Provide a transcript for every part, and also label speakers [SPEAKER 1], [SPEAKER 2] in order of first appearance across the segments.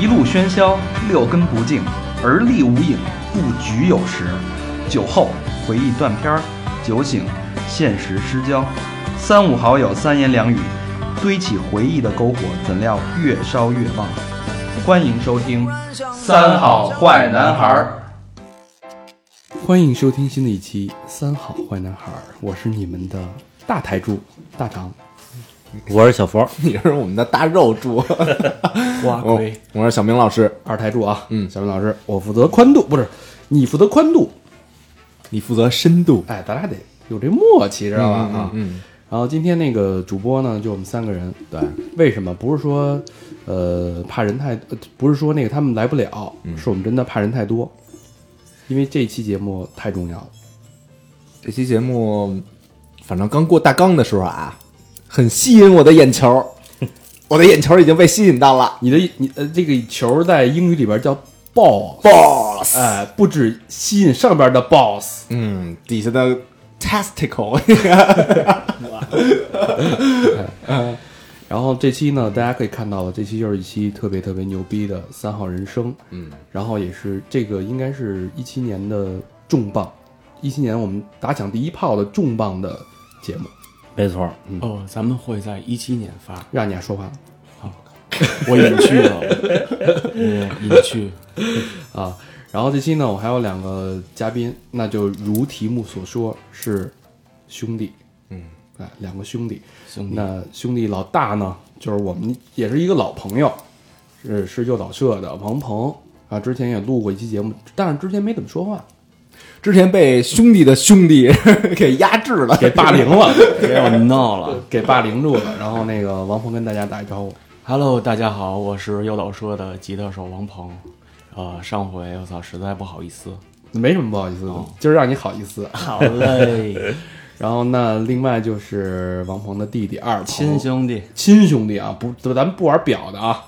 [SPEAKER 1] 一路喧嚣，六根不净，而立无影，不局有时。酒后回忆断片儿，酒醒现实失焦。三五好友三言两语，堆起回忆的篝火，怎料越烧越旺。欢迎收听《三好坏男孩》。
[SPEAKER 2] 欢迎收听新的一期《三好坏男孩》，我是你们的大台柱大长。
[SPEAKER 3] 我是小佛，
[SPEAKER 4] 你是我们的大肉猪，
[SPEAKER 2] 哇
[SPEAKER 4] 我
[SPEAKER 2] 喂，
[SPEAKER 4] 我是小明老师，
[SPEAKER 2] 二台柱啊，
[SPEAKER 4] 嗯
[SPEAKER 2] 小明老师，我负责宽度，不是你负责宽度，
[SPEAKER 4] 你负责深度，
[SPEAKER 2] 哎，咱俩得有这默契，知道吧？啊，
[SPEAKER 4] 嗯，
[SPEAKER 2] 然后今天那个主播呢，就我们三个人。对，为什么不是说，呃，怕人太，呃不是说那个他们来不了，
[SPEAKER 4] 嗯
[SPEAKER 2] 是我们真的怕人太多，因为这期节目太重要了。
[SPEAKER 4] 这期节目，反正刚过大纲的时候啊，很吸引我的眼球，我的眼球已经被吸引到了
[SPEAKER 2] 你的你呃，这个球在英语里边叫 ball，
[SPEAKER 4] ，boss，
[SPEAKER 2] 哎、不止吸引上边的 boss，
[SPEAKER 4] 嗯，底下的 testicle，
[SPEAKER 2] 然后这期呢，大家可以看到了，这期就是一期特别特别牛逼的三好人生，
[SPEAKER 4] 嗯，
[SPEAKER 2] 然后也是这个应该是一七年的重磅，一七年我们打响第一炮的重磅的节目，
[SPEAKER 3] 没错，
[SPEAKER 5] 哦，咱们会在一七年发，
[SPEAKER 2] 让你俩说话
[SPEAKER 5] 我隐去 了，我隐去。
[SPEAKER 2] 啊。然后这期呢，我还有两个嘉宾，那就如题目所说是兄弟，嗯，哎，两个兄弟。
[SPEAKER 5] 兄弟，
[SPEAKER 2] 那兄弟老大呢，就是我们也是一个老朋友，是是诱导社的王鹏啊，之前也录过一期节目，但是之前没怎么说话，
[SPEAKER 4] 之前被兄弟的兄弟 给压制 了，
[SPEAKER 2] 给霸 凌了，
[SPEAKER 5] 不要闹了。
[SPEAKER 2] 给霸凌住了。然后那个王鹏跟大家打一招呼，
[SPEAKER 5] Hello，大家好，我是诱导说的吉他手王鹏。呃，上回我操，实在不好意思。
[SPEAKER 2] 没什么不好意思的，就是让你好意思。
[SPEAKER 5] 好 嘞，
[SPEAKER 2] 哦然后那另外就是王鹏的弟弟二鹏
[SPEAKER 3] 亲兄弟，
[SPEAKER 2] 亲兄弟啊，不，咱们不玩表的啊。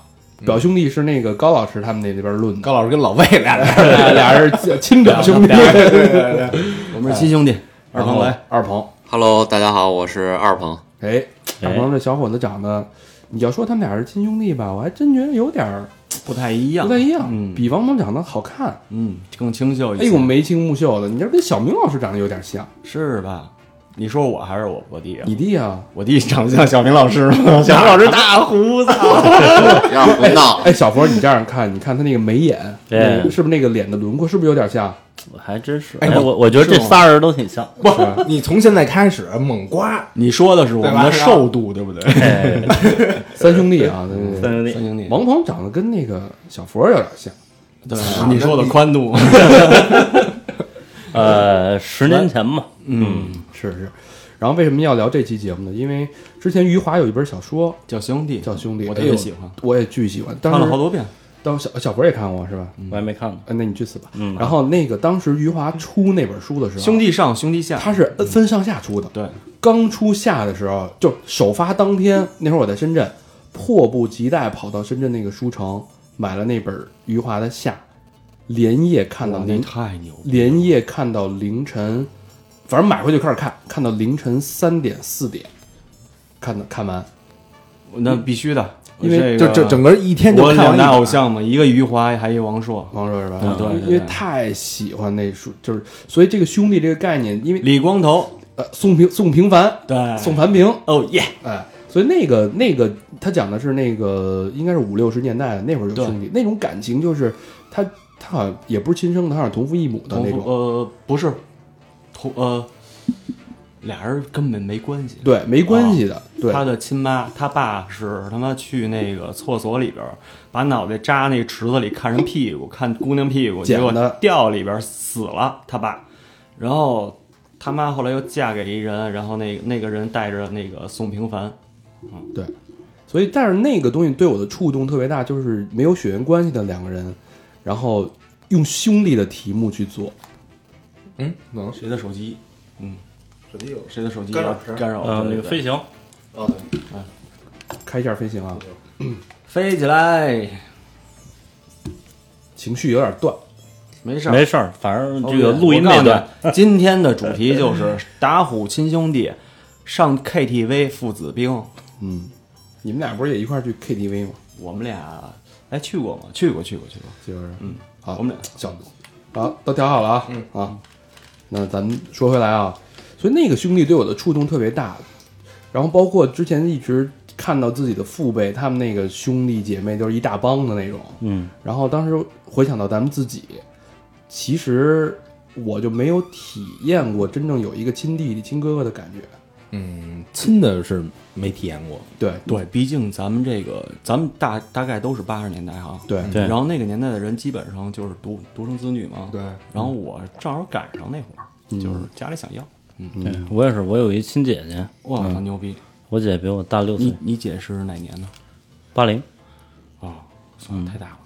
[SPEAKER 2] 表兄弟是那个高老师他们那里边论的，
[SPEAKER 4] 高老师跟老魏俩人，
[SPEAKER 2] 俩俩人亲表 兄弟。
[SPEAKER 3] 我们是亲兄弟。
[SPEAKER 5] 哎
[SPEAKER 2] 二鹏来，二鹏，
[SPEAKER 6] Hello，大家好，我是二鹏。
[SPEAKER 2] 哎，
[SPEAKER 3] 哎
[SPEAKER 2] 大鹏这小伙子长得，你要说他们俩是亲兄弟吧，我还真觉得有点儿
[SPEAKER 5] 不太一样，
[SPEAKER 2] 不太一样，
[SPEAKER 5] 嗯
[SPEAKER 2] 比王蒙长得好看。
[SPEAKER 5] 嗯，更清秀一
[SPEAKER 2] 哎
[SPEAKER 5] 些。
[SPEAKER 2] 呦，眉清目秀的，你这跟小明老师长得有点像。
[SPEAKER 5] 是吧？你说我还是我我弟啊？
[SPEAKER 2] 你弟啊，
[SPEAKER 5] 我弟长得像小明老师吗？ 小明老师大胡子，
[SPEAKER 6] 不要胡闹，
[SPEAKER 2] 哎，小佛，你这样看，你看他那个眉眼，那
[SPEAKER 3] 哎
[SPEAKER 2] 个是不是那个脸的轮廓，是不是有点像？
[SPEAKER 3] 还真是，
[SPEAKER 4] 哎
[SPEAKER 3] 哎，
[SPEAKER 4] 我
[SPEAKER 3] 我我觉得这仨人都挺像。
[SPEAKER 4] 不，你从现在开始猛刮，
[SPEAKER 5] 你说的是我们
[SPEAKER 4] 对吧
[SPEAKER 5] 的瘦度，对不对？
[SPEAKER 3] 哎，
[SPEAKER 2] 三兄弟啊，对对对。
[SPEAKER 5] 呃
[SPEAKER 3] 三兄
[SPEAKER 5] 三
[SPEAKER 3] 弟，
[SPEAKER 5] 兄弟，
[SPEAKER 2] 王鹏长得跟那个小佛有点像，
[SPEAKER 5] 对，你说的宽 度，
[SPEAKER 3] 呃，十年前嘛，
[SPEAKER 5] 嗯，
[SPEAKER 2] 是是。然后为什么要聊这期节目呢？因为之前余华有一本小说
[SPEAKER 5] 叫兄弟，
[SPEAKER 2] 叫《兄弟》，
[SPEAKER 5] 我
[SPEAKER 2] 哎呦
[SPEAKER 5] 特喜欢，
[SPEAKER 2] 我也巨喜欢。当
[SPEAKER 5] 看了好
[SPEAKER 2] 时
[SPEAKER 5] 多遍。
[SPEAKER 2] 当小小佛也看过是吧？
[SPEAKER 5] 嗯
[SPEAKER 3] 我还没看过。
[SPEAKER 2] 啊，那你去死吧。
[SPEAKER 3] 嗯
[SPEAKER 2] 然后那个当时余华出那本书的时候，
[SPEAKER 5] 兄弟上，兄弟下，
[SPEAKER 2] 他是分上下出的。
[SPEAKER 5] 对，
[SPEAKER 2] 刚出下的时候，就首发当天，那会儿我在深圳，迫不及待跑到深圳那个书城买了那本余华的下，连夜看到
[SPEAKER 5] 哇那
[SPEAKER 2] 凌，
[SPEAKER 5] 太牛了，
[SPEAKER 2] 连夜看到凌晨，反正买回去就开始看，看到凌晨三点四点，看的看完。
[SPEAKER 5] 那必须的，
[SPEAKER 2] 因为
[SPEAKER 4] 就就整
[SPEAKER 5] 个
[SPEAKER 4] 个一天就
[SPEAKER 5] 我
[SPEAKER 4] 看完一
[SPEAKER 5] 两大
[SPEAKER 4] 本
[SPEAKER 5] 偶像嘛，一个余华，还一个王朔，
[SPEAKER 2] 王朔是吧？
[SPEAKER 5] 嗯对对
[SPEAKER 2] 因为
[SPEAKER 5] 对
[SPEAKER 2] 太喜欢那书，就是所以这个兄弟这个概念，因为
[SPEAKER 5] 李光头，
[SPEAKER 2] 呃宋平宋平凡，
[SPEAKER 5] 对，
[SPEAKER 2] 宋凡平，
[SPEAKER 5] 哦耶，
[SPEAKER 2] 哎，所以那个那个他讲的是那个应该是五六十年代的那会儿就
[SPEAKER 5] 对
[SPEAKER 2] 兄弟那种感情，就是他他好像也不是亲生的，他好像同父异母的
[SPEAKER 5] 同
[SPEAKER 2] 那
[SPEAKER 5] 父
[SPEAKER 2] 种，
[SPEAKER 5] 呃不是，同呃俩人根本没关系，
[SPEAKER 2] 对，没关系的，对，
[SPEAKER 5] 哦他的亲妈，他爸是他妈去那个厕所里边儿，把脑袋扎那池子里，看人屁股，看姑娘屁股，
[SPEAKER 2] 捡
[SPEAKER 5] 结
[SPEAKER 2] 的
[SPEAKER 5] 果掉里边儿死了，他爸。然后他妈后来又嫁给一人，然后那那个人带着那个宋平凡，
[SPEAKER 2] 所以但是那个东西对我的触动特别大，就是没有血缘关系的两个人，然后用兄弟的题目去做，
[SPEAKER 4] 嗯，能
[SPEAKER 5] 谁的手机？嗯，
[SPEAKER 4] 手机有
[SPEAKER 5] 谁的手机啊
[SPEAKER 4] 干扰
[SPEAKER 5] 要
[SPEAKER 4] 声
[SPEAKER 5] 干扰？
[SPEAKER 2] 嗯
[SPEAKER 3] 呃，
[SPEAKER 5] 对
[SPEAKER 3] 那个
[SPEAKER 5] 对
[SPEAKER 3] 飞行，
[SPEAKER 4] 哦对。
[SPEAKER 2] 开一下飞行啊，
[SPEAKER 5] 飞起来，
[SPEAKER 2] 情绪有点断，
[SPEAKER 5] 没事儿
[SPEAKER 3] 没事儿，反正
[SPEAKER 5] 哦
[SPEAKER 3] 这个录音那段，
[SPEAKER 5] 我告诉你今天的主题就是打虎亲兄弟，上 KTV 父子兵。
[SPEAKER 2] 嗯，你们俩不是也一块儿去 KTV 吗？
[SPEAKER 5] 我们俩哎去过吗？去过去过去过。
[SPEAKER 2] 就是
[SPEAKER 5] 嗯，
[SPEAKER 2] 好，
[SPEAKER 5] 我们俩
[SPEAKER 2] 小，好，都调好了啊，啊，那咱们说回来啊，所以那个兄弟对我的触动特别大，然后包括之前一直看到自己的父辈，他们那个兄弟姐妹都是一大帮的那种，
[SPEAKER 3] 嗯，
[SPEAKER 2] 然后当时回想到咱们自己，其实我就没有体验过真正有一个亲弟弟、亲哥哥的感觉，
[SPEAKER 4] 嗯，真的是没体验过。
[SPEAKER 2] 对
[SPEAKER 5] 对，毕竟咱们这个，咱们大大概都是八十年代哈。
[SPEAKER 2] 对
[SPEAKER 3] 对
[SPEAKER 5] 然后那个年代的人基本上就是独独生子女嘛。
[SPEAKER 4] 对
[SPEAKER 5] 然后我正好赶上那会儿，就是家里想要。嗯
[SPEAKER 3] 对嗯我也是，我有一亲姐姐，
[SPEAKER 5] 哇，好牛逼！
[SPEAKER 3] 我姐比我大六岁
[SPEAKER 5] 你，你姐是哪年的？
[SPEAKER 3] 八 零，
[SPEAKER 5] 啊，算了，太大了。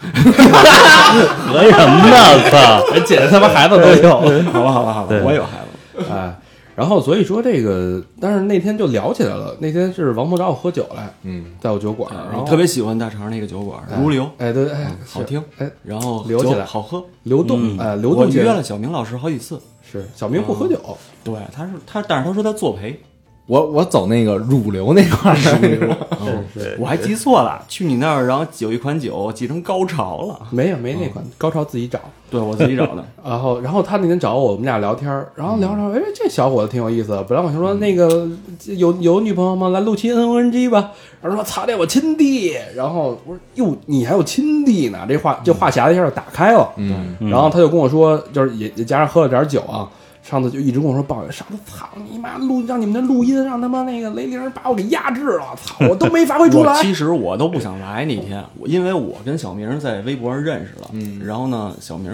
[SPEAKER 3] 可以什么呢？ 操，
[SPEAKER 2] 哎
[SPEAKER 3] 哎
[SPEAKER 2] 姐姐他妈孩子都有，
[SPEAKER 5] 好吧，好吧，好吧
[SPEAKER 3] 对，
[SPEAKER 5] 我有孩子。
[SPEAKER 2] 哎，然后所以说这个，但是那天就聊起来了，那天是王博找我喝酒来，
[SPEAKER 4] 嗯，
[SPEAKER 2] 在我酒馆，然
[SPEAKER 5] 我
[SPEAKER 2] 后
[SPEAKER 5] 特别喜欢大肠那个酒馆，如流，
[SPEAKER 2] 哎对哎
[SPEAKER 5] 嗯好
[SPEAKER 2] 是
[SPEAKER 5] 听
[SPEAKER 2] 哎
[SPEAKER 5] 然后
[SPEAKER 2] 留起
[SPEAKER 5] 酒
[SPEAKER 2] 来
[SPEAKER 5] 好喝。
[SPEAKER 2] 流动哎流
[SPEAKER 5] 我
[SPEAKER 2] 动
[SPEAKER 5] 约
[SPEAKER 2] 先生
[SPEAKER 5] 了小哦明老师好几次，
[SPEAKER 2] 是小明不喝酒，
[SPEAKER 5] 对，他是他，但是他说他作陪，
[SPEAKER 4] 我我走那个乳流那块儿，
[SPEAKER 5] 我还记错了，去你那儿，然后有一款酒记成高潮了，
[SPEAKER 2] 没有没那
[SPEAKER 5] 哦
[SPEAKER 2] 款高潮自己找，
[SPEAKER 5] 对我自己找 的，
[SPEAKER 2] 然后然后他那天找我，我们俩聊天儿，然后聊着哎这小伙子挺有意思的，本来我想说那个有有女朋友吗？来录期 N O N G 吧，然后说操这我亲弟，然后我说哟你还有亲弟呢，这话这话匣子一下就打开了，
[SPEAKER 4] 嗯，
[SPEAKER 2] 然后他就跟我说，就是也也加上喝了点酒啊，上次就一直跟我说抱怨，上次操你妈录让你们的录音让他妈那个雷凌把我给压制了，操我都没发挥出
[SPEAKER 5] 我
[SPEAKER 2] 来。
[SPEAKER 5] 其实我都不想来那天，我因为我跟小明在微博上认识了，
[SPEAKER 2] 嗯
[SPEAKER 5] 然后呢，小明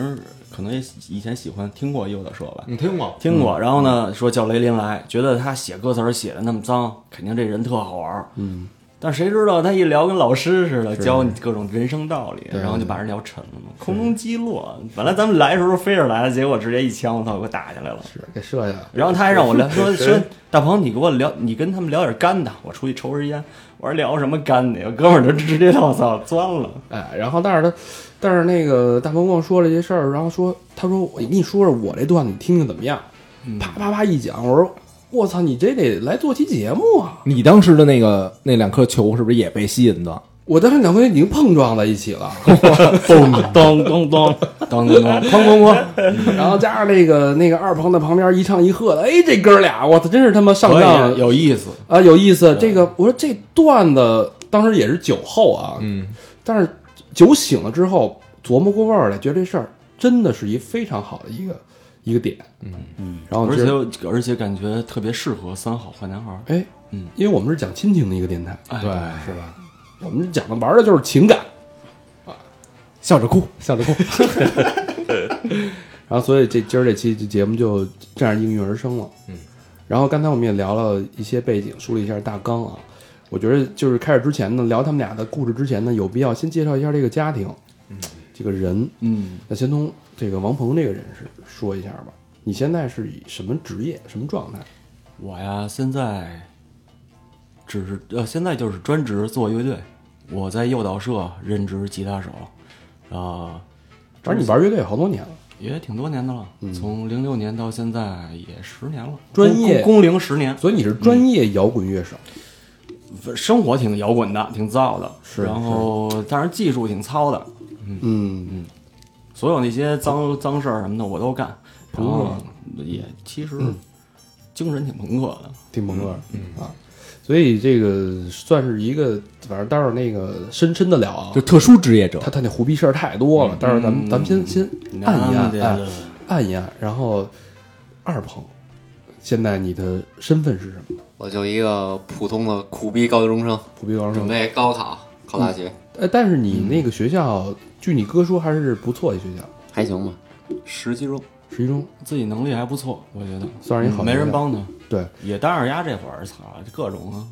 [SPEAKER 5] 可能也以前喜欢听过优的说吧，
[SPEAKER 2] 嗯
[SPEAKER 4] 你听过？
[SPEAKER 5] 听过，然后呢说叫雷林来，觉得他写歌词儿写的那么脏，肯定这人特好玩儿，嗯，但谁知道他一聊跟老师似的，教你各种人生道理，然后就把人聊沉了嘛，空中击落。本来咱们来的时候飞着来的，结果直接一枪，我操，给我打下来了。
[SPEAKER 2] 是给射下来了，
[SPEAKER 5] 然后他还让我 聊，说说大鹏，你给我聊，你跟他们聊点干的，我出去抽根烟。我说聊什么干的呀？哥们儿就直接我操钻了。
[SPEAKER 2] 哎，然后但是他，但是那个大鹏跟我说了这事儿，然后说他说我给你说说我这段子，你听听怎么样？
[SPEAKER 5] 嗯
[SPEAKER 2] 啪啪啪一讲，我说我操，你这得来做期节目啊！
[SPEAKER 4] 你当时的那个那两颗球是不是也被吸 引的？
[SPEAKER 2] 我当时两个人已经碰撞在一起 了，
[SPEAKER 5] 嗯
[SPEAKER 3] 咚咚咚咚，
[SPEAKER 5] 当当当，
[SPEAKER 4] 哐哐哐！
[SPEAKER 2] 然后加上那个那个二鹏在旁边一唱一和的，哎，这哥俩我操，真是他妈上
[SPEAKER 5] 可
[SPEAKER 2] 当
[SPEAKER 5] 以有意思。
[SPEAKER 2] 啊，有意思。这个我说这段子当时也是酒后啊，
[SPEAKER 4] 嗯，
[SPEAKER 2] 但是酒醒了之后琢磨过味儿来，觉得这事儿真的是一非常好的一个一个点。嗯嗯，然后
[SPEAKER 5] 而
[SPEAKER 2] 觉得
[SPEAKER 5] 且而且感觉特别适合三好坏男孩儿。
[SPEAKER 2] 哎，
[SPEAKER 5] 嗯，
[SPEAKER 2] 因为我们是讲亲情的一个电台，
[SPEAKER 5] 哎，
[SPEAKER 4] 对，
[SPEAKER 2] 是吧？我们讲的玩儿的就是情感，
[SPEAKER 4] 笑着哭，
[SPEAKER 2] 笑 着哭。然后，所以这今儿这期节目就这样应运而生了。
[SPEAKER 4] 嗯，
[SPEAKER 2] 然后刚才我们也聊了一些背景，梳理一下大纲啊。我觉得就是开始之前呢，聊他们俩的故事之前呢，有必要先介绍一下这个家庭，这个人。
[SPEAKER 5] 嗯，
[SPEAKER 2] 那先从这个王鹏这个人是说一下吧。你现在是以什么职业、什么状态？
[SPEAKER 5] 我呀现在只是呃现在就是专职做乐队，我在诱导社任职吉他手，啊、
[SPEAKER 2] 反正你玩乐队好多年了，
[SPEAKER 5] 也挺多年的了，从零六年到现在也十年了，
[SPEAKER 2] 嗯专
[SPEAKER 5] 工
[SPEAKER 2] 业
[SPEAKER 5] 工工龄十年，
[SPEAKER 2] 所以你是专业摇滚乐手。
[SPEAKER 5] 生活挺摇滚的，挺燥的，
[SPEAKER 2] 是
[SPEAKER 5] 然后但是技术挺糙的，
[SPEAKER 2] 嗯，
[SPEAKER 5] 所有那些脏脏事儿什么的我都干，然后也其实精神挺朋克的，
[SPEAKER 2] 挺朋克，嗯啊，所以这个算是一个，反正待会儿那个深深的聊啊
[SPEAKER 4] 就，特殊职业者
[SPEAKER 2] 他。他那胡逼事儿太多了，待会儿咱们咱们先先按一
[SPEAKER 5] 那
[SPEAKER 2] 按，
[SPEAKER 5] 得
[SPEAKER 2] 哎按一按，然后二鹏，现在你的身份是什么？
[SPEAKER 6] 我就一个普通的苦逼高中生，
[SPEAKER 2] 胡逼王
[SPEAKER 6] 准
[SPEAKER 2] 生，
[SPEAKER 6] 备高考考大学，
[SPEAKER 2] 呃，但是你那个学校，据你哥说还是不错的学校，
[SPEAKER 6] 还行吧，十几中。
[SPEAKER 2] 十一中
[SPEAKER 5] 自己能力还不错，我觉得嗯
[SPEAKER 2] 算是一好
[SPEAKER 5] 没
[SPEAKER 2] 学
[SPEAKER 5] 人
[SPEAKER 2] 校，
[SPEAKER 5] 帮他，
[SPEAKER 2] 对，
[SPEAKER 5] 也当然压这会儿操各种啊，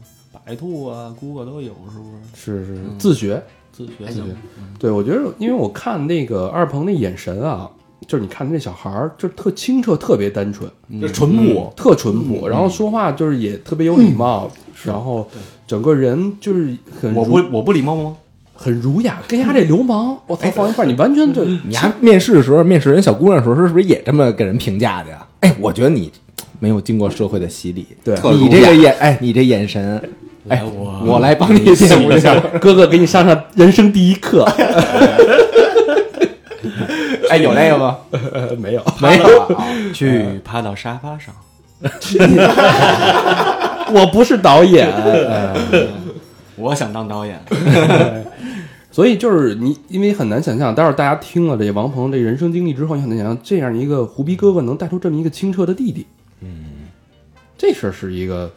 [SPEAKER 5] 百度啊、谷歌都有，是不是？
[SPEAKER 2] 是是自学，
[SPEAKER 5] 自学
[SPEAKER 6] 还
[SPEAKER 5] 的
[SPEAKER 6] 行
[SPEAKER 2] 对，我觉得，因为我看那个二鹏那眼神啊，就是你看那小孩儿，就是特清澈，特别单纯，
[SPEAKER 5] 嗯
[SPEAKER 2] 嗯
[SPEAKER 4] 这淳朴，嗯
[SPEAKER 2] 特淳朴，然后说话就是也特别有礼貌，然后整个人就是很
[SPEAKER 5] 我
[SPEAKER 2] 儒
[SPEAKER 5] 不我不礼貌吗？
[SPEAKER 2] 很儒雅，跟丫这流氓，我
[SPEAKER 5] 哎
[SPEAKER 2] 操，放一块儿你完全就
[SPEAKER 5] 嗯
[SPEAKER 4] 你还面试的时候，面试人小姑娘的时候，是不是也这么给人评价的呀？哎，我觉得你没有经过社会的洗礼，
[SPEAKER 2] 对
[SPEAKER 4] 你这个眼，哎，你这眼神，
[SPEAKER 5] 来我
[SPEAKER 4] 我来帮
[SPEAKER 5] 嗯
[SPEAKER 4] 你解一下。
[SPEAKER 2] 哥哥给你上上人生第一课。
[SPEAKER 4] 哎，有那个吗？
[SPEAKER 2] 没有，
[SPEAKER 4] 没有 啊。
[SPEAKER 5] 去趴到沙发上，
[SPEAKER 2] 我不是导 演。哎
[SPEAKER 5] 我想当导演。
[SPEAKER 2] 所以就是你，因为很难想象，待会儿大家听了这王鹏这人生经历之后，你很难想象这样一个胡逼哥哥能带出这么一个清澈的弟弟。嗯，这事儿是一个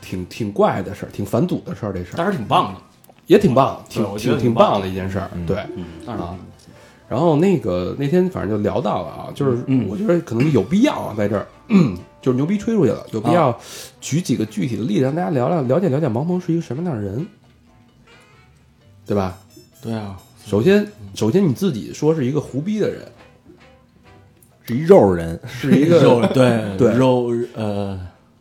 [SPEAKER 2] 挺挺怪的事儿，挺反祖的事儿，这事儿
[SPEAKER 5] 但是挺棒的，
[SPEAKER 2] 也挺棒，挺
[SPEAKER 5] 我觉
[SPEAKER 2] 挺
[SPEAKER 5] 得
[SPEAKER 2] 挺
[SPEAKER 5] 挺棒
[SPEAKER 2] 棒的一件事儿。对，啊。然后那个那天反正就聊到了啊，就是我觉得可能有必要啊，在这儿，就是牛逼吹出去了，有必要举几个具体的例子，让大家聊聊了解了解王鹏是一个什么样的人，对吧？
[SPEAKER 5] 对啊，
[SPEAKER 2] 首先，首先你自己说是一个胡逼的人，
[SPEAKER 4] 是一肉人，
[SPEAKER 2] 是 一
[SPEAKER 5] 肉
[SPEAKER 2] 个
[SPEAKER 5] 对
[SPEAKER 2] 对
[SPEAKER 5] 肉呃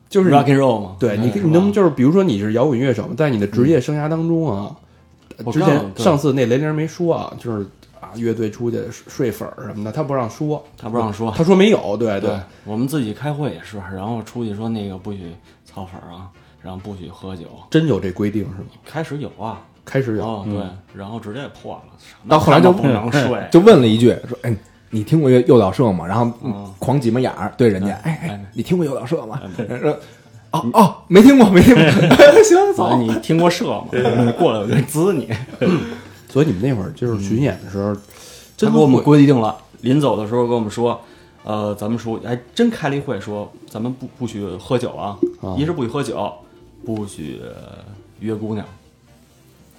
[SPEAKER 2] 就是
[SPEAKER 5] rock
[SPEAKER 2] 你
[SPEAKER 5] and roll 嘛，
[SPEAKER 2] 对你，
[SPEAKER 5] 嗯
[SPEAKER 2] 你能不能就是比如说你是摇滚乐手，在你的职业生涯当中啊，
[SPEAKER 5] 嗯我
[SPEAKER 2] 之
[SPEAKER 5] 知道
[SPEAKER 2] 前
[SPEAKER 5] 对
[SPEAKER 2] 上次那雷凌没说啊，就是啊乐队出去睡粉儿什么的，他不让说，
[SPEAKER 5] 他不让说，
[SPEAKER 2] 他说没有，对对，
[SPEAKER 5] 我们自己开会也是，然后出去说那个不许操粉儿啊，然后不许喝酒。
[SPEAKER 2] 真有这规定是吗？
[SPEAKER 5] 开始有啊，
[SPEAKER 2] 开始有，嗯
[SPEAKER 5] 哦对，然后直接破了，
[SPEAKER 4] 到后来就
[SPEAKER 5] 他们不能睡，
[SPEAKER 4] 就问了一句，说：“哎，你听过诱诱导社吗？”然后
[SPEAKER 5] 嗯
[SPEAKER 4] 狂挤眉眼儿对人家，哎
[SPEAKER 5] 哎
[SPEAKER 4] 哎，你听过诱导社吗？说：“哦哦，没听过，没 听过。”行，
[SPEAKER 5] 所
[SPEAKER 4] 走
[SPEAKER 5] 以。哎你听过社 吗？你过来我就滋你。
[SPEAKER 2] 所以你们那会儿就是巡演的时候，
[SPEAKER 5] 嗯他
[SPEAKER 2] 真
[SPEAKER 5] 给我们
[SPEAKER 2] 会
[SPEAKER 5] 规定了，临走的时候跟我们说，呃，咱们说还真开了一会，说咱们不不许喝酒啊，
[SPEAKER 2] 啊
[SPEAKER 5] 一是不许喝酒，不许呃约姑娘。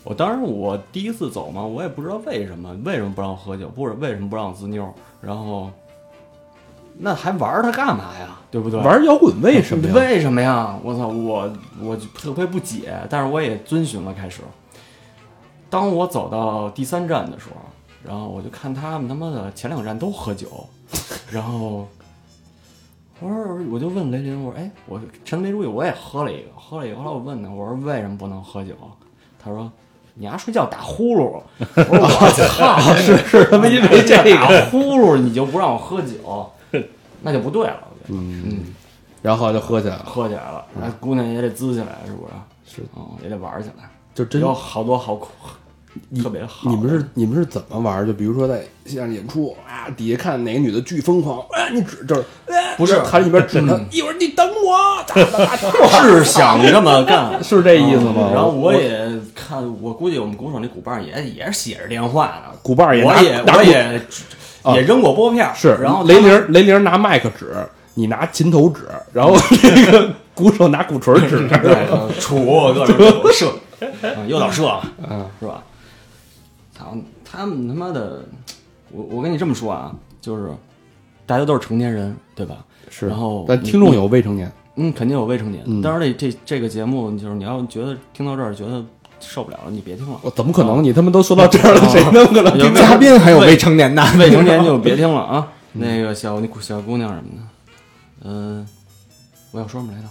[SPEAKER 5] 我当时我第一次走嘛，我也不知道为什么，为什么不让我喝酒，不是为什么不让我滋妞，然后那还玩儿它干嘛呀？对不对？
[SPEAKER 2] 玩摇滚为什么呀？
[SPEAKER 5] 为什么呀？我操，我我就特别不解，但是我也遵循了。开始，当我走到第三站的时候，然后我就看他们他妈的前两站都喝酒，然后我说我就问雷林，我说哎，我趁没注意，我也喝了一个，喝了一个，后来我问他，我说为什么不能喝酒？他说。你丫睡觉打呼噜，我说我 操，啊是是他妈因为这个打呼噜，你就不让我喝酒，那就不对了。我觉得，嗯，
[SPEAKER 2] 然后就喝起来了，
[SPEAKER 5] 喝起来了，
[SPEAKER 2] 嗯
[SPEAKER 5] 那姑娘也得滋起来，是不是？是，嗯，也得玩起来，
[SPEAKER 2] 就真
[SPEAKER 5] 有好多好苦，特别好。
[SPEAKER 2] 你们是你们是怎么玩儿？就比如说在现场演出啊，底下看哪个女的巨疯狂，啊，你指就是，啊
[SPEAKER 5] 不哎是哎
[SPEAKER 2] 他一边 指她，一会儿你等我，哒哒哒哒？
[SPEAKER 5] 是想这么干
[SPEAKER 2] 是这意思吗？
[SPEAKER 5] 哦然后我也看，我估计我们鼓手那鼓棒也也是写着电话呢，
[SPEAKER 2] 鼓棒也
[SPEAKER 5] 我
[SPEAKER 2] 拿
[SPEAKER 5] 也
[SPEAKER 2] 拿
[SPEAKER 5] 我也也扔过拨片儿，
[SPEAKER 2] 是，
[SPEAKER 5] 然后
[SPEAKER 2] 雷凌雷凌拿麦克指，你拿琴头指，然后
[SPEAKER 5] 嗯
[SPEAKER 2] 那个鼓手拿鼓槌 指，
[SPEAKER 5] 对，呃杵各种杵射，啊诱导射，嗯，是吧？操，他们他妈的，我我跟你这么说啊，就是大家都是成年人，对吧？
[SPEAKER 2] 是。
[SPEAKER 5] 然后
[SPEAKER 2] 但
[SPEAKER 5] 你
[SPEAKER 2] 听众有未成年，
[SPEAKER 5] 嗯，肯定有未成年。
[SPEAKER 2] 嗯
[SPEAKER 5] 当然了，这这这个节目就是你要觉得听到这儿觉得受不了了，你别听了。啊
[SPEAKER 2] 我怎么可
[SPEAKER 5] 哦
[SPEAKER 2] 能？你他妈都说到这儿了，谁能可能
[SPEAKER 5] 有
[SPEAKER 2] 听
[SPEAKER 5] 没有
[SPEAKER 4] 嘉宾还嗯有未成年的，
[SPEAKER 5] 未成 年就别听了啊。那个小那小姑娘什么的，嗯、我要说什么来着？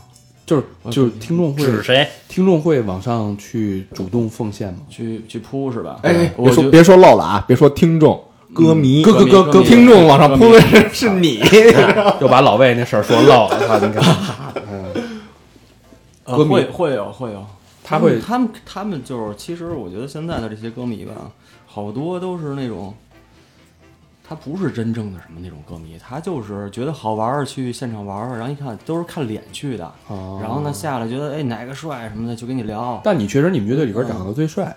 [SPEAKER 2] 就是
[SPEAKER 5] 哦
[SPEAKER 2] 就是听众
[SPEAKER 3] 指
[SPEAKER 2] 会
[SPEAKER 3] 谁？
[SPEAKER 2] 听众会往上去主动奉献吗？
[SPEAKER 5] 去去扑是吧？
[SPEAKER 4] 哎，
[SPEAKER 5] 我
[SPEAKER 4] 别
[SPEAKER 5] 就
[SPEAKER 4] 说别说漏了啊，别说听众、歌迷、
[SPEAKER 5] 歌迷歌迷
[SPEAKER 4] 听众往上扑的是是 你，
[SPEAKER 5] 哦
[SPEAKER 2] 又把老魏那事儿说漏了，操你看。
[SPEAKER 5] 呃
[SPEAKER 2] 歌迷
[SPEAKER 5] 会会有会有，
[SPEAKER 2] 他会
[SPEAKER 5] 嗯他们他们就是，其实我觉得现在的这些歌迷吧，好多都是那种，他不是真正的什么那种歌迷，他就是觉得好玩儿去现场玩玩，然后一看都是看脸去的，
[SPEAKER 2] 哦
[SPEAKER 5] 然后呢下来觉得哎哪个帅什么的就跟你聊，
[SPEAKER 2] 但你确实你们乐队里边长得最帅，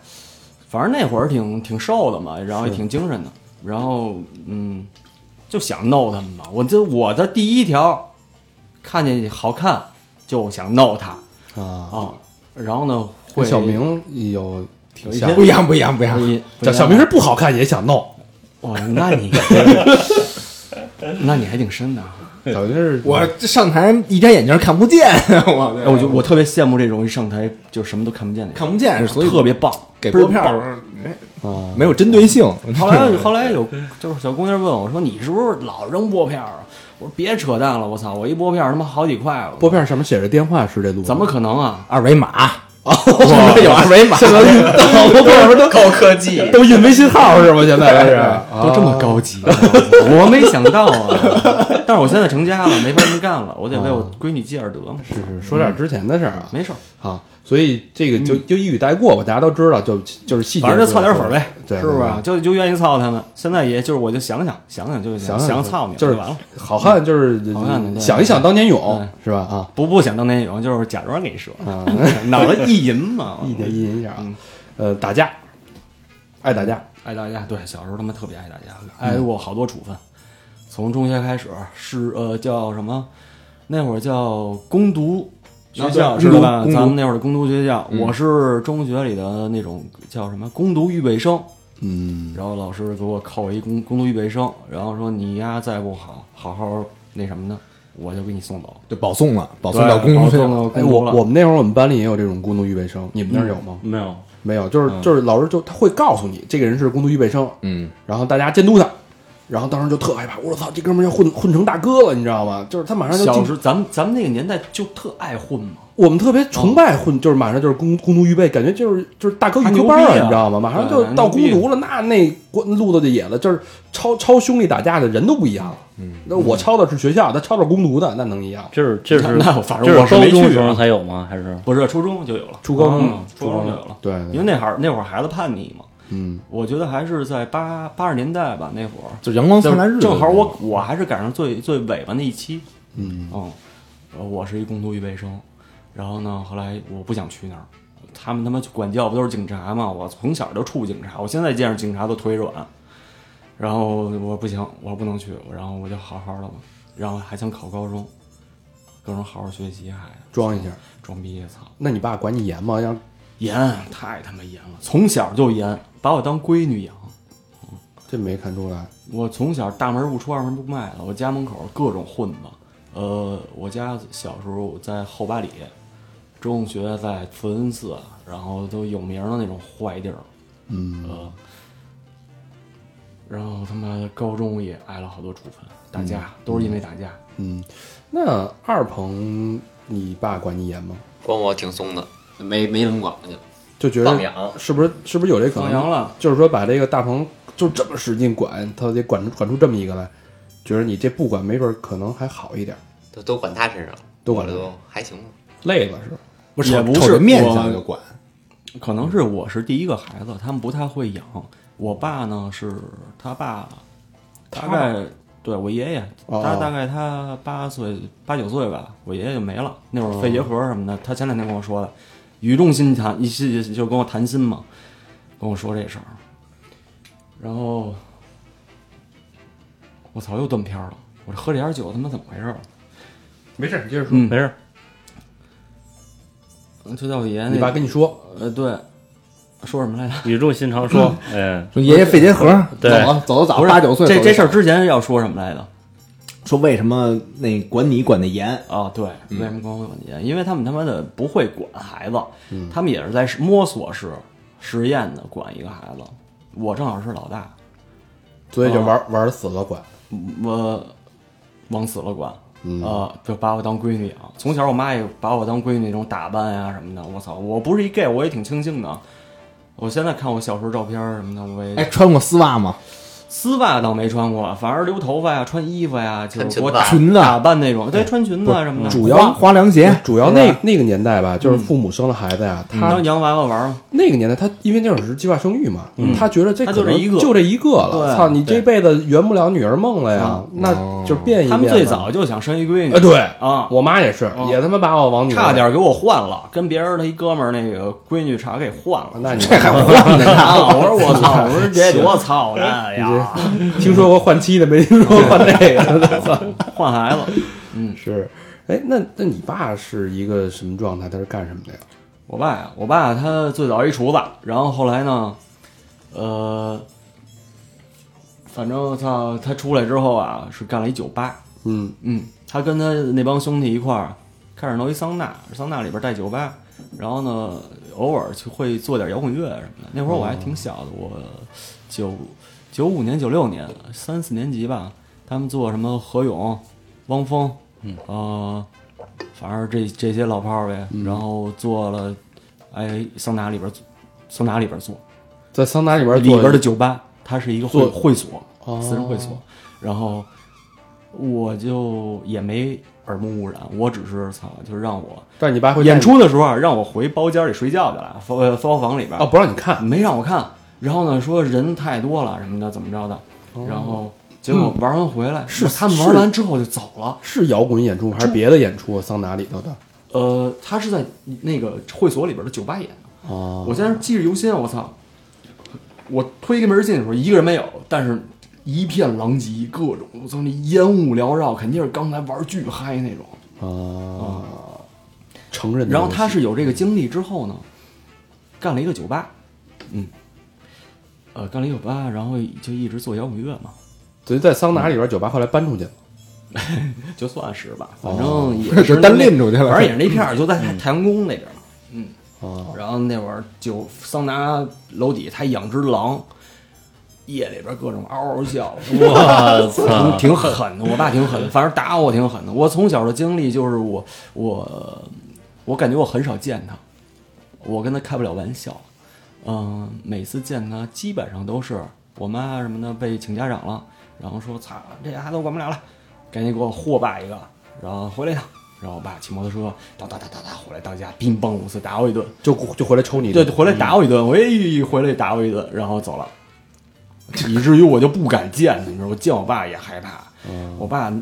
[SPEAKER 5] 反正那会儿挺挺瘦的嘛，然后也挺精神的，然后嗯，就想弄他们嘛。我这我的第一条，看见好看就想弄他
[SPEAKER 2] 啊，
[SPEAKER 5] 啊，然后呢会
[SPEAKER 2] 跟小明有挺像
[SPEAKER 5] 有一
[SPEAKER 4] 不一样，不一样，不一样
[SPEAKER 5] 不。 一
[SPEAKER 2] 小小明是不好看也想 弄，
[SPEAKER 5] 哇，那你那你还挺深的啊。
[SPEAKER 2] 小明是
[SPEAKER 4] 我这上台一摘眼镜看不见， 我
[SPEAKER 5] 哎我就我特别羡慕这种一上台就什么都看不见的人，
[SPEAKER 4] 看不见，所以
[SPEAKER 5] 特别棒，
[SPEAKER 4] 给
[SPEAKER 5] 倍儿
[SPEAKER 4] 拨片
[SPEAKER 5] 棒。嗯
[SPEAKER 4] 儿哎
[SPEAKER 2] 啊，
[SPEAKER 4] 没有针对性。
[SPEAKER 5] 后来后来有就是小姑娘问我说：“你是不是老扔拨片儿啊？”我说：“别扯淡了，我操，我一拨片儿他妈好几块了，
[SPEAKER 2] 拨片上面写着电话是这路，
[SPEAKER 5] 怎么可能啊？
[SPEAKER 4] 二维码，
[SPEAKER 5] 哦
[SPEAKER 4] 有二维码，
[SPEAKER 2] 现在拨片上面都
[SPEAKER 6] 高科技，
[SPEAKER 2] 都印微信号是吗？现在是啊，
[SPEAKER 5] 都这么高级，我没想到啊！ 但是我现在成家了，没法这么干了，我得为我闺女积点德嘛。
[SPEAKER 2] 是是，说点之前的事儿啊，
[SPEAKER 5] 啊没事儿，
[SPEAKER 2] 好，所以这个就
[SPEAKER 5] 嗯
[SPEAKER 2] 就一语带过吧，大家都知道，就就是细节，
[SPEAKER 5] 反正就操点粉儿呗，
[SPEAKER 2] 对，
[SPEAKER 5] 是不是
[SPEAKER 2] 对？
[SPEAKER 5] 啊？就就愿意操他们。现在也就是我就想想想想就
[SPEAKER 2] 想
[SPEAKER 5] 想操你们
[SPEAKER 2] 就是
[SPEAKER 5] 完了，嗯
[SPEAKER 2] 好汉就是
[SPEAKER 5] 好汉对对
[SPEAKER 2] 想一想当年勇
[SPEAKER 5] 对，
[SPEAKER 2] 是吧？啊，
[SPEAKER 5] 不不想当年勇，就是假装给你说，
[SPEAKER 2] 啊
[SPEAKER 5] 脑子意淫嘛，
[SPEAKER 2] 一点一点一点
[SPEAKER 5] 嗯
[SPEAKER 2] 啊，呃，打架，爱打架，
[SPEAKER 5] 爱打架，对，小时候他妈特别爱打架，挨过好多处分。从中学开始是呃叫什么？那会儿叫攻读学校，
[SPEAKER 4] 啊对
[SPEAKER 5] 知道吧？
[SPEAKER 4] 攻读
[SPEAKER 5] 咱们那会儿的攻读学校，我是中学里的那种叫什么攻读预备生。
[SPEAKER 2] 嗯，
[SPEAKER 5] 然后老师给我扣一攻攻读预备生，然后说你丫再不好好好那什么的，我就给你送走。
[SPEAKER 4] 就保送了，保
[SPEAKER 5] 保
[SPEAKER 4] 送到公
[SPEAKER 5] 保
[SPEAKER 4] 共学
[SPEAKER 5] 送到
[SPEAKER 2] 哎，
[SPEAKER 5] 攻读
[SPEAKER 2] 我
[SPEAKER 5] 了。
[SPEAKER 2] 我们那会儿我们班里也有这种工读预备生，你们那儿有吗？
[SPEAKER 3] 没有，
[SPEAKER 2] 没有，就是就是老师就他会告诉你这个人是工读预备生，
[SPEAKER 4] 嗯，
[SPEAKER 2] 然后大家监督他。然后当时就特害怕，我操，这哥们儿要混混成大哥了，你知道吗？就是他马上就
[SPEAKER 5] 小
[SPEAKER 2] 进
[SPEAKER 5] 时候咱们咱们那个年代就特爱混嘛，
[SPEAKER 2] 我们特别崇拜混，就是马上就是工工读预备，感觉就是就是大哥预科班
[SPEAKER 5] 他牛逼
[SPEAKER 2] 了，
[SPEAKER 5] 啊
[SPEAKER 2] 你知道吗？马上就
[SPEAKER 5] 对
[SPEAKER 2] 到
[SPEAKER 5] 他牛
[SPEAKER 2] 工
[SPEAKER 5] 逼
[SPEAKER 2] 读了，那那关路子就野了，就是超超兄弟打架的人都不一样了。嗯，那我抄的是学校，他抄的工读的，那能一样？
[SPEAKER 3] 这是这是
[SPEAKER 5] 那我反正
[SPEAKER 3] 这
[SPEAKER 5] 我是
[SPEAKER 3] 高
[SPEAKER 5] 没
[SPEAKER 3] 中
[SPEAKER 5] 去
[SPEAKER 3] 时候
[SPEAKER 5] 啊
[SPEAKER 3] 才有吗？还是
[SPEAKER 5] 不是初中就有了，
[SPEAKER 2] 初高中
[SPEAKER 5] 嗯初中就有了。
[SPEAKER 2] 对，
[SPEAKER 5] 因为那会儿那会儿孩子叛逆嘛，
[SPEAKER 2] 嗯，
[SPEAKER 5] 我觉得还是在八八十年代吧，那会儿
[SPEAKER 4] 就阳光灿烂日子，
[SPEAKER 5] 正好我我还是赶上最最尾巴那一期，嗯呃我是一工读预备生，然后呢，后来我不想去那儿，他们他妈管教不都是警察嘛，我从小就怵警察，我现在见着警察都腿软，然后我说不行，我说不能去，然后我就好好的，然后还想考高中，高中好好学习，还
[SPEAKER 2] 装一下。
[SPEAKER 5] 装逼，操！
[SPEAKER 2] 那你爸管你严吗？要
[SPEAKER 5] 严，太他妈严了，从小就严，把我当闺女养。
[SPEAKER 2] 这没看出来，
[SPEAKER 5] 我从小大门不出二门不迈的，我家门口各种混子。呃，我家小时候在后八里，中学在慈恩寺，然后都有名的那种坏地儿。嗯，呃，然后他妈高中也挨了好多处分，打架、都是因为打架。
[SPEAKER 2] 嗯，那二鹏，你爸管你严吗？
[SPEAKER 6] 管我挺松的，没没怎么管去。
[SPEAKER 2] 就觉
[SPEAKER 6] 放
[SPEAKER 2] 得
[SPEAKER 6] 养
[SPEAKER 2] 是不是是不是有这可能？
[SPEAKER 5] 放羊了，
[SPEAKER 2] 就是说把这个大鹏就这么使劲管，他得管出管出这么一个来，觉得你这不管没准儿可能还好一点儿，
[SPEAKER 6] 都都管他身上了，
[SPEAKER 2] 都管
[SPEAKER 6] 我
[SPEAKER 2] 他
[SPEAKER 6] 都还行吧。
[SPEAKER 2] 累了是吧？
[SPEAKER 4] 不
[SPEAKER 5] 也
[SPEAKER 4] 瞅
[SPEAKER 5] 不
[SPEAKER 4] 瞅
[SPEAKER 5] 是
[SPEAKER 4] 着面
[SPEAKER 5] 我
[SPEAKER 4] 相就管，
[SPEAKER 5] 可能是我是第一个孩子，他们不太会养。我爸呢是他爸，
[SPEAKER 2] 他
[SPEAKER 5] 大
[SPEAKER 2] 爸
[SPEAKER 5] 概对我爷爷，
[SPEAKER 2] 哦
[SPEAKER 5] 他大概他八岁八九岁吧，我爷爷就没了。那会儿肺结核什么的，他前两天跟我说的，语重心长，一心就跟我谈心嘛，跟我说这事儿。然后我操，又断片儿了！我这喝这点儿酒，他妈怎么回事儿？
[SPEAKER 2] 没事，你接着说。
[SPEAKER 5] 嗯
[SPEAKER 3] 没，事，
[SPEAKER 5] 就在我爷爷
[SPEAKER 2] 你爸
[SPEAKER 5] 那，
[SPEAKER 2] 跟你说，
[SPEAKER 5] 呃，对，说什么来着？
[SPEAKER 3] 语重心长说，哎，
[SPEAKER 5] 嗯
[SPEAKER 4] 说爷爷肺结核，
[SPEAKER 3] 对
[SPEAKER 4] 走啊走得早，
[SPEAKER 5] 不是
[SPEAKER 4] 八九岁
[SPEAKER 5] 这
[SPEAKER 4] 走得
[SPEAKER 5] 这事儿
[SPEAKER 4] 早
[SPEAKER 5] 之前要说什么来着？
[SPEAKER 4] 说为什么那管你管的严，
[SPEAKER 5] 啊，对，为什么管我管严？因为他们他妈的不会管孩子，他们也是在实摸索式实验的管一个孩子。我正好是老大，
[SPEAKER 2] 所以就
[SPEAKER 4] 啊
[SPEAKER 2] 玩、玩死了管，
[SPEAKER 5] 我往死了管，呃，就把我当闺女养。从小我妈也把我当闺女那种打扮呀、什么的。我操，我不是一 gay，我也挺清醒的。我现在看我小时候照片什么的，我
[SPEAKER 4] 哎，
[SPEAKER 5] 也
[SPEAKER 4] 穿过丝袜吗？
[SPEAKER 5] 丝袜倒没穿过，反而留头发呀、穿衣服呀，就
[SPEAKER 6] 穿
[SPEAKER 5] 是
[SPEAKER 6] 裙
[SPEAKER 5] 我
[SPEAKER 6] 子
[SPEAKER 5] 打
[SPEAKER 4] 裙子啊
[SPEAKER 5] 打扮那种，对，穿裙子啊什么的。
[SPEAKER 2] 主
[SPEAKER 4] 花
[SPEAKER 2] 要
[SPEAKER 4] 花凉鞋，
[SPEAKER 2] 主要那那个年代吧，
[SPEAKER 4] 嗯
[SPEAKER 2] 就是父母生了孩子呀，
[SPEAKER 5] 你
[SPEAKER 2] 他
[SPEAKER 5] 当洋娃娃玩儿吗？
[SPEAKER 2] 那个年代他因为那会儿是计划生育嘛，他觉得这
[SPEAKER 5] 嗯他
[SPEAKER 2] 可
[SPEAKER 5] 就
[SPEAKER 2] 能
[SPEAKER 5] 这一个
[SPEAKER 2] 就这一个了，
[SPEAKER 5] 对嗯
[SPEAKER 2] 操你这辈子圆不了女儿梦了呀，那就变一变吧。
[SPEAKER 5] 他们最早就想生一闺女
[SPEAKER 2] 啊，对
[SPEAKER 5] 啊
[SPEAKER 2] 我妈也是，也他妈把我往女儿
[SPEAKER 5] 差点给我换了，跟别人的一哥们儿那个闺女差点给换了。
[SPEAKER 2] 那你
[SPEAKER 4] 这还 换呢？
[SPEAKER 5] 啊！我说我操！我说这多操蛋呀！
[SPEAKER 2] 听说过换妻的，没听说过换那个 的。操
[SPEAKER 5] 换孩子，
[SPEAKER 2] 是，哎，那那你爸是一个什么状态？他是干什么的呀？
[SPEAKER 5] 我爸呀，我爸他最早一厨子，然后后来呢，呃，反正操他出来之后啊，是干了一酒吧。
[SPEAKER 2] 嗯，
[SPEAKER 5] 嗯，他跟他那帮兄弟一块儿开始弄一桑拿，桑拿里边带酒吧，然后呢，偶尔去会做点摇滚乐什么的。那会儿我还挺小的，我九九五年、九六年三四年级吧，他们做什么何勇、汪峰，嗯呃，反正这这些老炮儿呗，
[SPEAKER 2] 嗯
[SPEAKER 5] 然后做了，哎，桑拿里边做，桑拿里边做
[SPEAKER 2] 在桑拿里边
[SPEAKER 5] 里
[SPEAKER 2] 做
[SPEAKER 5] 边的酒吧，它是一个会
[SPEAKER 2] 做
[SPEAKER 5] 会所，
[SPEAKER 2] 哦
[SPEAKER 5] 私人会所。然后我就也没耳目污染，我只是操，就是让我
[SPEAKER 2] 但是你爸会带
[SPEAKER 5] 演
[SPEAKER 2] 你
[SPEAKER 5] 出的时候啊让我回包间里睡觉去了，包呃包房里边
[SPEAKER 2] 哦，不让你看，
[SPEAKER 5] 没让我看。然后呢，说人太多了什么的，怎么着的。然后结果玩完回来，
[SPEAKER 2] 哦是
[SPEAKER 5] 他们
[SPEAKER 2] 是
[SPEAKER 5] 玩完之后就走了。
[SPEAKER 2] 是摇滚演出还是别的演出啊？桑拿里头的
[SPEAKER 5] 呃，他是在那个会所里边的酒吧演的。
[SPEAKER 4] 啊
[SPEAKER 2] 哦，
[SPEAKER 5] 我现在记着犹新，我操！我推开门进去的时候，一个人没有，但是一片狼藉，各种我操，那烟雾缭绕，肯定是刚才玩巨嗨那种。
[SPEAKER 2] 啊，承认的
[SPEAKER 5] 哦然后
[SPEAKER 2] 游戏。
[SPEAKER 5] 他是有这个经历之后呢，干了一个酒吧，嗯，呃，干了一个酒吧，然后就一直做摇滚乐嘛，
[SPEAKER 2] 等于在桑
[SPEAKER 5] 嗯
[SPEAKER 2] 拿里边酒吧后来搬出去了，
[SPEAKER 5] 就算是吧，
[SPEAKER 2] 哦
[SPEAKER 5] 反正也是
[SPEAKER 4] 就 单
[SPEAKER 5] 那
[SPEAKER 4] 拎出去了
[SPEAKER 5] 反正也是那片儿，就在太阳宫那边嘛。嗯
[SPEAKER 2] 哦，
[SPEAKER 5] 然后那会儿就桑拿楼底，他养只狼，夜里边各种嗷嗷叫，
[SPEAKER 3] 哎我
[SPEAKER 5] 挺
[SPEAKER 3] 操！
[SPEAKER 5] 挺狠的，我爸挺狠的，反正打我挺狠的。我从小的经历就是我我我感觉我很少见他，我跟他开不了玩笑，嗯、每次见他基本上都是我妈什么的被请家长了，然后说操这孩子我管不了了，赶紧给我霍爸一个，然后回来一趟。然后我爸骑摩托车哒哒哒哒哒回来到家，乒乓五次打我一顿，
[SPEAKER 2] 就就回来抽你，
[SPEAKER 5] 对，回来打我一顿，我一回来打我一顿，然后走了，以至于我就不敢见他，你知道，我见我爸也害怕。我爸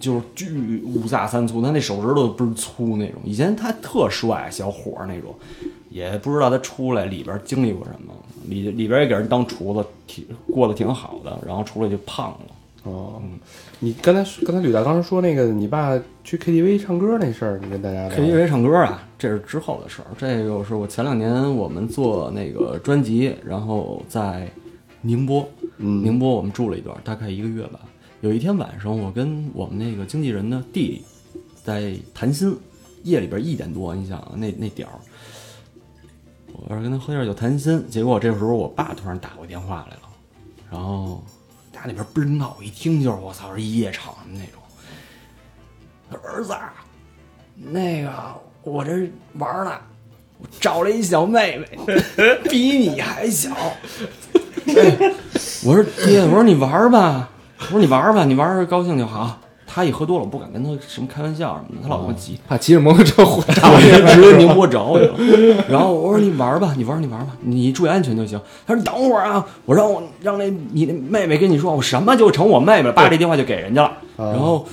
[SPEAKER 5] 就是巨五大三粗，他那手指头倍儿粗那种。以前他特帅，小伙儿那种，也不知道他出来里边经历过什么，里里边也给人当厨子，挺过得挺好的，然后出来就胖了。
[SPEAKER 2] 哦，你刚才刚才吕大当时说那个你爸去 KTV 唱歌那事儿，你跟大家聊
[SPEAKER 5] KTV 唱歌啊，这是之后的事儿。这个是我前两年我们做那个专辑，然后在宁波，宁波我们住了一段，大概一个月吧。有一天晚上，我跟我们那个经纪人的弟弟在谈心，夜里边一点多，你想啊那那点儿，我要是跟他喝点酒谈心，结果这时候我爸突然打过电话来了，然后家里边倍儿闹，一听就是我操是一夜场那种。他说儿子啊，那个我这玩儿呢，我找了一小妹妹，比你还小。哎我说爹，我说你玩儿吧，我说你玩儿吧，你玩儿高兴就好。他一喝多了，我不敢跟他什么开玩笑什么的，他老跟我急。
[SPEAKER 4] 怕骑着摩托车回
[SPEAKER 5] 我直接宁波找我去了。然后我说你玩吧，你玩你玩吧，你注意安全就行。他说你等会儿啊，我让我让那你那妹妹跟你说，我什么就成我妹妹了，把这电话就给人家了。然后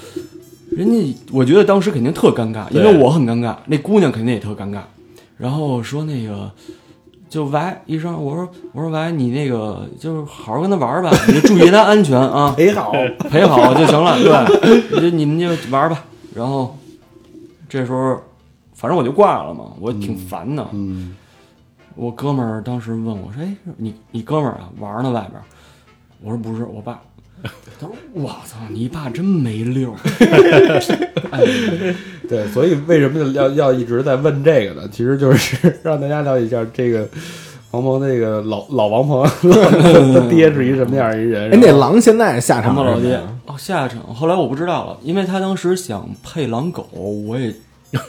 [SPEAKER 5] 人家我觉得当时肯定特尴尬，因为我很尴尬，那姑娘肯定也特尴尬。然后说那个。就喂一声，我说我说喂，你那个就是好好跟他玩儿吧，你就注意他安全啊，陪好
[SPEAKER 4] 哎
[SPEAKER 5] 陪好就 行了，对，你就你们就玩儿吧。然后这时候，反正我就挂了嘛，我挺烦的。
[SPEAKER 2] 嗯，
[SPEAKER 5] 我哥们儿当时问我说：“哎，你你哥们儿啊，玩儿呢外边儿？”我说：“不是，我爸。”他说：“我操，你爸真没溜儿。
[SPEAKER 2] 对，所以为什么要要一直在问这个呢？其实就是 让大家了解一下这个王鹏这个老老王鹏 他爹是一什么样一人。
[SPEAKER 4] 哎，那狼现在下”
[SPEAKER 5] 什
[SPEAKER 4] 场
[SPEAKER 5] 么
[SPEAKER 4] 了
[SPEAKER 5] 老爹？哦，下一场。后来我不知道了，因为他当时想配狼狗，我也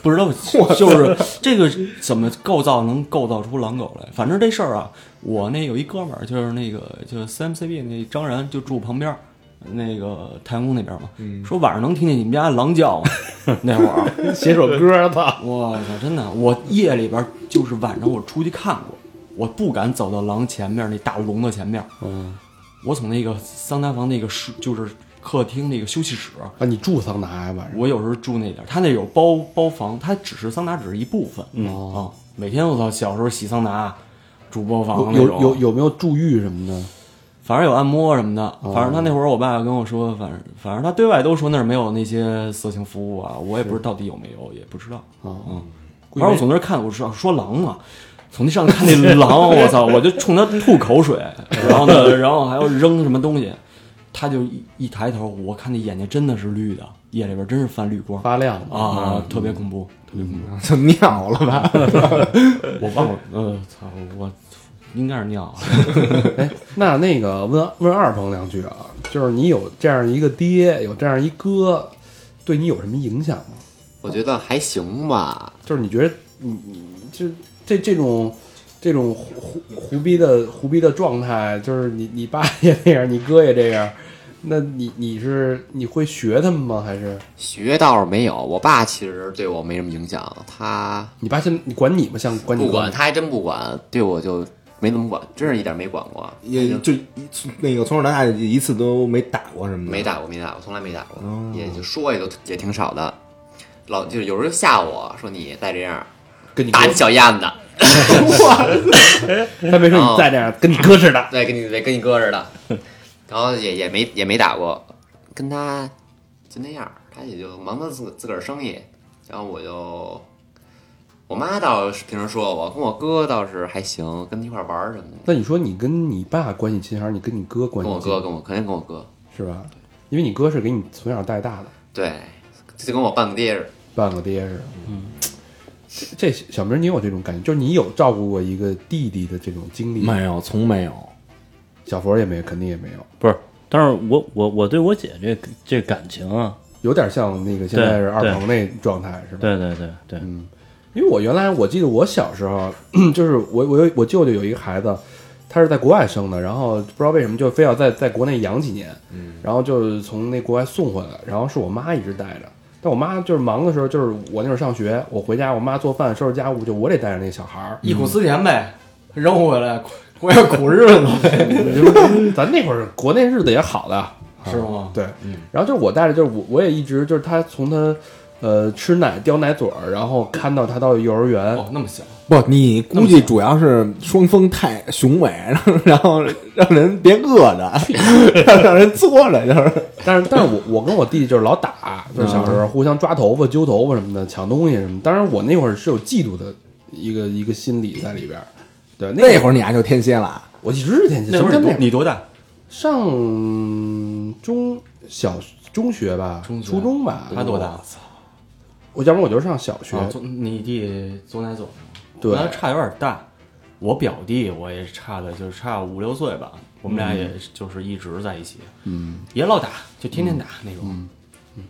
[SPEAKER 5] 不知道，就是这个怎么构造能构造出狼狗来。反正这事儿啊，我那有一哥们儿，就是那个就是 CMCB 那张然，就住旁边儿。那个太阳宫那边儿嘛，说晚上能听见你们家狼叫吗？那会儿啊
[SPEAKER 2] 写首歌啊吧，
[SPEAKER 5] 我操，真的，我夜里边儿就是晚上我出去看过，我不敢走到狼前面那大笼子前面。
[SPEAKER 2] 嗯
[SPEAKER 5] 我从那个桑拿房那个是就是客厅那个休息室，
[SPEAKER 2] 啊，你住桑拿呀晚上？
[SPEAKER 5] 我有时候住那点儿，他那有包包房，他只是桑拿只是一部分。
[SPEAKER 2] 嗯
[SPEAKER 5] 啊，每天我操，小时候洗桑拿，住包房
[SPEAKER 2] 有
[SPEAKER 5] 那
[SPEAKER 2] 有
[SPEAKER 5] 种，
[SPEAKER 2] 有有没有住浴什么的？
[SPEAKER 5] 反正有按摩什么的。
[SPEAKER 2] 哦
[SPEAKER 5] 反正他那会儿我爸跟我说，反正反正他对外都说那儿没有那些色情服务啊，我也不知道到底有没有，也不知道。
[SPEAKER 2] 啊，
[SPEAKER 5] 嗯，反正我从那儿看，我说说狼嘛，从那上看那 狼，我操，我就冲他吐口水，然后呢， 然后还要扔什么东西，他就一一抬头，我看那眼睛真的是绿的，夜里边真是泛绿光
[SPEAKER 2] 发亮嗯的
[SPEAKER 5] 啊，特别恐怖，特别恐怖，
[SPEAKER 4] 就尿了吧？
[SPEAKER 2] 嗯
[SPEAKER 5] 我忘了，呃，操，我应该是尿了，
[SPEAKER 2] 哎，那那个问问二鹏两句啊，就是你有这样一个爹，有这样一哥，对你有什么影响吗？
[SPEAKER 6] 我觉得还行吧，
[SPEAKER 2] 就是你觉得你你就这这种这种胡胡胡逼的胡逼的状态，就是你你爸也那样，你哥也这样，那你你是你会学他们吗？还是
[SPEAKER 6] 学倒是没有，我爸其实对我没什么影响，他
[SPEAKER 2] 你爸现在你管你吗？像管你
[SPEAKER 6] 不管，
[SPEAKER 2] 吗
[SPEAKER 6] 他还真不管，对我就没怎么管，真是一点没管过，
[SPEAKER 4] 也就一次那个从小到大一次都没打过什么的，
[SPEAKER 6] 没打过，没打过，从来没打过，也就说也就也挺少的。老就是有时候吓我说你再这样，
[SPEAKER 2] 跟你哥
[SPEAKER 6] 打你小燕子，
[SPEAKER 2] 他没说你再这样，跟你哥似的。
[SPEAKER 6] 对，跟你对跟你哥似的，然后也也没也没打过，跟他就那样，他也就忙他自自个儿生意，然后我就，我妈倒是平时说我，跟我哥倒是还行，跟他一块儿玩儿什么的，
[SPEAKER 2] 那你说你跟你爸关系亲，还是你跟你哥关
[SPEAKER 6] 跟
[SPEAKER 2] 系
[SPEAKER 6] 我
[SPEAKER 2] 亲？
[SPEAKER 6] 哥跟我肯定跟我哥，
[SPEAKER 2] 是吧？因为你哥是给你从小带大的，
[SPEAKER 6] 对，就跟我半个爹似的，
[SPEAKER 2] 半个爹似的。嗯，这这小明，你有这种感觉，就是你有照顾过一个弟弟的这种经历吗？
[SPEAKER 4] 没有，从没有。
[SPEAKER 2] 小佛也没，肯定也没有，
[SPEAKER 3] 不是，但是我我我对我姐这这感情啊，
[SPEAKER 2] 有点像那个现在是二鹏那状态是吧？
[SPEAKER 3] 对对对对，
[SPEAKER 5] 嗯
[SPEAKER 2] 因为我原来我记得我小时候， 就是我我有我舅舅有一个孩子，他是在国外生的，然后不知道为什么就非要在在国内养几年，然后就是从那国外送回来，然后是我妈一直带着。但我妈就是忙的时候，就是我那会儿上学，我回家，我妈做饭收拾家务，就我得带着那小孩儿。
[SPEAKER 5] 忆苦思甜呗，
[SPEAKER 4] 嗯
[SPEAKER 5] 扔回来，我也苦日子
[SPEAKER 2] 啊
[SPEAKER 5] 呗，
[SPEAKER 2] 咱那会儿国内日子也好的，
[SPEAKER 5] 是吗？
[SPEAKER 2] 对，然后就是我带着，就是我我也一直就是他从他呃吃奶叼奶嘴儿，然后看到他到幼儿园，
[SPEAKER 5] 哦，那么小，
[SPEAKER 4] 不，你估计主要是双峰太雄伟，然后然后让人别饿 着，让让人坐着，就是
[SPEAKER 2] 但是但是我我跟我弟弟就是老打，就是小时
[SPEAKER 5] 嗯
[SPEAKER 2] 候互相抓头发、揪头发什么的，抢东西什么的。当然我那会儿是有嫉妒的一个一个心理在里边儿，对，那
[SPEAKER 4] 那
[SPEAKER 2] 儿
[SPEAKER 4] 会儿你啊还就天蝎了，
[SPEAKER 2] 我一直是天蝎，
[SPEAKER 5] 那
[SPEAKER 2] 什
[SPEAKER 5] 会
[SPEAKER 2] 么
[SPEAKER 5] 儿
[SPEAKER 2] 叫那
[SPEAKER 5] 你多
[SPEAKER 2] 会儿
[SPEAKER 5] 你多大？
[SPEAKER 2] 上中小中学吧，
[SPEAKER 5] 中学
[SPEAKER 2] 初中吧，
[SPEAKER 5] 他多大？？
[SPEAKER 2] 我要不然我就上小学，
[SPEAKER 5] 啊，左你弟左奶左，
[SPEAKER 2] 对
[SPEAKER 5] 那差有点大。我表弟我也差的就是差五六岁吧，我们俩也就是一直在一起，嗯，也老打，就天天打那种。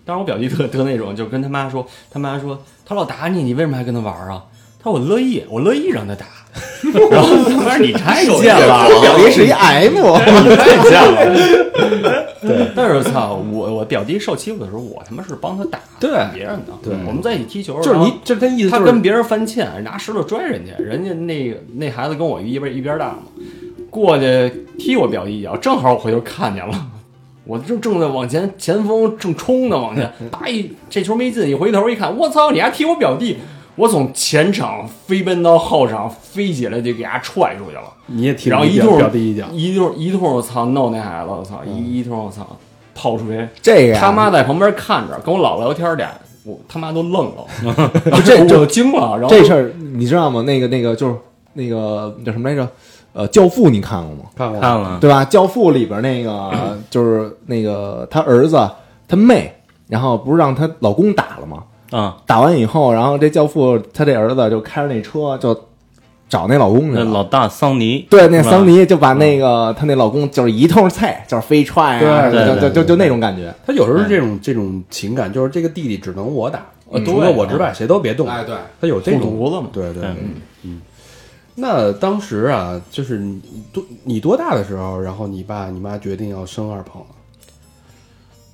[SPEAKER 5] 但是我表弟特特那种，就跟他妈说，他妈说他老打你，你为什么还跟他玩啊？他说我乐意，我乐意让他打。 然后他妈说你太贱了，啊
[SPEAKER 4] 表弟是一 M，
[SPEAKER 5] 太贱了。对，但是操，我我表弟受欺负的时候，我他妈是帮他打
[SPEAKER 2] 对
[SPEAKER 5] 别人的。
[SPEAKER 2] 对
[SPEAKER 5] 我们在一起踢球，
[SPEAKER 2] 就是
[SPEAKER 5] 然后
[SPEAKER 2] 你，就是他意思
[SPEAKER 5] 他
[SPEAKER 2] 就是
[SPEAKER 5] 跟别人翻欠，拿石头拽人家，人家那个那孩子跟我一边一边大嘛，过去踢我表弟一脚，正好我回头看见了，我正正在往前前锋正冲 呢，往前，叭一这球没进，一回头一看，我操，你还踢我表弟！我从前场飞奔到后场，飞起来就给他踹出去了，
[SPEAKER 2] 你也踢
[SPEAKER 5] 然
[SPEAKER 2] 了
[SPEAKER 5] 后
[SPEAKER 2] 一
[SPEAKER 5] 一
[SPEAKER 2] 脚
[SPEAKER 5] 通
[SPEAKER 2] 表弟一脚，
[SPEAKER 5] 一通一通我操弄那孩子，我操一一通我操炮锤，
[SPEAKER 4] 这个呀
[SPEAKER 5] 他妈在旁边看着，跟我姥姥聊天俩，我他妈都愣了，
[SPEAKER 4] 这这
[SPEAKER 5] 我惊了，然后
[SPEAKER 4] 这事儿你知道吗？那个那个就是那个叫什么来着？呃，《教父》你看过吗？
[SPEAKER 2] 看过吗
[SPEAKER 3] 看了，
[SPEAKER 4] 对吧？《教父》里边那个就是那个他儿子他妹，然后不是让她老公打了吗？
[SPEAKER 3] 啊，
[SPEAKER 4] 打完以后，然后这教父他这儿子就开着那车就找那老公去
[SPEAKER 3] 那
[SPEAKER 4] 了。
[SPEAKER 3] 老大桑尼，
[SPEAKER 4] 对，那桑尼就把那个她那老公就是一通菜，就是飞踹啊，
[SPEAKER 2] 对
[SPEAKER 4] 就
[SPEAKER 3] 对
[SPEAKER 4] 就
[SPEAKER 3] 对
[SPEAKER 4] 就就那种感觉。
[SPEAKER 2] 他有时候是
[SPEAKER 5] 哎
[SPEAKER 2] 这种这种情感，就是这个弟弟只能我打，
[SPEAKER 5] 呃
[SPEAKER 2] 除
[SPEAKER 5] 对
[SPEAKER 2] 了我之外谁都别动。
[SPEAKER 4] 哎对
[SPEAKER 2] 他有这种
[SPEAKER 5] 护犊子嘛
[SPEAKER 2] 对对，
[SPEAKER 3] 嗯
[SPEAKER 2] 嗯。那当时啊，就是你多你多大的时候，然后你爸你妈决定要生二鹏了？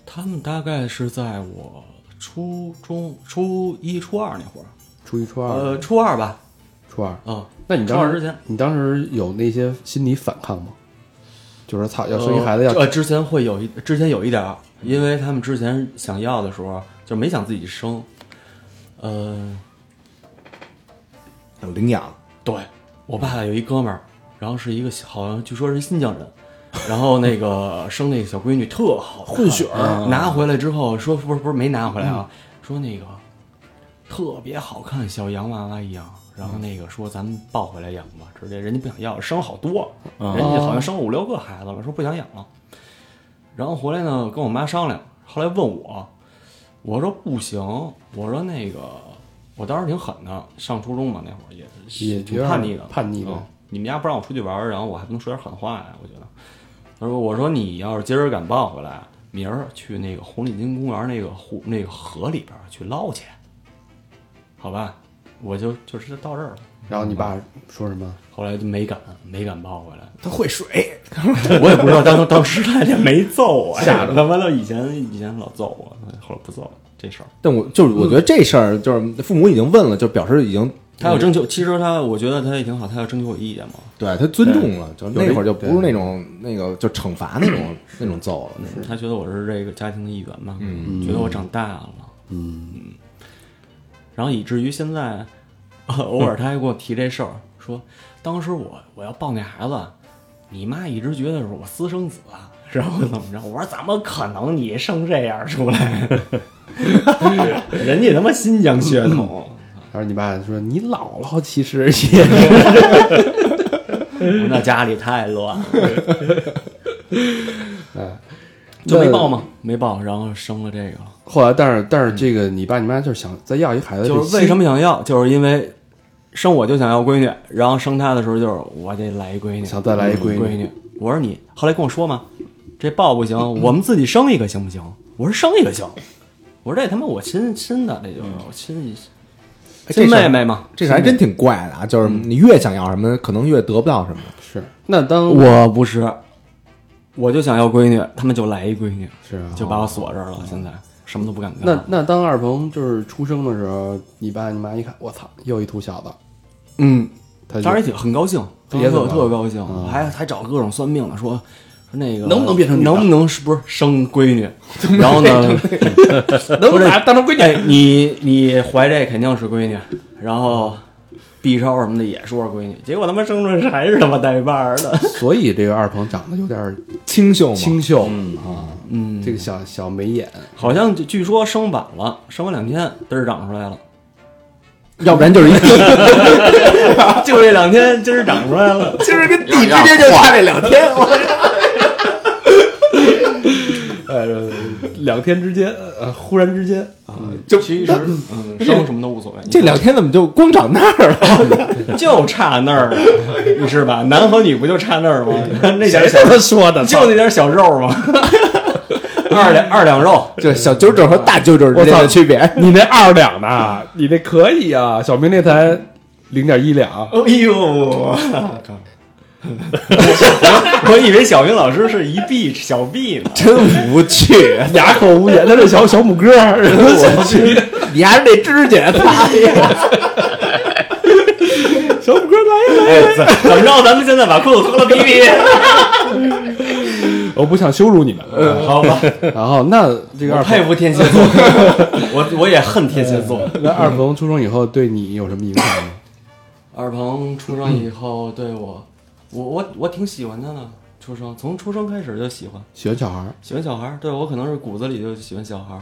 [SPEAKER 5] 他们大概是在我初中初一、初二那会儿，
[SPEAKER 2] 初一、初二、
[SPEAKER 5] 呃，初二吧，
[SPEAKER 2] 初二。
[SPEAKER 5] 啊，
[SPEAKER 2] 那你
[SPEAKER 5] 初
[SPEAKER 2] 当
[SPEAKER 5] 二
[SPEAKER 2] 时
[SPEAKER 5] 之前
[SPEAKER 2] 你当时有那些心理反抗吗？就是操，要生一孩子要
[SPEAKER 5] 呃，之前会有一之前有一点儿，因为他们之前想要的时候就没想自己生，呃，
[SPEAKER 4] 有领养，
[SPEAKER 5] 对我爸有一哥们儿，然后是一个好像据说是新疆人，然后那个生那个小闺女特好看，混血儿，嗯拿回来之后说不是不是没拿回来啊，说那个特别好看，小洋娃娃一样。然后那个说咱们抱回来养吧，直接人家不想要，生好多，人家好像生了五六个孩子了，说不想养了。然后回来呢，跟我妈商量，后来问我，我说不行，我说那个，我当时挺狠的，上初中嘛那会儿也
[SPEAKER 2] 也
[SPEAKER 5] 挺
[SPEAKER 2] 觉得
[SPEAKER 5] 叛逆的，
[SPEAKER 2] 叛逆的
[SPEAKER 5] 嗯你们家不让我出去玩儿，然后我还不能说点狠话呀，我觉得。他说：“我说你要是今儿敢抱回来，明儿去那个红领巾公园那个湖那个河里边儿去捞去，好吧？”我就就是到这儿了。
[SPEAKER 2] 然后你爸说什么？
[SPEAKER 5] 后来就没敢没敢抱回来，
[SPEAKER 4] 他会水，
[SPEAKER 5] 我也不知道当当时他也没揍我，吓得他妈的以前以前老揍我，后来不揍了这事儿。
[SPEAKER 4] 但我就是我觉得这事儿就是父母已经问了，就表示已经
[SPEAKER 5] 他要征求，其实他我觉得他也挺好，他要征求我意见嘛。
[SPEAKER 4] 对他尊重了，就那会儿就不是那种那个就惩罚那种那种揍了，那是
[SPEAKER 5] 他觉得我是这个家庭的一员嘛，觉得我长大了，嗯，然后以至于现在， 呃偶尔他还给我提这事儿，说当时我我要抱那孩子，你妈一直觉得是我私生子啊，然后怎么着？我说怎么可能你生这样出来？ 人家他妈新疆血统，
[SPEAKER 2] 然后你爸说你姥姥其实也
[SPEAKER 5] 我 那家里太乱 了，
[SPEAKER 2] 哎，
[SPEAKER 5] 就没抱嘛，没抱，然后生了这个了。
[SPEAKER 2] 后来，但是但是这个你爸你妈就是想再要一孩子，
[SPEAKER 5] 就是为什么想要，就是因为生我就想要闺女，然后生她的时候就是我得来一闺女，嗯
[SPEAKER 2] 想再来一闺
[SPEAKER 5] 闺
[SPEAKER 2] 女
[SPEAKER 5] 我说你后来跟我说嘛，这抱不行，我们自己生一个行不行？我说生一个行，我说这他妈我亲亲的，这就是我亲
[SPEAKER 4] 这
[SPEAKER 2] 哎
[SPEAKER 5] 亲
[SPEAKER 4] 事儿
[SPEAKER 5] 妹妹嘛，
[SPEAKER 4] 这事儿还真挺怪的啊！就是你越想要什么，可能越得不到什么。
[SPEAKER 2] 是？那当
[SPEAKER 5] 我不是，我就想要闺女，他们就来一闺女，
[SPEAKER 2] 是啊
[SPEAKER 5] 就把我锁这儿了，现在什么都不敢干。
[SPEAKER 2] 那那当二鹏就是出生的时候，你爸你妈一看，我操，又一土小子，
[SPEAKER 5] 嗯，
[SPEAKER 2] 他就
[SPEAKER 5] 当然也挺很高兴，当
[SPEAKER 2] 也
[SPEAKER 5] 时
[SPEAKER 2] 很高
[SPEAKER 5] 特
[SPEAKER 2] 嗯
[SPEAKER 5] 特高兴，还还找各种算命的说说那个
[SPEAKER 2] 能不能变成女的
[SPEAKER 5] 能不能是不是生闺女，然后呢，
[SPEAKER 2] 能把当成闺女，
[SPEAKER 5] 哎，你你怀这肯定是闺女，然后 B 超什么的也说是闺女，结果他妈生出来还是他妈带把儿的，
[SPEAKER 2] 所以这个二鹏长得有点
[SPEAKER 4] 清秀嘛，
[SPEAKER 2] 清秀啊，
[SPEAKER 5] 嗯，
[SPEAKER 2] 这个小小眉眼，
[SPEAKER 5] 好像据据说生晚了，生完两天嘚儿长出来了，
[SPEAKER 4] 要不然就是一地，
[SPEAKER 5] 就这两天今儿长出来 了，
[SPEAKER 4] 今儿跟
[SPEAKER 6] 地之间就
[SPEAKER 4] 差这两天。
[SPEAKER 2] 呃，两天之间，呃，忽然之间，
[SPEAKER 4] 就
[SPEAKER 5] 其实嗯生什么都无所谓，
[SPEAKER 4] 这两天怎么就光长那儿了？
[SPEAKER 5] 就差那儿了，是吧？男和女不就差那儿吗？那点小
[SPEAKER 2] 说的，
[SPEAKER 5] 就那点小 肉嘛，二两二两肉，
[SPEAKER 4] 就小九九和大九九之间的区别。
[SPEAKER 2] 你那二两呢？你那可以啊，小明那才零点一两，
[SPEAKER 5] 哎呦，我靠！ 我以为小明老师是一 B 小 B 呢，
[SPEAKER 4] 真无趣，
[SPEAKER 2] 哑口无言，他这小小拇哥， 我去，
[SPEAKER 4] 你还是那指甲，操
[SPEAKER 2] 小拇哥来呀来呀，
[SPEAKER 5] 哎怎么着？咱们现在把裤子脱了，比 比。
[SPEAKER 2] 我不想羞辱你们。
[SPEAKER 5] 好吧，
[SPEAKER 2] 然后那这个
[SPEAKER 5] 我
[SPEAKER 2] 二
[SPEAKER 5] 佩
[SPEAKER 2] 鹏，
[SPEAKER 5] 服天蝎 座，我我也恨天蝎座。
[SPEAKER 2] 那二鹏出生以后对你有什么影响吗？
[SPEAKER 5] 二鹏出生以后，对我，我我我挺喜欢他的。出生从出生开始就喜欢，
[SPEAKER 2] 喜欢小孩儿，
[SPEAKER 5] 喜欢小孩儿。对我可能是骨子里就喜欢小孩儿。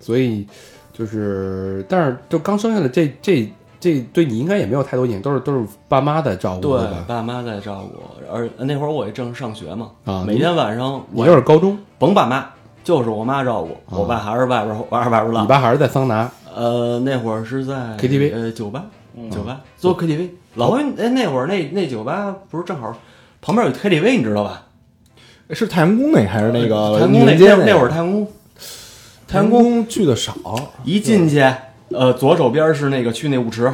[SPEAKER 2] 所以就是，但是就刚生下来这这这对你应该也没有太多影响，都是都是爸妈在照顾，
[SPEAKER 5] 对
[SPEAKER 2] 对，吧？
[SPEAKER 5] 爸妈在照顾我，而那会儿我也正上学嘛，
[SPEAKER 2] 啊
[SPEAKER 5] 每天晚上
[SPEAKER 2] 你
[SPEAKER 5] 我
[SPEAKER 2] 又是高中，
[SPEAKER 5] 甭爸妈，就是我妈照顾，我爸还是外边儿 外边儿
[SPEAKER 2] 你
[SPEAKER 5] 浪。
[SPEAKER 2] 爸还是在桑拿，
[SPEAKER 5] 呃，那会儿是在
[SPEAKER 2] KTV
[SPEAKER 5] 呃，酒吧，酒吧做 KTV。老魏，哎，那会儿那那酒吧不是正好旁边有 KTV，你知道吧？
[SPEAKER 4] 是太阳宫那还是那个
[SPEAKER 5] 太阳宫
[SPEAKER 4] 呃
[SPEAKER 5] 那
[SPEAKER 4] 民间
[SPEAKER 5] 那那会儿太阳宫，
[SPEAKER 4] 太阳宫去的少，
[SPEAKER 5] 一进去，呃，左手边是那个去那舞池，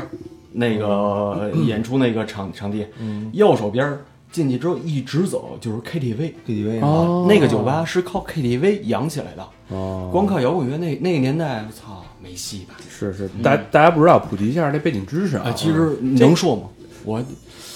[SPEAKER 5] 那个演出那个场场地，右手边进去之后一直走就是 KTV。
[SPEAKER 4] KTV
[SPEAKER 2] 哦
[SPEAKER 5] 啊那个酒吧是靠 KTV 养起来的，
[SPEAKER 2] 哦
[SPEAKER 5] 光靠摇滚乐那那个年代，我操，没戏吧？
[SPEAKER 2] 是是，大大家不知道，普及一下这背景知识啊。
[SPEAKER 5] 啊，其实能说吗？我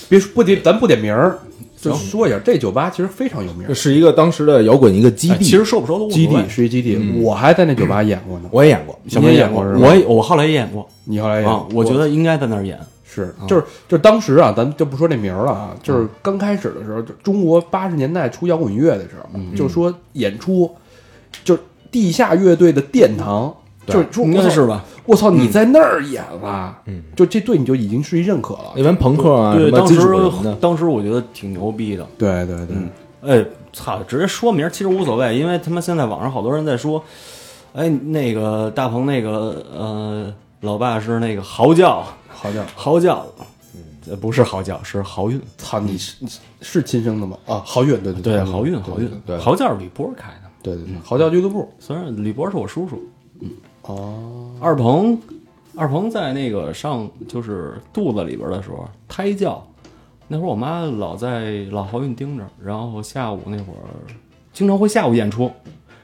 [SPEAKER 2] 别说不点，咱不点名儿，就说一下，这酒吧其实非常有名
[SPEAKER 4] 这，是一个当时的摇滚一个基
[SPEAKER 5] 哎
[SPEAKER 4] 地，
[SPEAKER 5] 其实说不说都无所
[SPEAKER 2] 基
[SPEAKER 5] 谓
[SPEAKER 2] 地。是一基地，我还在那酒吧演过呢。
[SPEAKER 4] 我也演过，
[SPEAKER 2] 小明
[SPEAKER 5] 你也
[SPEAKER 2] 过是吧？哎
[SPEAKER 5] 我也我后来也演过
[SPEAKER 2] 你后来也
[SPEAKER 5] 啊，我觉得应该在那儿演。
[SPEAKER 2] 是，
[SPEAKER 5] 啊
[SPEAKER 2] 就是就是当时啊，咱们就不说这名儿了啊，就是
[SPEAKER 5] 嗯
[SPEAKER 2] 刚开始的时候，就中国八十年代出摇滚乐的时候，
[SPEAKER 5] 嗯
[SPEAKER 2] 就是说演出，就是地下乐队的殿堂，就是说
[SPEAKER 5] 应
[SPEAKER 2] 我
[SPEAKER 5] 该
[SPEAKER 2] 操
[SPEAKER 5] 是吧？嗯
[SPEAKER 2] 我操，你在那儿演了，嗯，就这对你就已经是一认可了
[SPEAKER 5] 哎
[SPEAKER 4] 那，边朋克啊，什
[SPEAKER 5] 对，
[SPEAKER 4] 么
[SPEAKER 5] 当
[SPEAKER 4] 金
[SPEAKER 5] 时
[SPEAKER 4] 属什么的，
[SPEAKER 5] 当时我觉得挺牛逼的。
[SPEAKER 2] 对对对，
[SPEAKER 5] 哎，操，直接说名儿其实无所谓，因为他妈现在网上好多人在说，哎，那个大鹏那个呃，老爸是那个嚎叫，
[SPEAKER 2] 好像
[SPEAKER 5] 嚎叫，呃，不是嚎叫，是豪运，
[SPEAKER 2] 操，你是你是是亲生的吗？啊，好远，对对
[SPEAKER 5] 对，
[SPEAKER 2] 好
[SPEAKER 5] 豪运，豪运，
[SPEAKER 4] 对
[SPEAKER 5] 嚎叫是李波开的，
[SPEAKER 2] 对对对，嚎叫俱乐部
[SPEAKER 5] 虽然李波是我叔叔，
[SPEAKER 2] 哦，
[SPEAKER 5] 嗯二鹏，二鹏在那个上就是肚子里边的时候胎教，那会儿我妈老在老怀孕盯着，然后下午那会儿经常会下午演出，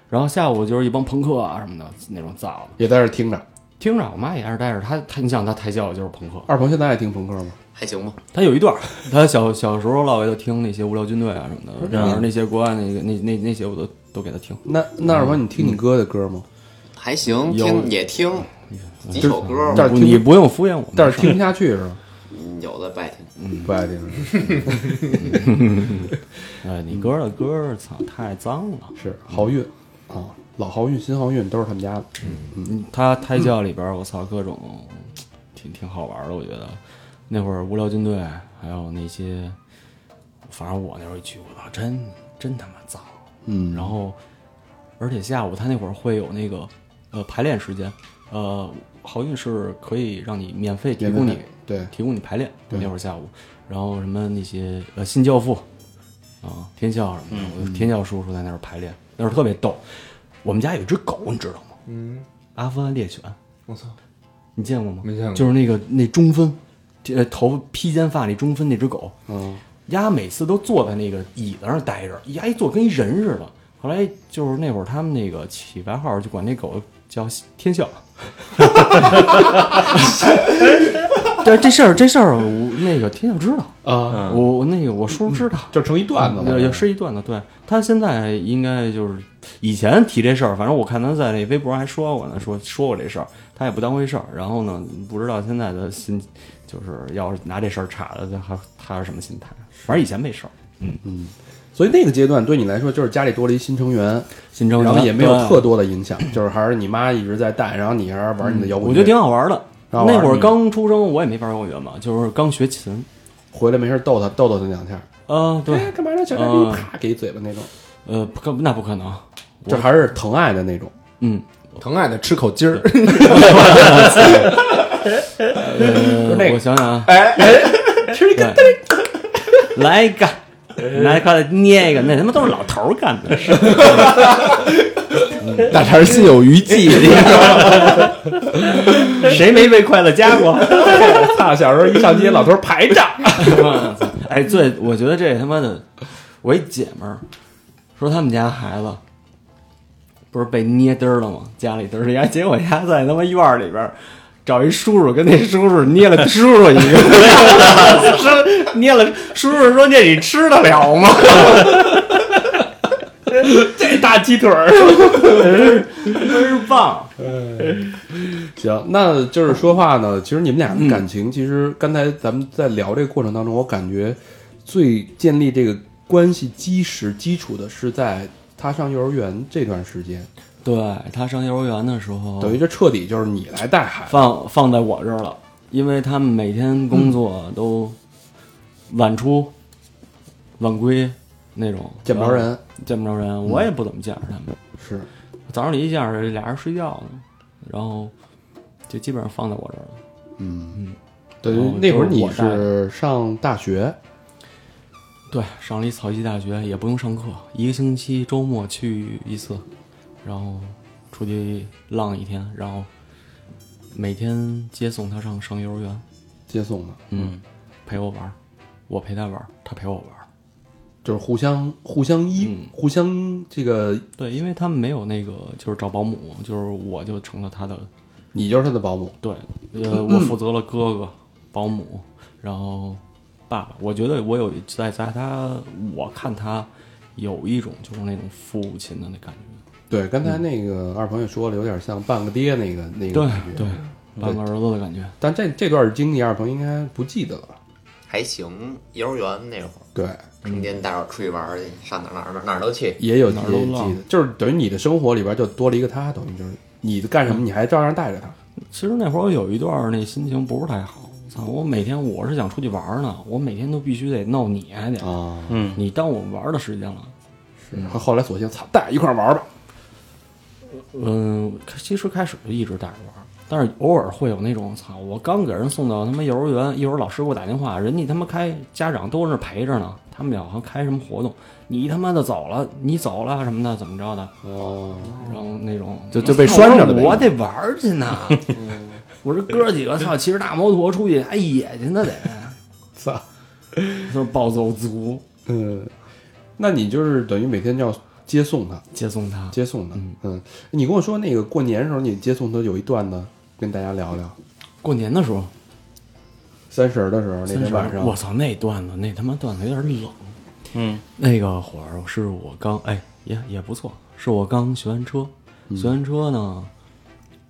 [SPEAKER 5] 然后下午就是一帮朋克啊什么的那种造的，
[SPEAKER 2] 也在这儿听着。
[SPEAKER 5] 听着我妈也是待着，她她你想她胎教就是朋克，
[SPEAKER 2] 二鹏现在爱听朋克吗？
[SPEAKER 6] 还行吧。
[SPEAKER 5] 他有一段儿，他小小时候老给他听那些无聊军队啊什
[SPEAKER 2] 嗯
[SPEAKER 5] 么的，然后那些国外那个那那那些我都都给他听。
[SPEAKER 2] 那那
[SPEAKER 5] 嗯
[SPEAKER 2] 二鹏，你听你哥的歌吗？
[SPEAKER 6] 还行，
[SPEAKER 5] 有
[SPEAKER 6] 听也听几首歌儿，
[SPEAKER 2] 但是
[SPEAKER 5] 不
[SPEAKER 2] 听
[SPEAKER 5] 你不用敷衍我，
[SPEAKER 2] 但是听不下去是吧？
[SPEAKER 6] 嗯有的不爱听。
[SPEAKER 2] 不爱听。
[SPEAKER 5] 哎，你哥的歌儿操太脏了。
[SPEAKER 2] 是好运啊，老好运、新好运都是他们家的。
[SPEAKER 5] 嗯他胎教里边儿，我操各种挺挺好玩儿的，我觉得那会儿无聊军队还有那些，反正我那会儿一去，我操真真他妈脏。
[SPEAKER 2] 嗯，
[SPEAKER 5] 然后而且下午他那会儿会有那个呃排练时间，呃，好运是可以让你免费提供你
[SPEAKER 2] 对
[SPEAKER 5] 提供你排练，那会儿下午，然后什么那些呃新教父啊天笑什么
[SPEAKER 4] 嗯
[SPEAKER 5] 的，我天笑叔叔在那儿排练，那会儿特别逗。我们家有一只狗，你知道吗？
[SPEAKER 4] 嗯，
[SPEAKER 5] 阿富汗猎犬，
[SPEAKER 4] 我操，
[SPEAKER 5] 你见过吗？
[SPEAKER 4] 没见过
[SPEAKER 5] 就是那个那中分，呃头披肩发那中分那只狗，
[SPEAKER 2] 嗯，
[SPEAKER 5] 丫每次都坐在那个椅子上待着，丫一坐跟一人似的。后来就是那会儿他们那个起外号，就管那狗叫天笑。 但这事儿这事儿我那个天笑知道，
[SPEAKER 2] 啊，
[SPEAKER 5] 我我那个我叔知道，
[SPEAKER 2] 就成一段子
[SPEAKER 5] 也也
[SPEAKER 2] 了。
[SPEAKER 5] 是一段子。对他现在应该就是以前提这事儿，反正我看他在那微博上还说过呢，说说过这事儿，他也不当回事儿。然后呢，不知道现在的心就是要是拿这事儿查的，他还他是什么心态？反正以前没事儿，
[SPEAKER 2] 所以那个阶段对你来说，就是家里多了一新成员，
[SPEAKER 5] 新成员
[SPEAKER 2] 然后也没有
[SPEAKER 5] 对
[SPEAKER 2] 特多的影响，就是还是你妈一直在带，然后你还是玩你的摇滚乐。
[SPEAKER 5] 嗯我觉得挺好玩的。
[SPEAKER 2] 挺好玩
[SPEAKER 5] 那会儿刚出生，我也没法摇滚乐嘛，就是刚学琴。
[SPEAKER 2] 回来没事逗他逗逗他两下，
[SPEAKER 5] 啊，
[SPEAKER 2] 哎，
[SPEAKER 5] 对，
[SPEAKER 2] 干嘛呢？小傻逼，
[SPEAKER 5] 嗯
[SPEAKER 2] 啪给一嘴巴那种，
[SPEAKER 5] 呃，不可那不可能，
[SPEAKER 2] 这还是疼爱的那种。
[SPEAKER 5] 嗯，
[SPEAKER 4] 疼爱的吃口筋儿，
[SPEAKER 5] 呃
[SPEAKER 2] 那个
[SPEAKER 5] 我想想啊，哎 哎，来一个，来一个，捏一个，那他妈都是老头儿干的事儿。
[SPEAKER 4] 大肠心有余悸。
[SPEAKER 5] 谁没被快乐加过？
[SPEAKER 2] 操，小时候一上街，老头排着。
[SPEAKER 5] 哎，最我觉得这他妈的，我一姐们儿说他们家孩子不是被捏嘚儿了吗？家里嘚儿呀，结果丫在他妈院儿里边儿找一叔叔，跟那叔叔捏了叔叔一个，说 捏了叔叔说这你吃得了吗？这大鸡腿儿，真是棒！
[SPEAKER 2] 行，那就是说话呢，其实你们俩
[SPEAKER 5] 嗯
[SPEAKER 2] 的感情，其实刚才咱们在聊这个过程当中，我感觉最建立这个关系基石基础的是在他上幼儿园这段时间，
[SPEAKER 5] 对他上幼儿园的时候，
[SPEAKER 2] 等于这彻底就是你来带孩子。
[SPEAKER 5] 放放在我这儿了，因为他们每天工作
[SPEAKER 2] 嗯
[SPEAKER 5] 都晚出、晚归那种，啊
[SPEAKER 2] 见不着人，
[SPEAKER 5] 见不着人，我也不怎么见着他们。
[SPEAKER 2] 嗯是
[SPEAKER 5] 早上一见着俩人睡觉呢，然后就基本上放在我这儿了。
[SPEAKER 2] 等于
[SPEAKER 5] 然后
[SPEAKER 2] 那会儿
[SPEAKER 5] 就是
[SPEAKER 2] 你
[SPEAKER 5] 我带
[SPEAKER 2] 是上大学，
[SPEAKER 5] 对，上了一草西大学，也不用上课，一个星期周末去一次，然后出去浪一天，然后每天接送他上上幼儿园，
[SPEAKER 2] 接送的，
[SPEAKER 5] 嗯，陪我玩儿，我陪他玩儿，他陪我玩儿。
[SPEAKER 2] 就是互相互相依、互相这个，
[SPEAKER 5] 对，因为他们没有那个，就是找保姆，就是我就成了他的，
[SPEAKER 2] 你就是他的保姆。
[SPEAKER 5] 对， 呃，我负责了哥哥、保姆，然后爸爸。我觉得我有在在他，我看他有一种就是那种父亲的那感觉，
[SPEAKER 2] 对，刚才那个二朋友说了，有点像半个爹那个那个感
[SPEAKER 5] 对
[SPEAKER 2] 觉。
[SPEAKER 5] 对，半个儿子的感觉。
[SPEAKER 2] 但这这段经历，二朋友应该不记得了。
[SPEAKER 6] 还行，幼儿园那会儿，
[SPEAKER 2] 对，
[SPEAKER 6] 成天带我出去玩儿去，上哪儿哪儿哪儿哪儿都去。
[SPEAKER 2] 也有也
[SPEAKER 5] 哪儿都
[SPEAKER 2] 有
[SPEAKER 5] 浪
[SPEAKER 2] 记得，就是等于你的生活里边就多了一个他，等于就是你干什么你还照样带着他。
[SPEAKER 5] 其实那会儿我有一段儿那心情不是太好，操！我每天我是想出去玩儿呢，我每天都必须得闹你，还得、
[SPEAKER 2] 啊，
[SPEAKER 5] 你耽误我玩儿的时间了。
[SPEAKER 2] 然后后来索性操带一块儿玩吧。
[SPEAKER 5] 嗯，开其实开始就一直带着玩儿，但是偶尔会有那种操，我刚给人送到他妈幼儿园，一会儿老师给我打电话，人家他妈开家长都是陪着呢，他们俩好像开什么活动，你他妈的走了，你走了什么的，怎么着的，
[SPEAKER 2] 哦，
[SPEAKER 5] 然后那种
[SPEAKER 4] 就就被拴着了呗
[SPEAKER 5] 我得玩儿去呢，我说哥几个，操，骑着大摩托出去还野去呢得，
[SPEAKER 2] 操，
[SPEAKER 5] 就是暴走族
[SPEAKER 2] 嗯，那你就是等于每天要接送他，
[SPEAKER 5] 接送他。
[SPEAKER 2] 接送他，嗯，你跟我说那个过年的时候你接送他有一段子，跟大家聊聊。
[SPEAKER 5] 过年的时候，
[SPEAKER 2] 三十儿的时候那
[SPEAKER 5] 三
[SPEAKER 2] 天
[SPEAKER 5] 十
[SPEAKER 2] 晚上，
[SPEAKER 5] 我操，那段子那他妈段子有点冷。
[SPEAKER 1] 嗯，
[SPEAKER 5] 那个会儿是我刚哎也也不错，是我刚学完车，
[SPEAKER 2] 嗯
[SPEAKER 5] 学完车呢，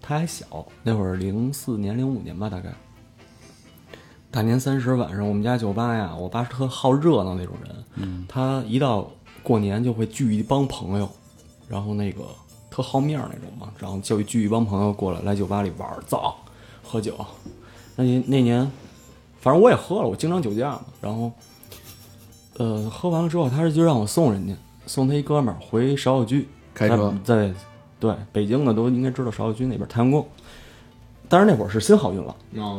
[SPEAKER 5] 他还小，那会儿零四年零五年吧大概。大年三十晚上，我们家酒吧呀，我爸是特好热闹那种人，
[SPEAKER 2] 嗯
[SPEAKER 5] 他一到过年就会聚一帮朋友，然后那个特好面儿那种嘛，然后就聚一帮朋友过来来酒吧里玩儿造喝酒。那年那年，反正我也喝了，我经常酒驾嘛，然后。呃，喝完了之后，他是就让我送人家，送他一哥们儿回芍药居
[SPEAKER 2] 开车
[SPEAKER 5] 在嗯在对北京的都应该知道芍药居那边太阳宫。当然那会儿是新好运了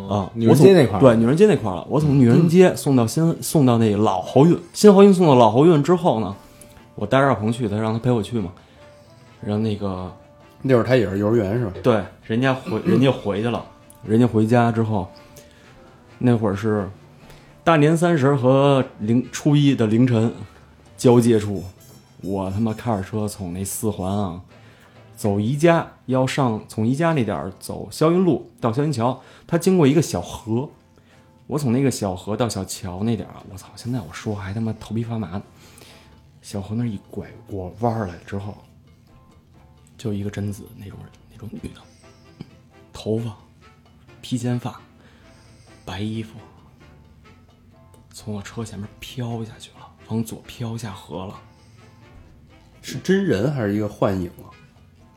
[SPEAKER 5] 啊，
[SPEAKER 4] 女人街那块
[SPEAKER 5] 我
[SPEAKER 4] 儿嗯
[SPEAKER 5] 从对女人街那块儿了。我从女人街送到新送到那老好运，新好运送到老好运之后呢，我带着二鹏去的，让他陪我去嘛。然后那个
[SPEAKER 2] 那会儿他也是幼儿园是吧？
[SPEAKER 5] 对，人家回人家回去了，人家回家之后，那会儿是大年三十和零初一的凌晨交界处，我他妈开着车从那四环啊走宜家，要上从宜家那点儿走霄云路到霄云桥，它经过一个小河，我从那个小河到小桥那点儿啊，我操！现在我说还他妈头皮发麻呢。小河那儿一拐过弯儿来之后，就一个贞子那种人，那种女的，头发，披肩发，白衣服，从我车前面飘下去了，往左飘下河了，
[SPEAKER 2] 是真人还是一个幻影啊？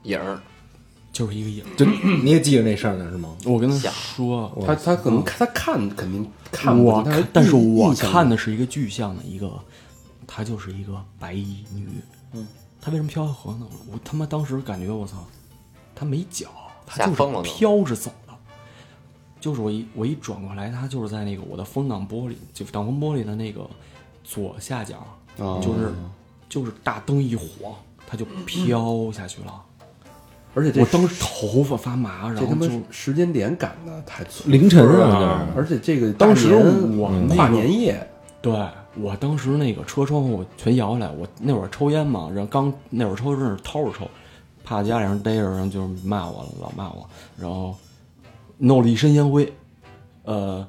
[SPEAKER 6] 影儿，
[SPEAKER 5] 就是一个影儿。
[SPEAKER 4] 就你也记着那事儿呢是吗？
[SPEAKER 5] 我跟他
[SPEAKER 6] 吓
[SPEAKER 5] 说，
[SPEAKER 2] 他他可能他看肯定看不
[SPEAKER 5] 我
[SPEAKER 2] 见，是
[SPEAKER 5] 看，但是
[SPEAKER 2] 印
[SPEAKER 5] 我
[SPEAKER 2] 印象
[SPEAKER 5] 看
[SPEAKER 2] 中
[SPEAKER 5] 的是一个具象的一个，她就是一个白衣女。嗯，她为什么飘下河呢？我我他妈当时感觉我操，她没脚，她就
[SPEAKER 6] 吓疯了
[SPEAKER 5] 是
[SPEAKER 6] 都
[SPEAKER 5] 飘着走的。就是我一我一转过来，她就是在那个我的风挡玻璃，就是挡风玻璃的那个左下角，
[SPEAKER 2] 哦
[SPEAKER 5] 就是就是大灯一晃，她就飘下去了。
[SPEAKER 2] 而且这
[SPEAKER 5] 我当时头发发麻，然
[SPEAKER 2] 这
[SPEAKER 5] 后
[SPEAKER 2] 他妈
[SPEAKER 5] 就是
[SPEAKER 2] 时间点赶的太错，
[SPEAKER 4] 凌晨
[SPEAKER 5] 是
[SPEAKER 4] 啊
[SPEAKER 5] 啊，
[SPEAKER 4] 就是
[SPEAKER 2] 而且这个
[SPEAKER 5] 当
[SPEAKER 2] 大
[SPEAKER 5] 时
[SPEAKER 2] 年
[SPEAKER 5] 我那个
[SPEAKER 2] 跨年夜
[SPEAKER 5] 对我当时那个车窗户我全摇下来，我那会儿抽烟嘛，然后刚那会儿抽真是偷着抽，怕家里人逮着，然后就是骂我了，老骂我，然后弄了一身烟灰，呃，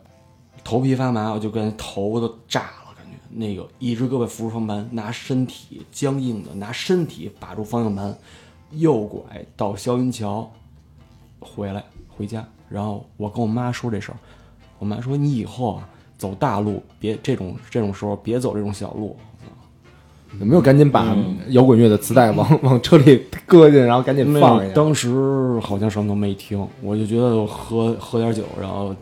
[SPEAKER 5] 头皮发麻，我就跟头都炸了，感觉那个一只胳膊扶着方向盘，拿身体僵硬的拿身体把住方向盘，右拐到霄云桥，回来回家，然后我跟我妈说这事儿，我妈说你以后啊走大路，别这种这种时候别走这种小路。
[SPEAKER 4] 有没有赶紧把摇滚乐的磁带往往车里搁进，然后赶紧
[SPEAKER 5] 没
[SPEAKER 4] 放
[SPEAKER 5] 有，
[SPEAKER 4] 一 下？
[SPEAKER 5] 当时好像什么都没听，我就觉得我喝喝点酒，然后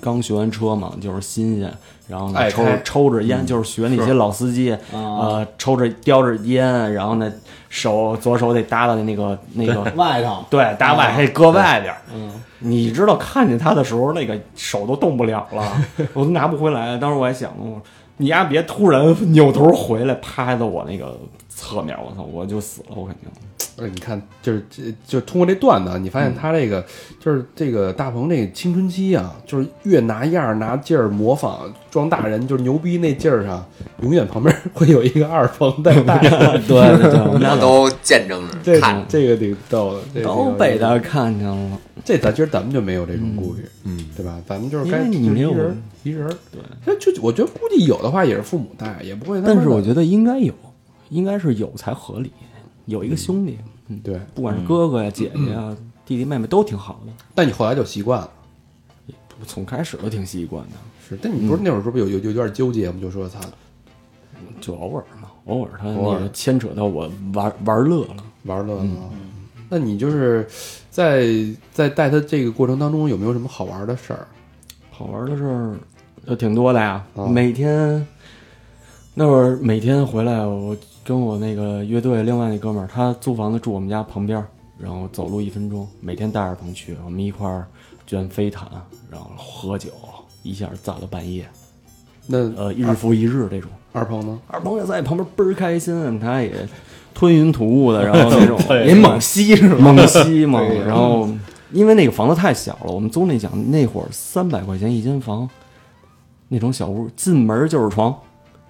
[SPEAKER 5] 刚学完车嘛，就是新鲜，然后
[SPEAKER 2] 爱
[SPEAKER 5] 呢抽
[SPEAKER 2] 开
[SPEAKER 5] 着抽着烟，嗯就是学那些老司机，呃，抽着叼着烟，然后呢手左手得搭到那个那个
[SPEAKER 4] 外头
[SPEAKER 5] 啊对，大外还搁外边。嗯，你知道看见他的时候，那个手都动不了了，我都拿不回来。当时我还想，我说你丫别突然扭头回来，趴到我那个侧面，我操，我就死了，我肯定。
[SPEAKER 2] 呃，你看，就是这就通过这段子啊，你发
[SPEAKER 5] 嗯
[SPEAKER 2] 现他这个、就是这个大鹏这个青春期啊，就是越拿样儿拿劲儿模仿装大人，就是牛逼那劲儿上，永远旁边会有一个二鹏在带 着。
[SPEAKER 5] 对对对，我们
[SPEAKER 6] 大家都见证着
[SPEAKER 2] 这
[SPEAKER 6] 看着，
[SPEAKER 2] 这个挺逗的，这个挺有意
[SPEAKER 5] 都
[SPEAKER 2] 思
[SPEAKER 5] 被他看见了。
[SPEAKER 2] 这咱今儿咱们就没有这种顾虑，嗯，对吧？咱们就是该
[SPEAKER 5] 因为你
[SPEAKER 2] 就是
[SPEAKER 5] 没有
[SPEAKER 2] 一人一人，对，就就我觉得估计有的话也是父母带，也不会他妈的。
[SPEAKER 5] 但是我觉得应该有，应该是有才合理，有一个兄弟，嗯，
[SPEAKER 2] 对，
[SPEAKER 5] 不管是哥哥呀、姐姐呀、弟弟妹妹都挺好的。
[SPEAKER 2] 但你后来就习惯了。
[SPEAKER 5] 我从开始都挺习惯的，
[SPEAKER 2] 是，但
[SPEAKER 5] 嗯
[SPEAKER 2] 你不是那会儿是不是有有有点纠结吗？就说操，
[SPEAKER 5] 就偶尔嘛，偶尔他
[SPEAKER 2] 偶
[SPEAKER 5] 那
[SPEAKER 2] 尔
[SPEAKER 5] 个牵扯到我玩玩乐了。
[SPEAKER 2] 玩乐了。
[SPEAKER 5] 嗯
[SPEAKER 2] 那你就是在在带他这个过程当中，有没有什么好玩的事儿？
[SPEAKER 5] 好玩的事儿有挺多的呀，
[SPEAKER 2] 啊
[SPEAKER 5] 每天那会儿每天回来，我跟我那个乐队另外那哥们儿，他租房子住我们家旁边儿，然后走路一分钟，每天带着鹏去，我们一块儿卷飞毯，然后喝酒，一下造到半夜，
[SPEAKER 2] 那
[SPEAKER 5] 呃，日复一日这种。
[SPEAKER 2] 二鹏呢？
[SPEAKER 5] 二鹏也在旁边倍儿开心，他也吞云吐雾的，然后那种
[SPEAKER 4] 您猛吸是吗？
[SPEAKER 5] 猛吸嘛，然后 因为那个房子太小了，我们总体讲那会儿三百块钱一间房，那种小屋，进门就是床，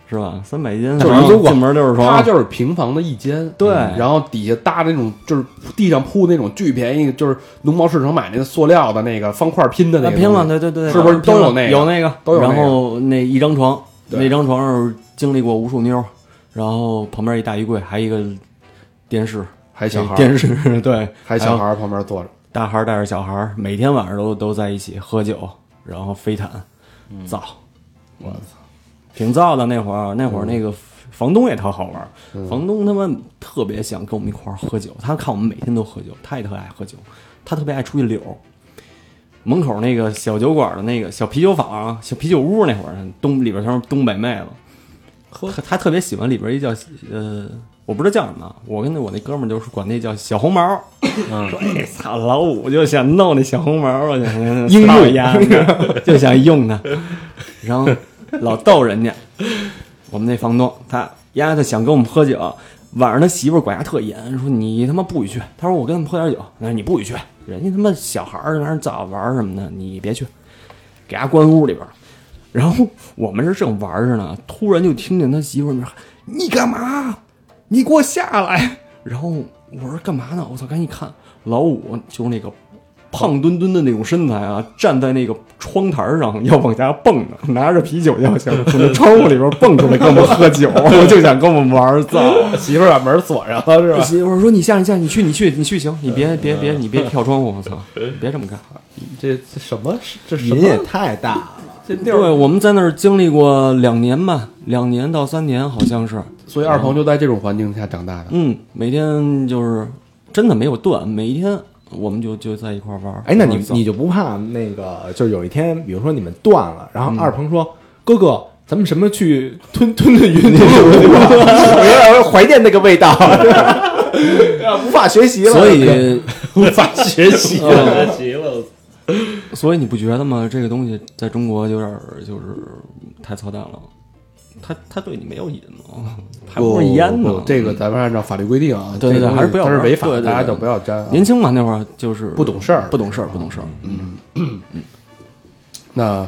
[SPEAKER 5] 是吧？三百一间
[SPEAKER 2] 就是
[SPEAKER 5] 房，
[SPEAKER 2] 如果
[SPEAKER 5] 进门就是
[SPEAKER 2] 它
[SPEAKER 5] 床，
[SPEAKER 2] 就是平房的一间，
[SPEAKER 5] 对
[SPEAKER 2] 然后底下搭那种就是地上铺那种巨便宜，就是农贸市场买那个塑料的那个方块拼的那
[SPEAKER 5] 啊
[SPEAKER 2] 个，
[SPEAKER 5] 拼了，，对对对，
[SPEAKER 2] 是不是
[SPEAKER 5] 拼
[SPEAKER 2] 都有
[SPEAKER 5] 了
[SPEAKER 2] 那个
[SPEAKER 5] 有那个
[SPEAKER 2] 都有那个
[SPEAKER 5] 然后那一张床，
[SPEAKER 2] 对
[SPEAKER 5] 那张床上经历过无数妞儿，然后旁边一大衣柜，还一个电视，
[SPEAKER 2] 还小孩儿，
[SPEAKER 5] 电视 哎对，
[SPEAKER 2] 还小孩儿旁边坐着，
[SPEAKER 5] 大孩儿带着小孩儿，每天晚上都都在一起喝酒，然后飞毯，造，嗯我操，嗯挺造的那会儿，啊那会儿那个房东也特好玩儿，房东他妈特别想跟我们一块儿喝酒，他看我们每天都喝酒，他也特爱喝酒，他特别爱出去溜儿。门口那个小酒馆的那个小啤酒坊、啊小啤酒屋那会儿，东里边全是东北妹子，喝他他特别喜欢里边一叫呃，我不知道叫什么，我跟那我那哥们儿就是管那叫小红毛，说哎操老五就想弄那小红毛啊， 就
[SPEAKER 4] 应用
[SPEAKER 5] 用呀，就想用它，然后老逗人家。我们那房东他丫他想跟我们喝酒，晚上他媳妇儿管丫特严，说你他妈不许去。他说我跟他们喝点酒，那你不许去，人家他妈小孩儿在那儿早玩儿什么的，你别去，给丫关屋里边儿。然后我们这正玩儿着呢，突然就听见他媳妇儿那儿喊：“你干嘛？你给我下来！”然后我说：“干嘛呢？”我操！赶紧看，老五就是那个胖墩墩的那种身材啊，站在那个窗台上要往下蹦呢，拿着啤酒要想从那窗户里边蹦出来跟我们喝酒，我就想跟我们玩儿， 操！
[SPEAKER 2] 媳妇儿把门锁上了是吧？
[SPEAKER 5] 媳妇儿说：“你下，你下，你去，你去，你去，行，你别别别，你别跳窗户，我操，别这么干。”
[SPEAKER 2] 这这什么这什
[SPEAKER 4] 您也
[SPEAKER 2] 么
[SPEAKER 4] 太大了，
[SPEAKER 2] 这地
[SPEAKER 5] 对，
[SPEAKER 2] 儿？
[SPEAKER 5] 我们在那儿经历过两年吧，两年到三年好像是。
[SPEAKER 2] 所以二鹏就在这种环境下长大的，
[SPEAKER 5] 嗯，每天就是真的没有断，每一天我们就就在一块儿玩儿。
[SPEAKER 4] 哎，那你
[SPEAKER 5] 一块儿走
[SPEAKER 4] 你就不怕那个，就是有一天，比如说你们断了，然后二鹏说：“哥哥，咱们什么去吞吞吞云吐雾吧？”我有点怀念那个味道，无法学习了。
[SPEAKER 5] 所以 哦
[SPEAKER 2] 无法学习
[SPEAKER 3] 学习了，
[SPEAKER 5] 所以你不觉得吗？这个东西在中国有点儿就是太操蛋了，他他对你没有瘾吗？还不是烟呢
[SPEAKER 2] 不？这个咱们按照法律规定啊，
[SPEAKER 5] 对对
[SPEAKER 2] 这
[SPEAKER 5] 对
[SPEAKER 2] 个东西
[SPEAKER 5] 还是不要
[SPEAKER 2] 它是
[SPEAKER 5] 玩
[SPEAKER 2] 违法
[SPEAKER 5] 对
[SPEAKER 2] 的，
[SPEAKER 5] 对
[SPEAKER 2] 大家
[SPEAKER 5] 对
[SPEAKER 2] 就不要沾啊。
[SPEAKER 5] 年轻嘛，那会儿就是
[SPEAKER 2] 不懂事儿
[SPEAKER 5] 不懂事儿，不懂事儿。嗯，
[SPEAKER 2] 那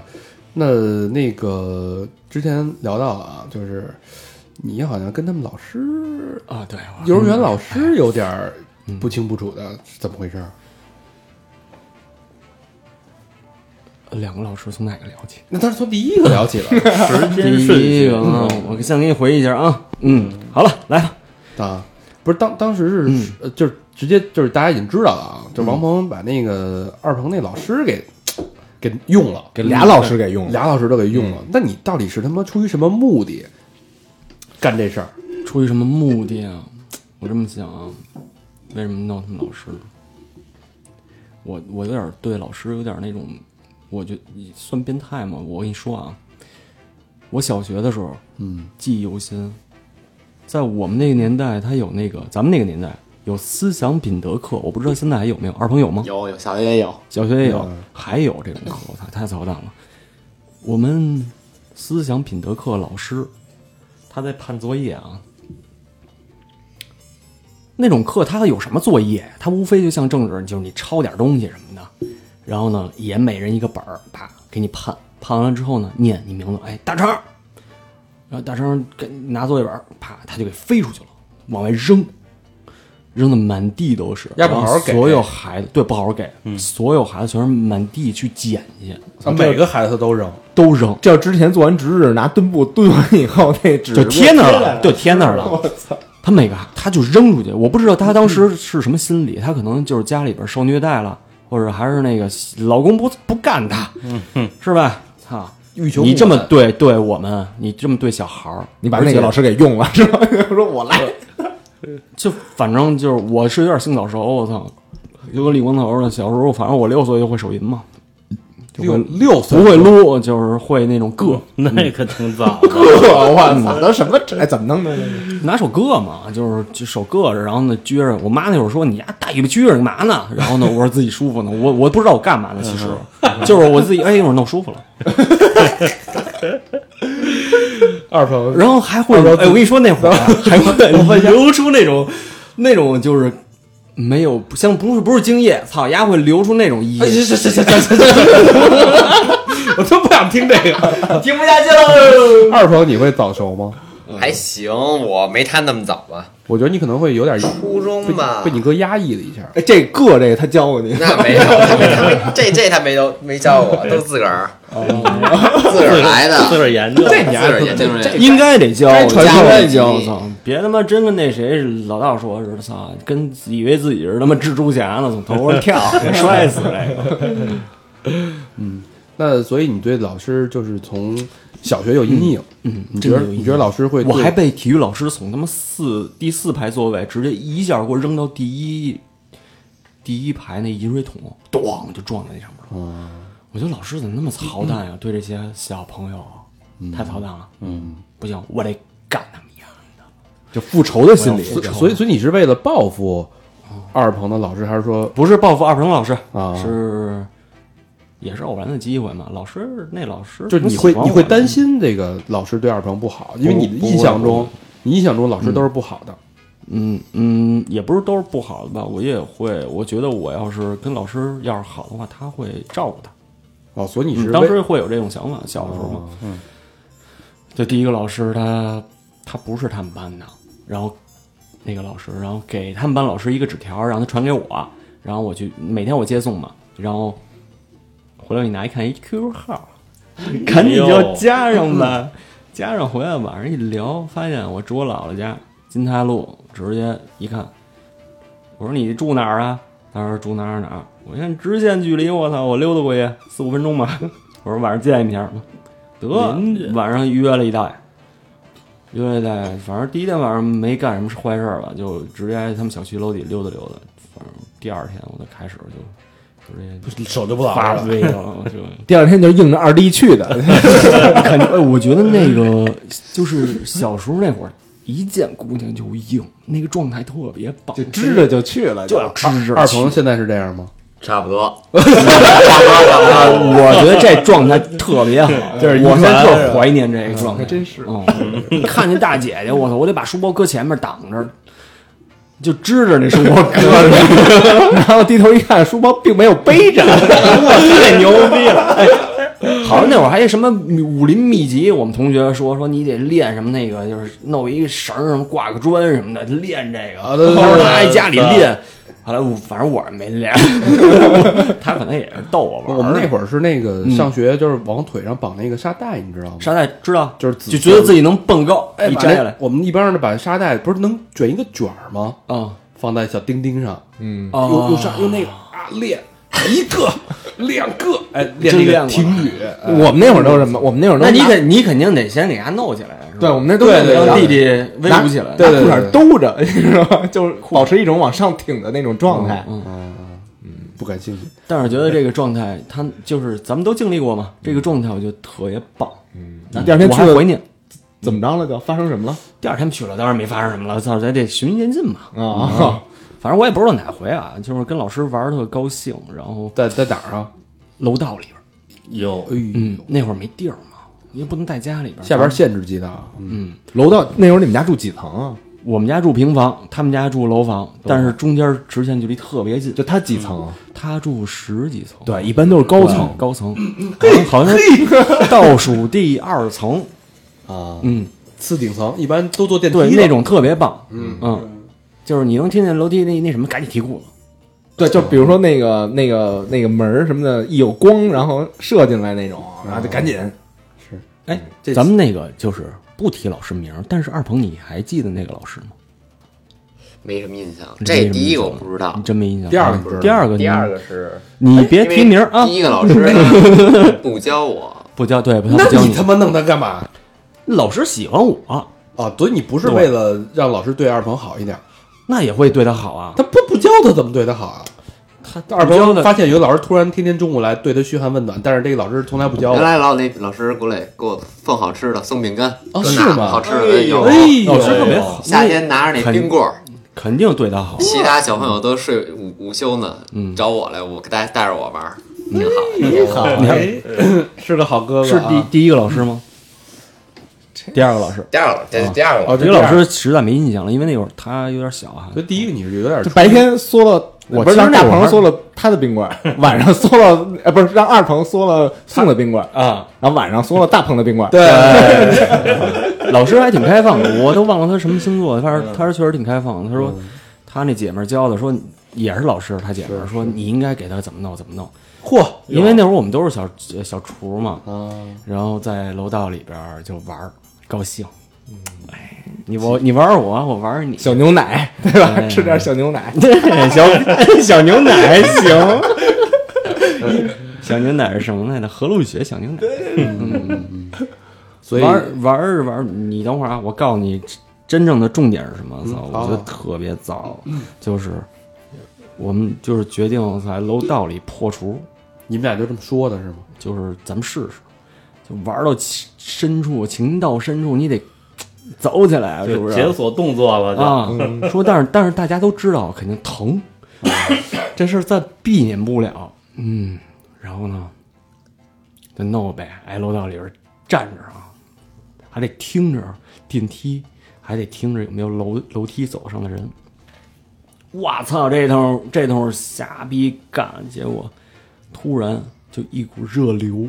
[SPEAKER 2] 那那个之前聊到了啊，就是你好像跟他们老师
[SPEAKER 5] 啊，对，
[SPEAKER 2] 幼儿园老师有点儿不清不楚的，是怎么回事儿？
[SPEAKER 5] 两个老师从哪个聊起？
[SPEAKER 2] 那他是从第一个聊起 啊了
[SPEAKER 3] 时间顺
[SPEAKER 5] 第一
[SPEAKER 3] 序
[SPEAKER 5] 个，啊，我先给你回忆一下啊。嗯，好了，来吧。
[SPEAKER 2] 啊，不是当当时是、呃就是直接就是大家已经知道了啊，就王鹏把那个二鹏那老师给给用了，嗯
[SPEAKER 4] 给俩老师给用了，
[SPEAKER 2] 俩老师都给用了。那你到底是他妈出于什么目的干这事儿？
[SPEAKER 5] 出于什么目的啊？我这么想啊，为什么闹他们老师呢？我我有点儿对老师有点儿那种，我觉得你算变态吗？我跟你说啊，我小学的时候，嗯，记忆犹新，在我们那个年代，他有那个咱们那个年代有思想品德课，我不知道现在还有没有，二朋友吗？
[SPEAKER 6] 有有小学也有，
[SPEAKER 5] 小学也有，还有这种课，我操，太操蛋了。我们思想品德课老师，他在判作业啊。那种课他有什么作业？他无非就像政治，就是你抄点东西什么的，然后呢，也每人一个本儿，啪给你判，判完了之后呢，念你名字，哎，大成儿，然后大成儿给拿作业本儿，啪，他就给飞出去了，往外扔，扔的满地都是，
[SPEAKER 2] 要不好好
[SPEAKER 5] 然后
[SPEAKER 2] 给嗯
[SPEAKER 5] 所有孩子对不好好给，所有孩子全是满地去捡去，
[SPEAKER 2] 啊，每个孩子都扔，
[SPEAKER 5] 都扔，
[SPEAKER 4] 这之前做完值日，拿墩布墩完以后，那纸
[SPEAKER 5] 就贴那儿了，
[SPEAKER 4] 就
[SPEAKER 5] 就贴那儿 了。他每个他就扔出去，我不知道他当时是什么心理，他可能就是家里边受虐待了，或者还是那个老公不不干他， 是吧？操，
[SPEAKER 2] 嗯欲求
[SPEAKER 5] 你这
[SPEAKER 2] 不
[SPEAKER 5] 么
[SPEAKER 2] 满
[SPEAKER 5] 对对我们，你这么对小孩儿，
[SPEAKER 4] 你把那个老师给用了，是吧？说我来，
[SPEAKER 5] 就反正就是我是有点性早熟，我操，就跟李光头似的，小时候反正我六岁就会手淫嘛，就
[SPEAKER 2] 六
[SPEAKER 5] 会
[SPEAKER 2] 六岁嗯
[SPEAKER 5] 不会撸，就是会那种硌，
[SPEAKER 3] 那可 挺早的。
[SPEAKER 4] 我操，都什么这哎怎么弄的？
[SPEAKER 5] 拿手硌嘛，就是就手硌着，然后呢撅着。我妈那会儿说：“你呀，大尾巴撅着干嘛呢？”然后呢，我说自己舒服呢，我我不知道我干嘛呢，其实就是我自己哎，一会儿弄舒服了。
[SPEAKER 2] 二鹏
[SPEAKER 5] 然后还会，哎，我跟你说那会儿啊还会流出那种那种就是没有，像不是不是精液，操，丫会流出那种液。
[SPEAKER 2] 行行行行行行，我都不想听这个。
[SPEAKER 6] 听不下去了。
[SPEAKER 2] 二朋友，你会早熟吗？
[SPEAKER 6] 还行，我没他那么早 吧，
[SPEAKER 2] 我觉得你可能会有点
[SPEAKER 6] 初中吧。
[SPEAKER 2] 被你哥压抑了一下。
[SPEAKER 4] 哎，这个这个他教过你，
[SPEAKER 6] 那没有，他没他没这这他没都没教我，都自个儿自个儿来的，
[SPEAKER 3] 自个儿研究。
[SPEAKER 6] 自个儿也这种人
[SPEAKER 5] 应该得教，
[SPEAKER 2] 该传授
[SPEAKER 5] 应该教，我操！别他妈真跟那谁老道说似的，操，跟以为自己是他妈蜘蛛侠呢，从头上跳，给摔死这个。
[SPEAKER 2] 那所以你对老师就是从小学有阴影，嗯，你觉得
[SPEAKER 5] 真有阴影
[SPEAKER 2] 你觉得老师会
[SPEAKER 5] 我
[SPEAKER 2] 对
[SPEAKER 5] 还被体育老师从他妈四第四排座位直接一下给我扔到第一第一排那饮水桶，咣就撞在那上面了。我觉得老师怎么那么操蛋呀、对这些小朋友啊太操蛋了。嗯，不行，我得干他们一样的。
[SPEAKER 4] 就复仇的心理，
[SPEAKER 5] 我要复仇
[SPEAKER 2] 所以所以你是为了报复二朋友的老师，还是说
[SPEAKER 5] 不是报复二鹏老师
[SPEAKER 2] 啊
[SPEAKER 5] 是也是偶然的机会嘛。老师那老师
[SPEAKER 2] 就
[SPEAKER 5] 不
[SPEAKER 2] 你
[SPEAKER 5] 喜
[SPEAKER 2] 会
[SPEAKER 5] 欢
[SPEAKER 2] 你
[SPEAKER 5] 我
[SPEAKER 2] 会
[SPEAKER 5] 呢
[SPEAKER 2] 担心这个老师对二朋友不好，因为你的
[SPEAKER 5] 不
[SPEAKER 2] 印象
[SPEAKER 5] 不会
[SPEAKER 2] 中，你印象中老师都是不好的。
[SPEAKER 5] 嗯嗯，也不是都是不好的吧，我也会，我觉得我要是跟老师要是好的话，他会照顾他。
[SPEAKER 2] 哦，所以你是
[SPEAKER 5] 嗯当
[SPEAKER 2] 为哦
[SPEAKER 5] 时会有这种想法，小时候嘛。嗯。就第一个老师他他不是他们班的，然后那个老师，然后给他们班老师一个纸条，让他传给我，然后我去每天我接送嘛，然后回来我一拿一看，一 QQ 号，赶紧
[SPEAKER 2] 哎
[SPEAKER 5] 就加上吧，加上回来晚上一聊，发现我住我姥姥家金泰路，直接一看，我说你住哪儿啊？他说住哪儿哪儿。我一看直线距离，我操，我溜达过去四五分钟吧。我说晚上见一面吧，得晚上约了一带，约了一带，反正第一天晚上没干什么坏事儿吧，就直接他们小区楼底溜达溜达。反正第二天我就开始就直接
[SPEAKER 7] 手就不老
[SPEAKER 5] 发
[SPEAKER 7] 实了。
[SPEAKER 5] 威了， 我就。
[SPEAKER 4] 第二天就硬着二弟去的，
[SPEAKER 5] 感觉，哎，我觉得那个就是小时候那会儿，一见姑娘就硬，那个状态特别棒，
[SPEAKER 4] 就支着就去了，就
[SPEAKER 5] 支着
[SPEAKER 2] 二朋友现在是这样吗？
[SPEAKER 6] 差不多。
[SPEAKER 5] 啊，我觉得这状态特别 好，就是我现在特怀念这个状态，真是。嗯，看见大姐姐，我操，我得把书包搁前面挡着，就支着那书包搁着，
[SPEAKER 4] 然后低头一看，书包并没有背着，
[SPEAKER 5] 太牛逼了。哎好像那会儿还有什么武林秘籍，我们同学说说你得练什么那个，就是弄一个绳儿什么挂个砖什么的，练这个。
[SPEAKER 2] 对对
[SPEAKER 5] 他
[SPEAKER 2] 对
[SPEAKER 5] 说他在家里练，后来我反正我是没 练，他可能也是逗我玩儿。嗯
[SPEAKER 2] 我们那会儿是那个上学就是往腿上绑那个沙袋，你知道吗？
[SPEAKER 5] 沙袋知道，
[SPEAKER 2] 就是紫
[SPEAKER 5] 就觉得自己能蹦高，
[SPEAKER 2] 哎，
[SPEAKER 5] 一
[SPEAKER 2] 把
[SPEAKER 5] 摘下
[SPEAKER 2] 那
[SPEAKER 5] 来
[SPEAKER 2] 我们一般人把沙袋不是能卷一个卷儿吗？
[SPEAKER 5] 啊，
[SPEAKER 2] 放在小钉钉上，
[SPEAKER 4] 嗯，
[SPEAKER 5] 哦
[SPEAKER 2] 用用沙用那个啊练一个两个，哎，练
[SPEAKER 5] 真
[SPEAKER 2] 那
[SPEAKER 5] 练
[SPEAKER 2] 个
[SPEAKER 5] 过
[SPEAKER 2] 停举，哎
[SPEAKER 4] 嗯我们那会儿都是什么？我们那会儿都
[SPEAKER 5] 那你
[SPEAKER 4] 拿
[SPEAKER 5] 肯你肯定得先给他弄起来，是吧
[SPEAKER 4] 对，我们那都是
[SPEAKER 5] 让
[SPEAKER 4] 拿
[SPEAKER 5] 弟弟威武起来，
[SPEAKER 2] 对
[SPEAKER 4] 拿裤衩兜着， 你知道吗？就是保持一种往上挺的那种状态。
[SPEAKER 2] 不感兴趣。
[SPEAKER 5] 但是觉得这个状态，他就是咱们都经历过嘛，这个状态我觉得特别棒。嗯，
[SPEAKER 4] 第二天
[SPEAKER 5] 我
[SPEAKER 4] 去
[SPEAKER 5] 还怀
[SPEAKER 4] 了，
[SPEAKER 5] 念。
[SPEAKER 4] 怎么着了？就发生什么了？
[SPEAKER 5] 第二天去了，当然没发生什么了，操，咱得循序渐进嘛。
[SPEAKER 4] 啊，
[SPEAKER 5] 反正我也不知道哪回啊，就是跟老师玩儿特高兴，然后
[SPEAKER 2] 在在哪儿啊？
[SPEAKER 5] 楼道里边儿，
[SPEAKER 3] 有
[SPEAKER 2] 哎，
[SPEAKER 5] 嗯，那会儿没地儿嘛，也不能在家里边儿。
[SPEAKER 2] 下边限制级的啊，
[SPEAKER 4] 楼道那会儿你们家住几层啊？
[SPEAKER 5] 我们家住平房，他们家住楼房，但是中间直线距离特别近，
[SPEAKER 4] 就他几层啊？
[SPEAKER 5] 他住十几层，
[SPEAKER 4] 对，一般都是高
[SPEAKER 5] 高层，高层，好像好像是倒数第二 层，
[SPEAKER 4] 啊。
[SPEAKER 5] 嗯，
[SPEAKER 2] 次顶层一般都坐电梯
[SPEAKER 5] 对，
[SPEAKER 2] 的
[SPEAKER 5] 那种特别棒，嗯嗯，就是你能听见楼梯那那什么赶紧提裤子，
[SPEAKER 4] 对，就比如说那个那个那个门儿什么的，一有光，然后射进来那种，然后就赶紧
[SPEAKER 5] 哎，
[SPEAKER 6] 嗯
[SPEAKER 5] 咱们那个就是不提老师名儿，但是二鹏你还记得那个老师吗？
[SPEAKER 6] 没什么印象，
[SPEAKER 5] 你
[SPEAKER 6] 这
[SPEAKER 5] 没什么
[SPEAKER 6] 第一个我
[SPEAKER 5] 印象
[SPEAKER 6] 不知道
[SPEAKER 5] 你，真没印象。
[SPEAKER 2] 第二个不知道
[SPEAKER 5] 第二个，
[SPEAKER 6] 第二，个是
[SPEAKER 5] 你别提名儿啊
[SPEAKER 6] 第，一个老师他不教我，
[SPEAKER 5] 不教对，不
[SPEAKER 2] 那
[SPEAKER 5] 教
[SPEAKER 2] 你他妈弄他干嘛？
[SPEAKER 5] 老师喜欢我，
[SPEAKER 2] 啊，所以你不是为了让老师对二鹏好一点，
[SPEAKER 5] 那也会对他好啊。
[SPEAKER 2] 他不不教他怎么对他好啊？
[SPEAKER 5] 他
[SPEAKER 2] 二
[SPEAKER 5] 教
[SPEAKER 2] 鹏
[SPEAKER 5] 的
[SPEAKER 2] 发现有个老师突然天天中午来对他嘘寒问暖，但是这个老师从来不教
[SPEAKER 6] 原
[SPEAKER 2] 我。
[SPEAKER 6] 来老那老师过来给我送好吃的，送饼干，
[SPEAKER 2] 哦
[SPEAKER 6] 说
[SPEAKER 2] 是
[SPEAKER 6] 哪
[SPEAKER 2] 吗
[SPEAKER 6] 好吃
[SPEAKER 7] 哎
[SPEAKER 6] 的
[SPEAKER 7] 呦
[SPEAKER 6] 有，
[SPEAKER 2] 呦
[SPEAKER 5] 老师特别好，
[SPEAKER 6] 夏天拿着那冰棍儿，
[SPEAKER 5] 肯定对他好。
[SPEAKER 6] 其他小朋友都睡午午休呢，找我来，我给大家带着我玩儿，挺好。
[SPEAKER 2] 哎是个好哥哥
[SPEAKER 5] 是
[SPEAKER 2] 啊
[SPEAKER 5] 第第一个老师吗？
[SPEAKER 6] 这
[SPEAKER 4] 第二个老师，
[SPEAKER 6] 第二个，这是第二个，
[SPEAKER 4] 哦，
[SPEAKER 5] 我
[SPEAKER 4] 这
[SPEAKER 5] 对
[SPEAKER 4] 第
[SPEAKER 5] 老
[SPEAKER 4] 二个，
[SPEAKER 5] 师实在没印象了，因为那会儿他有点小啊
[SPEAKER 2] 所。以第一个你是有点
[SPEAKER 4] 就白天缩了，
[SPEAKER 2] 我
[SPEAKER 4] 不
[SPEAKER 2] 其
[SPEAKER 4] 是
[SPEAKER 2] 实
[SPEAKER 4] 让大
[SPEAKER 2] 那会
[SPEAKER 4] 鹏
[SPEAKER 2] 儿
[SPEAKER 4] 缩了他的宾馆，晚上缩了，呃，不是让二鹏缩了宋的宾馆啊，然后晚上缩了大鹏的宾馆，对，
[SPEAKER 5] 老师还挺开放 的，我都忘了他什么星座，反正他是确实挺开放的。他说他那姐们儿教的，说也是老师，他姐们儿说你应该给他怎么弄怎么弄。嚯！啊因为那会儿我们都是小小厨嘛，然后在楼道里边儿就玩儿，高兴。哎，你我你玩儿我，我玩儿你，
[SPEAKER 4] 小牛奶，对吧？吃点小牛奶，
[SPEAKER 5] 对， 小小牛奶行。小牛奶是什么来着？河路雪小牛奶。
[SPEAKER 2] 所以
[SPEAKER 5] 玩儿玩儿是玩儿，你等会儿啊，我告诉你真正的重点是什么。操、我觉得特别糟，就是我们就是决定在楼道里破除，
[SPEAKER 2] 你们俩就这么说的是吗？
[SPEAKER 5] 就是咱们试试，就玩到其深处，情到深处，你得走起来啊，是不？
[SPEAKER 3] 就是解锁动作了，就
[SPEAKER 5] 啊，说但是但是大家都知道肯定疼，这事儿咱避免不了。嗯，然后呢，就弄呗，挨楼道里边站着啊，还得听着电梯，还得听着有没有楼楼梯走上的人。我操，这通这通瞎逼干，结果突然就一股热流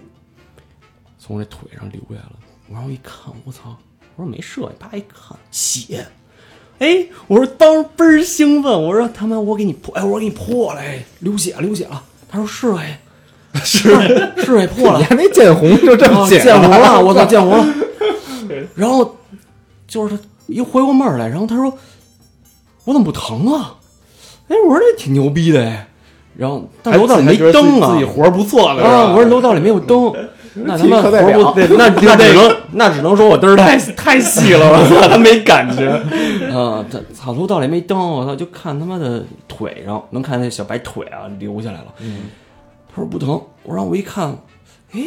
[SPEAKER 5] 从这腿上流下来了。我让我一看，我操！我说没射，啪一看血。哎，我说当时倍儿兴奋，我说他妈我给你破，哎，我给你破了，哎，流血流血了。他说是哎，是是哎，破了
[SPEAKER 4] 你。还没见红就这么
[SPEAKER 5] 啊，
[SPEAKER 4] 写
[SPEAKER 5] 见红了，我操，见 红了。然后就是他一回过味儿来，然后他说：“我怎么不疼啊？”哎，我说这挺牛逼的哎。然后但楼道里没灯啊，
[SPEAKER 2] 自己活儿不错的是
[SPEAKER 5] 啊，
[SPEAKER 2] 吧
[SPEAKER 5] 我说楼道里没有 灯，那他妈
[SPEAKER 4] 体育课代表
[SPEAKER 5] 活不那那只能那只能说我嘚儿太 太细了，我 操，他没感觉。啊，他操，楼道里没灯，我操，就看他妈的腿上能看那小白腿啊流下来了。他说不疼，我让我一看，哎，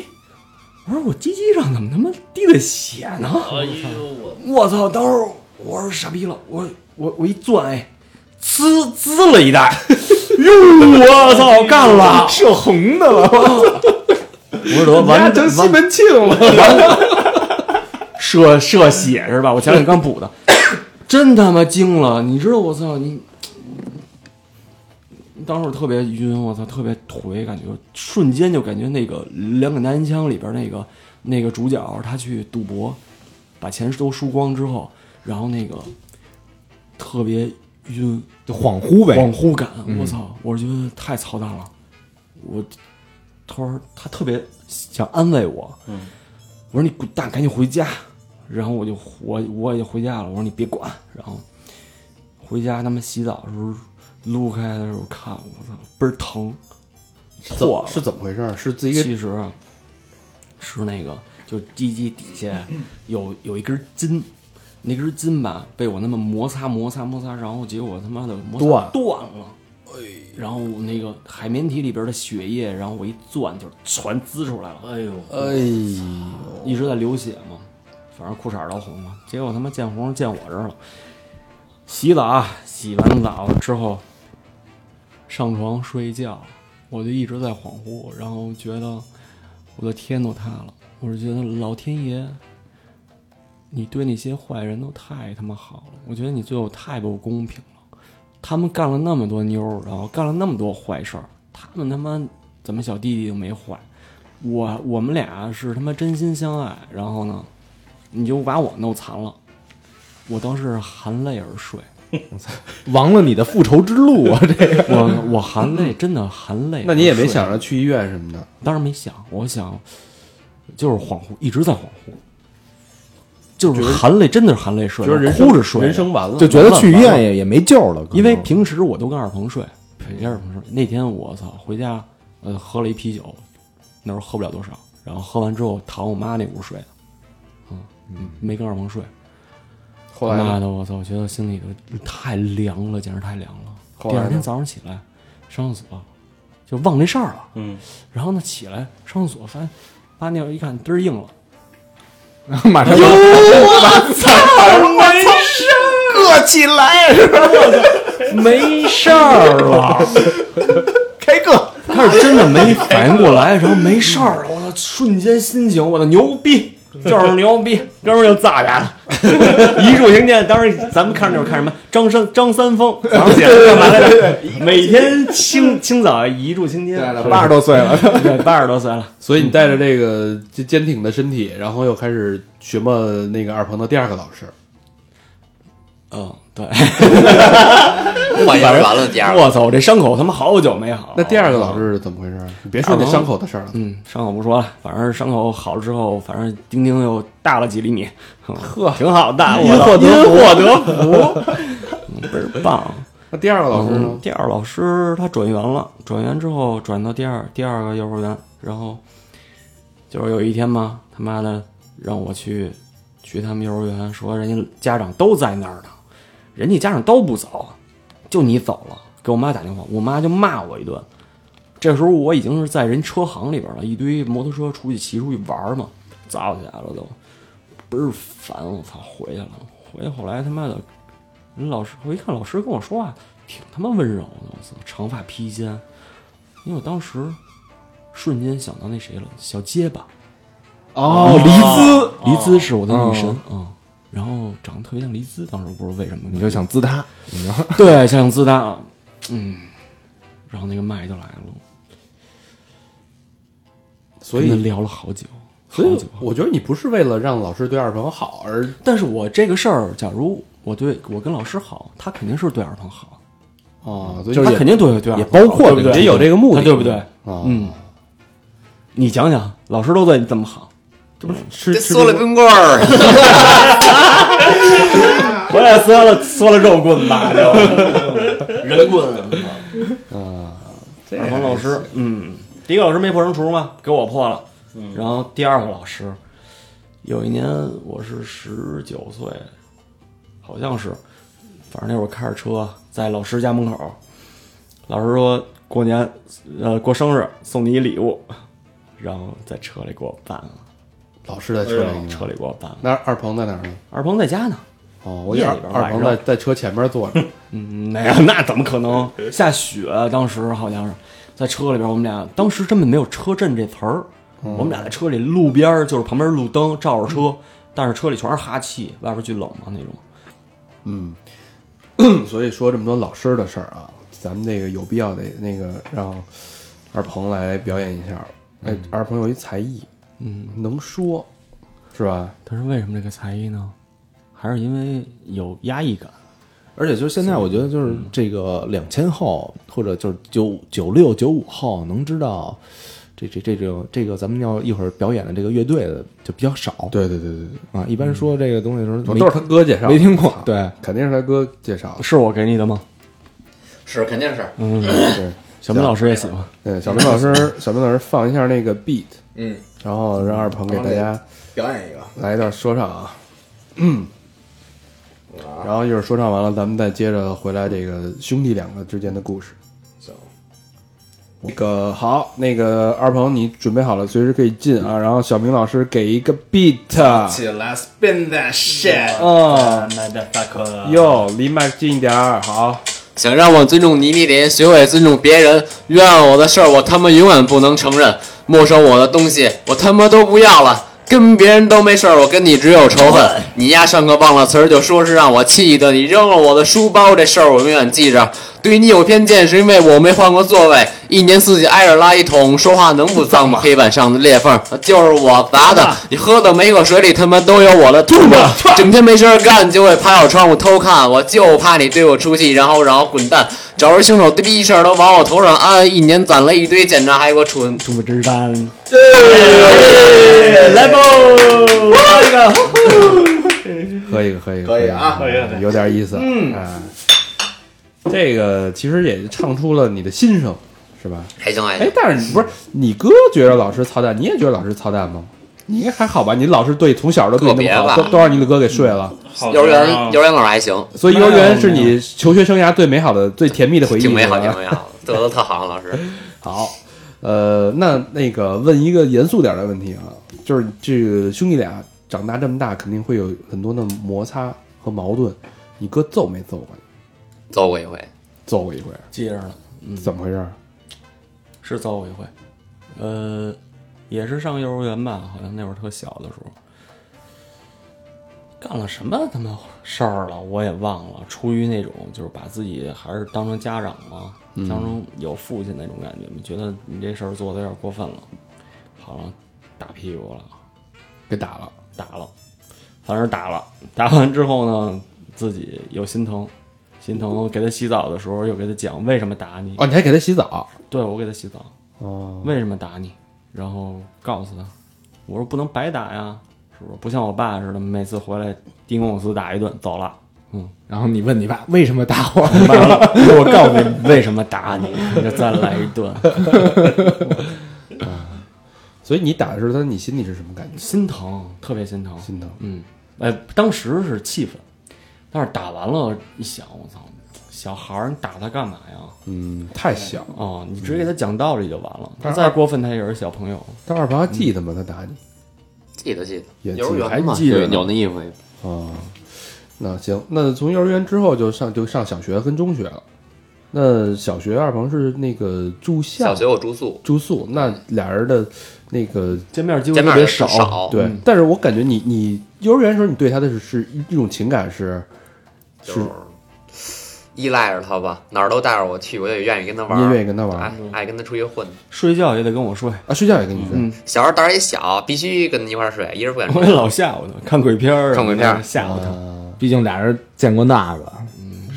[SPEAKER 5] 我说我鸡鸡上怎么他妈滴的血呢？
[SPEAKER 3] 哎呦我
[SPEAKER 5] 我操！当时我说傻逼了，我我我一钻，哎，呲呲了一袋， 哟，我操，干
[SPEAKER 3] 哎
[SPEAKER 5] 了！
[SPEAKER 4] 射红的了，
[SPEAKER 5] 我说得完成西门庆了，射射血是吧？我前两天刚补的，真他妈惊了！你知道我操你，当时特别晕，我操，特别颓，感觉瞬间就感觉那个《两杆男人枪》里边那个那个主角他去赌博，把钱都输光之后，然后那个特别晕，
[SPEAKER 4] 就恍惚呗，
[SPEAKER 5] 恍惚感，我操！我觉得太操蛋了。我，他说他特别想安慰我，我说你滚蛋，赶紧回家。然后我就我我也就回家了，我说你别管。然后回家他们洗澡的时候撸开的时候看，我操，倍儿疼，
[SPEAKER 2] 怎
[SPEAKER 5] 破
[SPEAKER 2] 么
[SPEAKER 5] 了。
[SPEAKER 2] 是怎么回事？是自己给
[SPEAKER 5] 其实啊是那个，就鸡鸡底下
[SPEAKER 2] 嗯
[SPEAKER 5] 有有一根筋，那根筋吧被我那么摩擦摩擦摩擦，然后结果他妈的摩擦
[SPEAKER 4] 断
[SPEAKER 5] 断了。
[SPEAKER 2] 哎
[SPEAKER 5] 然后那个海绵体里边的血液，然后我一攥就全滋出来了，
[SPEAKER 3] 哎呦
[SPEAKER 2] 哎呦，
[SPEAKER 5] 一直在流血嘛，反正裤衩儿都红了。结果他妈见红见我这儿了，洗澡啊，洗完澡之后上床睡觉，我就一直在恍惚，然后觉得我的天都塌了，我是觉得老天爷，你对那些坏人都太他妈好了，我觉得你最后太不公平了，他们干了那么多妞儿，然后干了那么多坏事儿，他们他妈怎么小弟弟都没坏？我我们俩是他妈真心相爱，然后呢，你就把我弄残了，我当时含泪而睡，
[SPEAKER 4] 亡了你的复仇之路啊，这个
[SPEAKER 5] 我我含泪，真的含 泪。
[SPEAKER 2] 那你也没想，着去医院什么的？
[SPEAKER 5] 当时没想，我想就是恍惚，一直在恍惚，就是含泪，真的是含泪睡，
[SPEAKER 2] 觉得人生
[SPEAKER 5] 哭着睡，
[SPEAKER 2] 人生完了，
[SPEAKER 4] 就觉得去医院也也没救了，可能
[SPEAKER 5] 因为平时我都跟二鹏睡，陪着二鹏睡。那天我操回家，呃，喝了一啤酒，那时候喝不了多少，然后喝完之后躺我妈那屋睡的，嗯，没跟二鹏睡。
[SPEAKER 2] 后来
[SPEAKER 5] 妈
[SPEAKER 2] 呢
[SPEAKER 5] 的，我操！我觉得心里头太凉了，简直太凉了。
[SPEAKER 2] 后
[SPEAKER 5] 第
[SPEAKER 2] 来呢
[SPEAKER 5] 二天早上起来，上厕所就忘这事儿了。
[SPEAKER 3] 嗯，
[SPEAKER 5] 然后呢，起来上厕所发现拉尿一看，嘚儿硬了。
[SPEAKER 4] 马上就
[SPEAKER 6] 各起来，
[SPEAKER 5] 没事儿了，
[SPEAKER 6] 开个，
[SPEAKER 5] 他是真的没反应过来，然后没事儿了，我操！瞬间心情，我操，牛逼！就是牛逼，哥们儿就炸他了。 一柱擎天，当时咱们看那会儿看什么？张三张三丰，早上起来干嘛来着？每天清清早一柱擎天，
[SPEAKER 4] 八十多岁了，
[SPEAKER 5] 对八十多岁了，
[SPEAKER 2] 所以你带着这个坚坚挺的身体，然后又开始学嘛那个二鹏的第二个老师，
[SPEAKER 5] 嗯，对。
[SPEAKER 6] 我要是完了第二个，
[SPEAKER 5] 我操，我这伤口他妈好久没好。
[SPEAKER 2] 那第二个老师是怎么回事？你别说那伤口的事儿了，
[SPEAKER 5] 嗯，伤口不说了，反正伤口好了之后，反正丁丁又大了几厘米，呵，挺好的，我获得获得福，嗯倍儿棒。
[SPEAKER 2] 那第二个老师
[SPEAKER 5] 嗯
[SPEAKER 2] 呢？，
[SPEAKER 5] 第二老师他转园了，转园之后转到第二第二个幼儿园，然后就是有一天嘛，他妈的让我去去他们幼儿园，说人家家长都在那儿呢，人家家长都不走，就你走了，给我妈打电话，我妈就骂我一顿。这时候我已经是在人车行里边了，一堆摩托车出去骑出去玩儿嘛，早起来了都，倍儿烦，我操，回去了，回去后来他妈的人老师，我一看老师跟我说话挺他妈温柔的，我操，长发披肩，因为我当时瞬间想到那谁了，小结巴，
[SPEAKER 2] 啊
[SPEAKER 4] 哦，黎
[SPEAKER 5] 黎姿是我的女神
[SPEAKER 4] 哦
[SPEAKER 5] 啊、嗯然后长得特别像黎姿，当时不知道为什么，
[SPEAKER 4] 你就想滋他，你知道吗？
[SPEAKER 5] 对想自大，嗯，然后那个麦就来了，
[SPEAKER 2] 所
[SPEAKER 5] 跟
[SPEAKER 2] 以
[SPEAKER 5] 他，聊了好久，哦好
[SPEAKER 2] 所以
[SPEAKER 5] 久，
[SPEAKER 2] 我觉得你不是为了让老师对二鹏好而
[SPEAKER 5] 但是我这个事儿，假如我对我跟老师好，他肯定是对儿童好，
[SPEAKER 2] 啊，所以
[SPEAKER 5] 他肯定对对儿童好，
[SPEAKER 4] 也包括
[SPEAKER 5] 对不对？
[SPEAKER 2] 也有这个目的，
[SPEAKER 5] 对不对？
[SPEAKER 2] 啊，
[SPEAKER 5] 嗯，你讲讲，老师都对你这么好，
[SPEAKER 2] 吃
[SPEAKER 6] 这
[SPEAKER 2] 吃
[SPEAKER 6] 缩了
[SPEAKER 2] 这
[SPEAKER 6] 冰棍儿，
[SPEAKER 5] 我也缩了缩了肉棍吧，人棍。
[SPEAKER 2] 个啊，这
[SPEAKER 5] 二鹏老师，嗯，第一个老师没破成除嘛，给我破了。然后第二个老师，有一年我是十九岁，好像是，反正那会儿开着车在老师家门口，老师说过年，呃，过生日送你一礼物，然后在车里给我办了，
[SPEAKER 2] 老师在车里呢，
[SPEAKER 5] 车里给我办了。
[SPEAKER 2] 那二鹏在哪儿呢？
[SPEAKER 5] 二鹏在家呢。
[SPEAKER 2] 哦，我以为
[SPEAKER 5] 夜里边
[SPEAKER 2] 二
[SPEAKER 5] 晚
[SPEAKER 2] 鹏
[SPEAKER 5] 上
[SPEAKER 2] 在在车前面坐着，
[SPEAKER 5] 嗯，那样那怎么可能？下雪，当时好像是在车里边，我们俩当时根本没有车震这词儿，我们俩在车里，路边儿就是旁边路灯照着车，但是车里全是哈气，外边巨冷嘛那种。
[SPEAKER 2] 所以说这么多老师的事儿啊，咱们这个有必要得那个让二鹏来表演一下。哎，二鹏有一才艺，嗯，能说，是吧？
[SPEAKER 5] 但是为什么这个才艺呢？还是因为有压抑感。
[SPEAKER 4] 而且就是现嗯在，我觉得就是这个两千后，或者就是九九六九五后，能知道这这这种这个咱们要一会儿表演的这个乐队的就比较少。
[SPEAKER 2] 对对对对对，
[SPEAKER 4] 啊，一般说这个东西的时候
[SPEAKER 2] 我
[SPEAKER 4] 没
[SPEAKER 2] 都是他哥介绍，
[SPEAKER 4] 没听过。，对，
[SPEAKER 2] 肯定是他哥介绍的。
[SPEAKER 5] 是我给你的吗？
[SPEAKER 6] 是肯定是，
[SPEAKER 2] 对，
[SPEAKER 5] 小明老师也喜欢。
[SPEAKER 2] 对，小明老师，小明老师放一下那个 beat，
[SPEAKER 6] 嗯，
[SPEAKER 2] 然后让二鹏给大家
[SPEAKER 6] 表演一个，
[SPEAKER 2] 来一段说唱啊，嗯， 然后一会儿说唱完了，咱们再接着回来这个兄弟两个之间的故事。
[SPEAKER 6] 行，
[SPEAKER 2] 那个好，那个二鹏，你准备好了，随时可以进啊。然后小明老师给一个 beat，
[SPEAKER 6] 起来 spin that shit，
[SPEAKER 2] 嗯，哟，离麦近一点儿，好，
[SPEAKER 6] 想让我尊重你，你得学会尊重别人。冤枉我的事儿，我他妈永远不能承认；没收我的东西，我他妈都不要了。跟别人都没事儿，我跟你只有仇恨。 你丫上课忘了词儿，就说是让我气的。你扔了我的书包，这事儿我永远记着。对你有偏见，是因为我没换过座位。一年四季挨着垃圾桶，说话能不脏吗？黑板上的裂缝就是我砸的。你喝的每口水里他妈都有我的吐沫。整天没事儿干，就会趴我窗户偷看。我就怕你对我出气，然后然后滚蛋。找着凶手，第一事儿都往我头上安。一年攒了一堆检查，还给我蠢。
[SPEAKER 5] 朱之山，
[SPEAKER 2] 喝一个，喝一个，可以啊，有点意思，嗯，这个其实也唱出了你的心声，是吧？
[SPEAKER 6] 还行还
[SPEAKER 2] 哎
[SPEAKER 6] 行，，
[SPEAKER 2] 但是你不是你哥觉得老师操蛋，你也觉得老师操蛋吗？你应该还好吧？你老师对从小都对你那么好，
[SPEAKER 6] 个别
[SPEAKER 2] 都
[SPEAKER 6] 吧
[SPEAKER 2] 都让你的哥给睡了，
[SPEAKER 3] 好
[SPEAKER 6] 幼儿园
[SPEAKER 3] 事儿啊
[SPEAKER 6] 幼儿园老师还行，
[SPEAKER 2] 所以幼儿园是你求学生涯最美好的、最甜蜜的回忆，啊
[SPEAKER 6] 挺美好
[SPEAKER 2] 是
[SPEAKER 6] 挺
[SPEAKER 2] 吧
[SPEAKER 6] 美好， 对我都特好，老师。
[SPEAKER 2] 好，呃，那那个问一个严肃点的问题啊，就是这个兄弟俩长大这么大，肯定会有很多的摩擦和矛盾。你哥揍没揍过你？
[SPEAKER 6] 揍过一回，
[SPEAKER 2] 揍过一回，
[SPEAKER 5] 记着了，
[SPEAKER 2] 怎么回事？
[SPEAKER 5] 是揍我一回。呃，也是上幼儿园吧，好像那会儿特小的时候，干了什么他妈事儿了，我也忘了。出于那种就是把自己还是当成家长嘛，当成有父亲那种感觉，觉得你这事儿做的有点过分了，好像打屁股了。
[SPEAKER 2] 给打了，
[SPEAKER 5] 打了，反正打了。打完之后呢，自己又心疼，心疼。给他洗澡的时候又给他讲为什么打你。
[SPEAKER 2] 哦，你还给他洗澡，
[SPEAKER 5] 对我给他洗澡，
[SPEAKER 2] 哦，
[SPEAKER 5] 为什么打你？然后告诉他，我说不能白打呀，是不是？不像我爸似的，每次回来叮咣五四打一顿走了。嗯，
[SPEAKER 4] 然后你问你爸为什么打我，
[SPEAKER 5] 完了， 我告诉你为什么打你，你就再来一顿，
[SPEAKER 2] 所以你打的时候，他你心里是什么感觉？
[SPEAKER 5] 心疼，特别心疼。
[SPEAKER 2] 心疼，
[SPEAKER 5] 嗯，哎，当时是气愤，但是打完了，一想，我操，小孩儿你打他干嘛呀？
[SPEAKER 2] 嗯，太小，
[SPEAKER 5] 哦，你直接给他讲道理就完
[SPEAKER 6] 嗯
[SPEAKER 5] 了。他
[SPEAKER 2] 但是
[SPEAKER 5] 再过分，他也是小朋友。
[SPEAKER 2] 但二宝还记得吗？他打你
[SPEAKER 6] 记得记得，
[SPEAKER 2] 也
[SPEAKER 6] 幼儿
[SPEAKER 2] 记得还
[SPEAKER 6] 园嘛，
[SPEAKER 2] 记得
[SPEAKER 6] 有
[SPEAKER 2] 呢
[SPEAKER 6] 有那衣服也
[SPEAKER 2] 哦，那行，那从幼儿园之后就上就上小学跟中学了。那小学二鹏是那个住校
[SPEAKER 6] 小，学我住宿，
[SPEAKER 2] 住宿，那俩人的那个
[SPEAKER 5] 见面机会
[SPEAKER 6] 见
[SPEAKER 5] 特
[SPEAKER 6] 面
[SPEAKER 5] 别
[SPEAKER 6] 也
[SPEAKER 5] 少，
[SPEAKER 6] 少，
[SPEAKER 2] 对，但是我感觉你你幼儿园的时候，你对他的是是一种情感是
[SPEAKER 6] 就是依赖着他吧，哪儿都带着我去，我也愿意跟他玩
[SPEAKER 2] 你也
[SPEAKER 6] 儿，
[SPEAKER 2] 愿意跟他玩
[SPEAKER 6] 爱爱跟他出去混。
[SPEAKER 5] 睡觉也得跟我睡。
[SPEAKER 2] 啊，睡觉也跟你睡，
[SPEAKER 6] 小时候胆儿也小，必须跟他一块儿睡，一人不敢
[SPEAKER 5] 我
[SPEAKER 6] 睡
[SPEAKER 5] 也。老吓唬他，看鬼片儿啊，
[SPEAKER 6] 看鬼片儿
[SPEAKER 5] 吓唬他。
[SPEAKER 4] 毕竟俩人见过那个，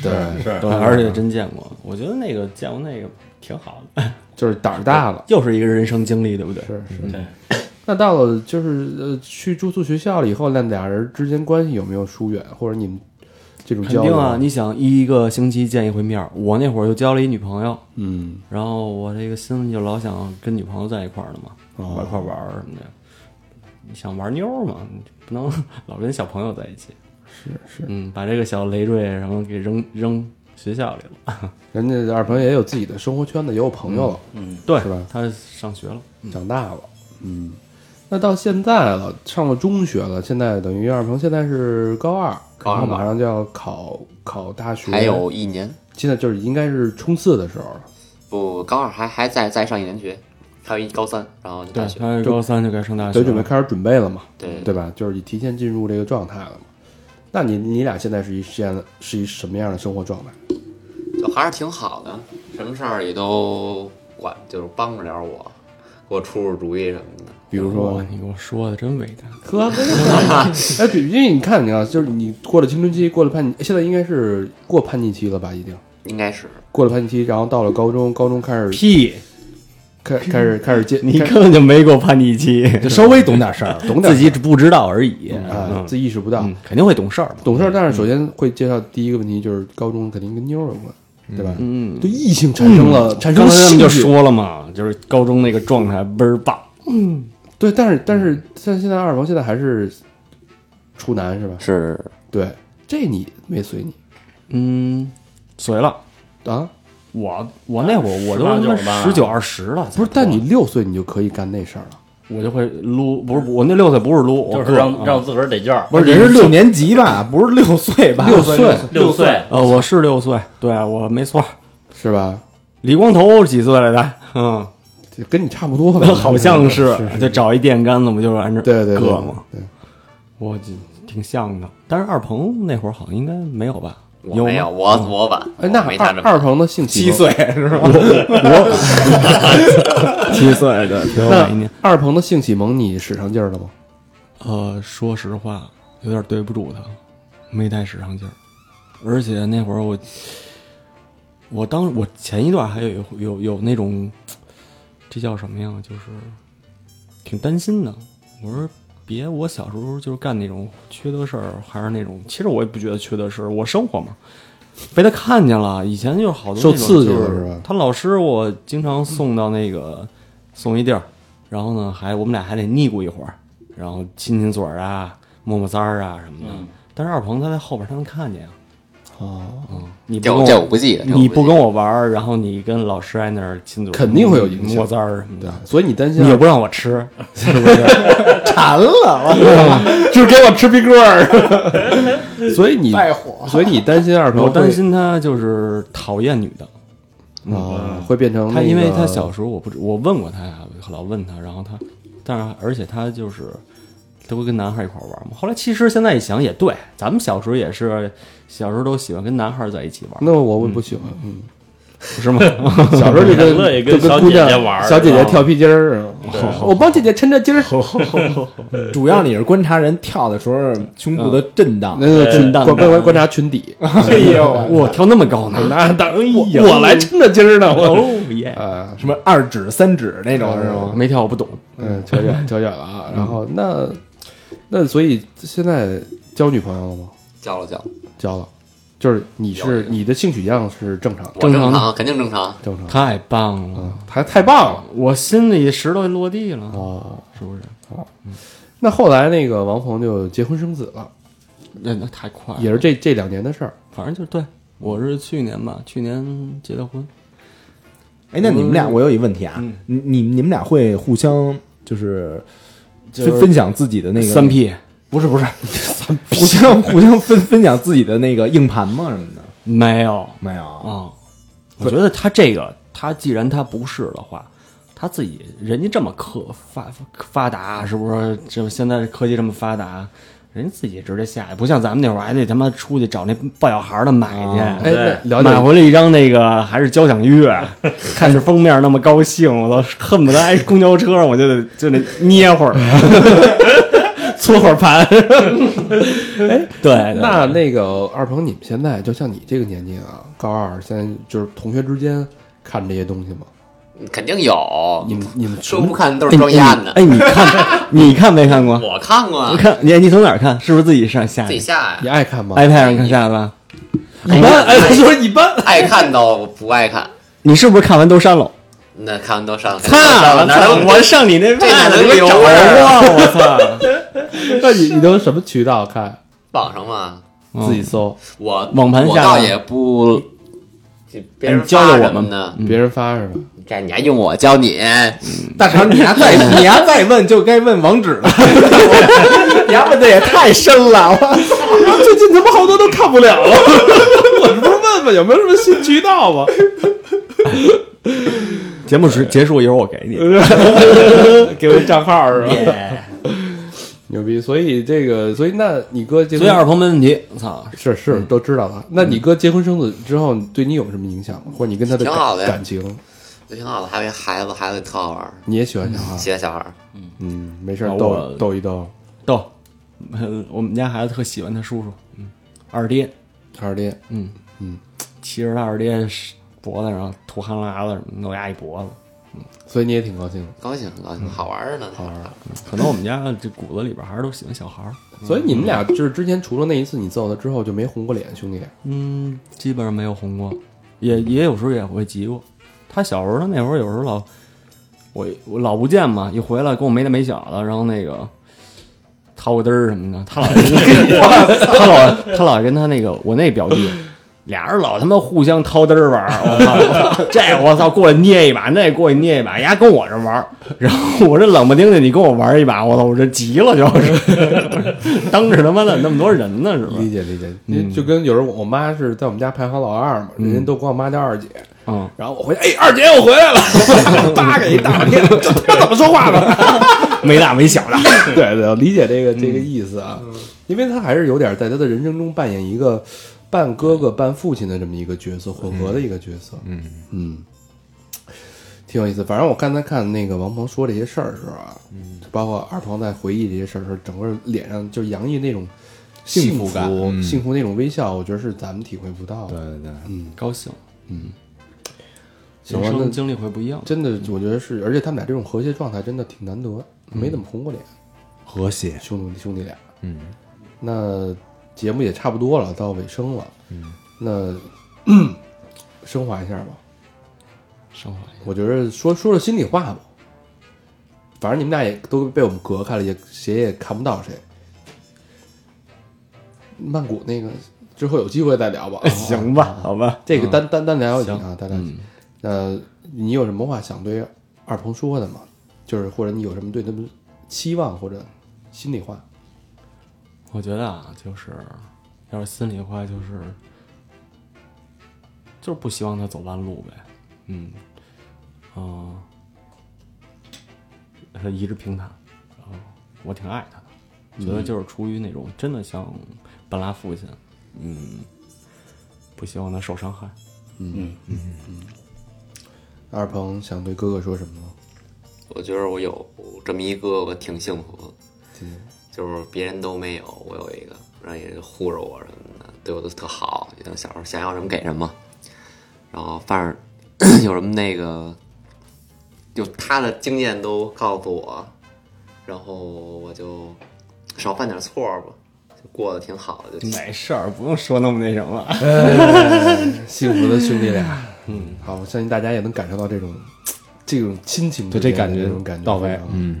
[SPEAKER 2] 对，
[SPEAKER 5] 对，而且真见过。我觉得那个见过那个挺好的，
[SPEAKER 2] 就是胆儿大了。
[SPEAKER 5] 又是一个人生经历，对不对？
[SPEAKER 2] 是是，
[SPEAKER 3] 对
[SPEAKER 2] 那到了就是呃，去住宿学校了以后，那俩人之间关系有没有疏远，或者你们这种
[SPEAKER 5] 肯
[SPEAKER 2] 交
[SPEAKER 5] 定
[SPEAKER 2] 流？
[SPEAKER 5] 啊！你想一个星期见一回面儿，我那会儿又交了一女朋友，
[SPEAKER 2] 嗯，
[SPEAKER 5] 然后我这个心里就老想跟女朋友在一块儿了嘛，
[SPEAKER 2] 哦
[SPEAKER 5] 我一块儿玩儿什么的。你想玩妞儿嘛，你不能 老跟小朋友在一起。是是，嗯，把这个小累赘什么给扔扔学校里了。
[SPEAKER 2] 人家二鹏也有自己的生活圈子，也有朋友了，
[SPEAKER 5] 对，
[SPEAKER 2] 嗯是吧
[SPEAKER 5] 他上学了，
[SPEAKER 2] 长大了，嗯。那到现在了，上了中学了，现在等于二鹏现在是高二，
[SPEAKER 6] 高二
[SPEAKER 2] 然后
[SPEAKER 6] 吧
[SPEAKER 2] 马上就要考考大学，
[SPEAKER 6] 还有一年，
[SPEAKER 2] 现在就是应该是冲刺的时候了。
[SPEAKER 6] 不，高二还还再再上一年学，还有一高三，然后就大
[SPEAKER 5] 对，
[SPEAKER 6] 学。
[SPEAKER 5] 他高三就该上大学
[SPEAKER 2] 得
[SPEAKER 5] 了，
[SPEAKER 2] 准备开始准备了嘛，
[SPEAKER 6] 对
[SPEAKER 2] 对吧？就是你提前进入这个状态了嘛。那你你俩现在是一现是一什么样的生活状态？
[SPEAKER 6] 就还是挺好的，什么事儿也都管，就是帮着点儿我，给我出出主意什么的。
[SPEAKER 2] 比如说
[SPEAKER 5] 哇，，你给我说的真伟大。
[SPEAKER 2] 呵， 哎，比因为你看你啊，就是你过了青春期，过了叛逆，现在应该是过叛逆期了吧？已经
[SPEAKER 6] 应该是
[SPEAKER 2] 过了叛逆期，然后到了高中，高中开始
[SPEAKER 5] 屁！
[SPEAKER 2] 开开始开始接，
[SPEAKER 5] 你
[SPEAKER 2] 开，
[SPEAKER 5] 根本就没过叛逆期，
[SPEAKER 4] 就稍微懂点事儿
[SPEAKER 2] 懂点
[SPEAKER 5] 自己只不知道而已。
[SPEAKER 2] 啊，
[SPEAKER 5] 嗯，
[SPEAKER 2] 自己意识不到
[SPEAKER 5] 嗯，肯定会懂事儿嘛。
[SPEAKER 2] 懂事儿。但是首先会介绍第一个问题就是高中肯定跟妞儿有关，对吧？
[SPEAKER 5] 嗯，
[SPEAKER 2] 对异性产生了嗯产生
[SPEAKER 5] 刚
[SPEAKER 2] 了
[SPEAKER 5] 才他
[SPEAKER 2] 兴
[SPEAKER 5] 们
[SPEAKER 2] 趣，
[SPEAKER 5] 就说了嘛，就是高中那个状态倍儿棒。
[SPEAKER 2] 对，但是但是像现在二王现在还是处男是吧？
[SPEAKER 6] 是
[SPEAKER 2] 对，这你没随你
[SPEAKER 5] 嗯，随了。
[SPEAKER 2] 啊？
[SPEAKER 5] 我我那会儿我都他妈十九二十了，
[SPEAKER 2] 不是，但你六岁你就可以干那事儿了。
[SPEAKER 5] 我就会撸，不是我那六岁不是撸，我
[SPEAKER 3] 就是
[SPEAKER 5] 个
[SPEAKER 3] 让
[SPEAKER 5] 啊
[SPEAKER 3] 让自个儿得劲儿。
[SPEAKER 4] 不是人是六年级吧，不是六岁吧？
[SPEAKER 2] 六岁
[SPEAKER 3] 六岁，
[SPEAKER 5] 呃我是六岁，对啊我没错。
[SPEAKER 2] 是吧？
[SPEAKER 5] 李光头几岁来的？嗯，
[SPEAKER 2] 就跟你差不多吧，
[SPEAKER 5] 好像是，就找一电杆子，不就按这
[SPEAKER 2] 对对对
[SPEAKER 5] 硌嘛。
[SPEAKER 2] 对，
[SPEAKER 5] 我就挺像的，但是二鹏那会儿好像应该没有吧？
[SPEAKER 6] 我没有，
[SPEAKER 5] 有吗，嗯
[SPEAKER 6] 我我晚，
[SPEAKER 2] 哎，
[SPEAKER 6] 我
[SPEAKER 2] 那
[SPEAKER 6] 没他这
[SPEAKER 2] 二
[SPEAKER 6] 么
[SPEAKER 2] 二鹏的性启
[SPEAKER 4] 七
[SPEAKER 2] 蒙，
[SPEAKER 4] 岁是吧？
[SPEAKER 5] 七岁的，比我晚一年
[SPEAKER 2] 那。二鹏的性启蒙你使上劲儿了吗？
[SPEAKER 5] 呃，说实话，有点对不住他，没太使上劲儿。而且那会儿我，我当我前一段还有有有有那种，这叫什么呀？就是挺担心的。我说别，我小时候就是干那种缺德事儿，还是那种，其实我也不觉得缺德事儿，我生活嘛。被他看见了，以前就是好多
[SPEAKER 2] 受
[SPEAKER 5] 那种
[SPEAKER 2] 刺激
[SPEAKER 5] 就
[SPEAKER 2] 了
[SPEAKER 5] 是
[SPEAKER 2] 是吧
[SPEAKER 5] 他老师，我经常送到那个送一地儿，然后呢，还我们俩还得腻咕一会儿，然后亲亲嘴儿啊，摸摸腮儿啊什么的。但是二鹏他在后边，他能看见啊。哦，你不
[SPEAKER 6] 这
[SPEAKER 5] 跟
[SPEAKER 6] 我这我不记得，这我
[SPEAKER 5] 你
[SPEAKER 6] 记
[SPEAKER 5] 不跟我玩儿，然后你跟老师在那儿亲嘴儿，
[SPEAKER 2] 肯定会有影响啊
[SPEAKER 5] 摸腮儿什么的。
[SPEAKER 2] 所以你担心
[SPEAKER 5] 你又不让我吃，是不是？
[SPEAKER 4] 馋了，
[SPEAKER 2] 就给我吃冰棍儿， 所以你
[SPEAKER 4] 带火
[SPEAKER 2] 所以你担心二鹏
[SPEAKER 5] 我
[SPEAKER 2] 会
[SPEAKER 5] 担心他就是讨厌女的。
[SPEAKER 2] 啊，会变成
[SPEAKER 5] 嗯他
[SPEAKER 2] 那
[SPEAKER 5] 因为
[SPEAKER 2] 个
[SPEAKER 5] 他小时候我不知，我问过他呀，老问他，然后他但是而且他就是都跟男孩一块玩嘛。后来其实现在一想也对，咱们小时候也是，小时候都喜欢跟男孩在一起玩，
[SPEAKER 2] 那我我不喜欢， 嗯，
[SPEAKER 5] 是吗？
[SPEAKER 2] 小时候就跟
[SPEAKER 3] 乐也跟
[SPEAKER 2] 就跟
[SPEAKER 3] 小
[SPEAKER 2] 姑娘
[SPEAKER 3] 姐姐玩儿
[SPEAKER 2] 小姐姐
[SPEAKER 3] 是吧
[SPEAKER 2] 跳皮筋儿，啊我帮姐姐抻着筋儿，
[SPEAKER 4] 主要你是观察人跳的时候胸部的震荡。
[SPEAKER 2] 那个群
[SPEAKER 5] 震荡
[SPEAKER 2] 观观
[SPEAKER 5] 的
[SPEAKER 2] 观察群底，
[SPEAKER 4] 哎呦，
[SPEAKER 5] 哇，跳那么高呢！
[SPEAKER 2] 那当我我来抻着筋儿呢，我
[SPEAKER 5] 哦耶！
[SPEAKER 2] 啊，
[SPEAKER 4] 什么二指三指那种是吗？
[SPEAKER 5] 没跳我不懂，
[SPEAKER 2] 嗯，扯远扯远了啊，然后那那所以现在交女朋友了吗？
[SPEAKER 6] 交了交了，
[SPEAKER 2] 交了，就是你
[SPEAKER 6] 有
[SPEAKER 2] 是你的性取向是正常的，
[SPEAKER 6] 我
[SPEAKER 5] 正
[SPEAKER 6] 正
[SPEAKER 5] 常
[SPEAKER 6] 常，肯定正常。
[SPEAKER 2] 正常，
[SPEAKER 5] 太棒了！
[SPEAKER 2] 嗯，还太棒了
[SPEAKER 5] 我心里石头落地了，
[SPEAKER 2] 哦。
[SPEAKER 5] 是不是？
[SPEAKER 2] 嗯那后来那个王鹏就结婚生子了，
[SPEAKER 5] 那那太快了，
[SPEAKER 2] 也是这这两年的事儿。
[SPEAKER 5] 反正就对我是去年吧，去年结的婚，
[SPEAKER 4] 哎，那你们
[SPEAKER 5] 嗯
[SPEAKER 4] 俩，我有一问题啊，你你你们俩会互相就是
[SPEAKER 5] 就是
[SPEAKER 4] 分分享自己的那个
[SPEAKER 5] 三 P
[SPEAKER 4] 不是不是三 P，互相互相分分享自己的那个硬盘吗什么的？
[SPEAKER 5] 没有。
[SPEAKER 4] 没有，
[SPEAKER 5] 啊、我觉得他这个，他既然他不是的话，他自己人家这么科发发达，是不是？这现在科技这么发达，人家自己直接下，不像咱们那会儿还得他妈出去找那抱小孩的买去。
[SPEAKER 2] 哎，那了解
[SPEAKER 5] 买回来一张那个还是交响乐，看着封面那么高兴，我都恨不得挨公交车上我就得就得捏会儿， 搓会儿盘。哎，对，
[SPEAKER 2] 那那个二鹏，你们现在就像你这个年纪啊，高二，现在就是同学之间看这些东西吗？
[SPEAKER 6] 肯定有，
[SPEAKER 2] 你们你们
[SPEAKER 6] 说不看都是装鸭的。
[SPEAKER 5] 哎，你看，你看没看过？
[SPEAKER 6] 我看过
[SPEAKER 5] 我
[SPEAKER 6] 啊，
[SPEAKER 5] 看你你从哪儿看？是不是自己上下
[SPEAKER 6] 自己下
[SPEAKER 2] 你
[SPEAKER 6] 呀，
[SPEAKER 2] 爱看吗？
[SPEAKER 5] iPad 上看下的吧？
[SPEAKER 6] 一般哎我
[SPEAKER 5] 说一般，
[SPEAKER 6] 爱看的我不爱看，
[SPEAKER 5] 你是不是看完都删了？
[SPEAKER 6] 那看完都上了，
[SPEAKER 5] 操！
[SPEAKER 6] 哪能
[SPEAKER 5] 我上你那
[SPEAKER 6] 这哪
[SPEAKER 5] Pad
[SPEAKER 6] 能
[SPEAKER 5] 里
[SPEAKER 6] 留
[SPEAKER 5] 找
[SPEAKER 6] 着
[SPEAKER 5] 啊！我操！
[SPEAKER 2] 那你你都什么渠道看？
[SPEAKER 6] 网上嘛？
[SPEAKER 2] 自
[SPEAKER 5] 嗯
[SPEAKER 2] 己搜，
[SPEAKER 6] 我
[SPEAKER 5] 网盘下
[SPEAKER 6] 我倒也不，别人
[SPEAKER 5] 你教教我们
[SPEAKER 6] 呢，
[SPEAKER 2] 别人发 是吧？
[SPEAKER 6] 这你还用我教你？
[SPEAKER 4] 大肠，你还再你还再问就该问网址了，你还问的也太深了，我
[SPEAKER 2] 最近他妈好多都看不了了， 我这不是问问有没有什么新渠道吗？
[SPEAKER 5] 节目时结束一会儿我给你。
[SPEAKER 2] 给我账号是吧牛逼！所以这个，所以嗯那你哥结
[SPEAKER 5] 所以二
[SPEAKER 2] 婚
[SPEAKER 5] 鹏没问题，操！
[SPEAKER 2] 是是都知道了。那你哥结婚生子之后，对你有什么影响吗？或者你跟他的
[SPEAKER 6] 挺好的
[SPEAKER 2] 感
[SPEAKER 6] 呀
[SPEAKER 2] 感情？
[SPEAKER 6] 挺好的，还有一孩子，孩子特好玩儿，
[SPEAKER 2] 你也喜欢小孩？
[SPEAKER 6] 喜欢小孩儿，
[SPEAKER 2] 嗯，没事儿
[SPEAKER 5] 啊
[SPEAKER 2] 逗
[SPEAKER 5] 我
[SPEAKER 2] 逗一逗。
[SPEAKER 5] 逗，呃我们家孩子特喜欢他叔叔，嗯，二爹，
[SPEAKER 2] 二爹，
[SPEAKER 5] 嗯
[SPEAKER 2] 嗯，
[SPEAKER 5] 骑着他二爹脖子上吐汗喇子什么，弄牙一脖子。
[SPEAKER 2] 所以你也挺高兴的。
[SPEAKER 6] 高兴高兴，好玩儿呢，好玩儿。
[SPEAKER 5] 可能我们家这骨子里边还是都喜欢小孩儿。
[SPEAKER 2] 所以你们俩就是之前除了那一次你揍他之后就没红过脸，兄弟俩。
[SPEAKER 5] 嗯，基本上没有红过，也也有时候也会急过。他小时候，他那会儿有时候老我我老不见嘛，一回来跟我没大没小的，然后那个掏个嘚儿什么的，他老他 老他老跟他那个我那表弟。俩人老他妈互相掏嘚儿玩儿，我操！ 这我操过来捏一把，那过去捏一把，丫跟我这玩儿，然后我这冷不丁的你跟我玩一把，我操，我这急了就是， 当着他妈的那么多人呢，是吧？
[SPEAKER 2] 理解理解，你就跟有时候我妈是在我们家排行老二嘛，人家都管我妈叫二姐。
[SPEAKER 5] 嗯，
[SPEAKER 2] 然后我回去，哎，二姐，我回来了，叭给一大半天，这他妈怎么说话呢？
[SPEAKER 5] 没大没小的，
[SPEAKER 2] 对对，我理解这个这个意思啊，因为他还是有点在他的人生中扮演一个半哥哥半父亲的这么一个角色，混合的一个角色。嗯嗯，挺有意思。反正我刚才看那个王鹏说这些事儿的时候啊，包括二鹏在回忆这些事儿的时候，整个脸上就洋溢那种幸
[SPEAKER 4] 幸福感嗯
[SPEAKER 2] 幸福那种微笑，我觉得是咱们体会不到
[SPEAKER 4] 对
[SPEAKER 2] 的。
[SPEAKER 4] 对对，
[SPEAKER 5] 高兴，
[SPEAKER 2] 行
[SPEAKER 5] 人
[SPEAKER 2] 吧，那
[SPEAKER 5] 生经历会不一样。
[SPEAKER 2] 真的，我觉得是，而且他们俩这种和谐状态真的挺难得，没怎么红过脸，
[SPEAKER 4] 和谐，
[SPEAKER 2] 兄弟兄弟俩。
[SPEAKER 4] 嗯，
[SPEAKER 2] 那节目也差不多了，到尾声了，嗯，那 升华一下吧。
[SPEAKER 5] 生活
[SPEAKER 2] 我觉得说说说心里话吧，反正你们俩也都被我们隔开了，也谁也看不到谁。曼谷那个之后有机会再聊吧，
[SPEAKER 5] 行吧，好吧，
[SPEAKER 2] 这个单单单聊一集啊，单聊一集。呃，你有什么话想对二鹏说的吗？就是或者你有什么对他们期望或者心里话？
[SPEAKER 5] 我觉得啊，就是要是心里话，就是就是不希望嗯他走弯路呗。嗯，啊、是一直评弹，然后我挺爱他的，觉得就是出于那种真的像本拉父亲，嗯，不希望他受伤害。
[SPEAKER 2] 二鹏想对哥哥说什么吗？
[SPEAKER 6] 我觉得我有这么一哥哥挺幸福的，就是别人都没有，我有一个，然后也护着我什么的，对我都特好，像小时候想要什么给什么，然后反正 有什么那个，就他的经验都告诉我，然后我就少犯点错吧，就过得挺好的，就
[SPEAKER 5] 没哎事儿，不用说那么那什么。
[SPEAKER 2] 幸福的兄弟俩，嗯，好，我相信大家也能感受到这种这种亲情之间
[SPEAKER 4] 对
[SPEAKER 2] 的
[SPEAKER 4] 这感觉
[SPEAKER 2] 这种感觉
[SPEAKER 4] 到位
[SPEAKER 2] 非
[SPEAKER 4] 嗯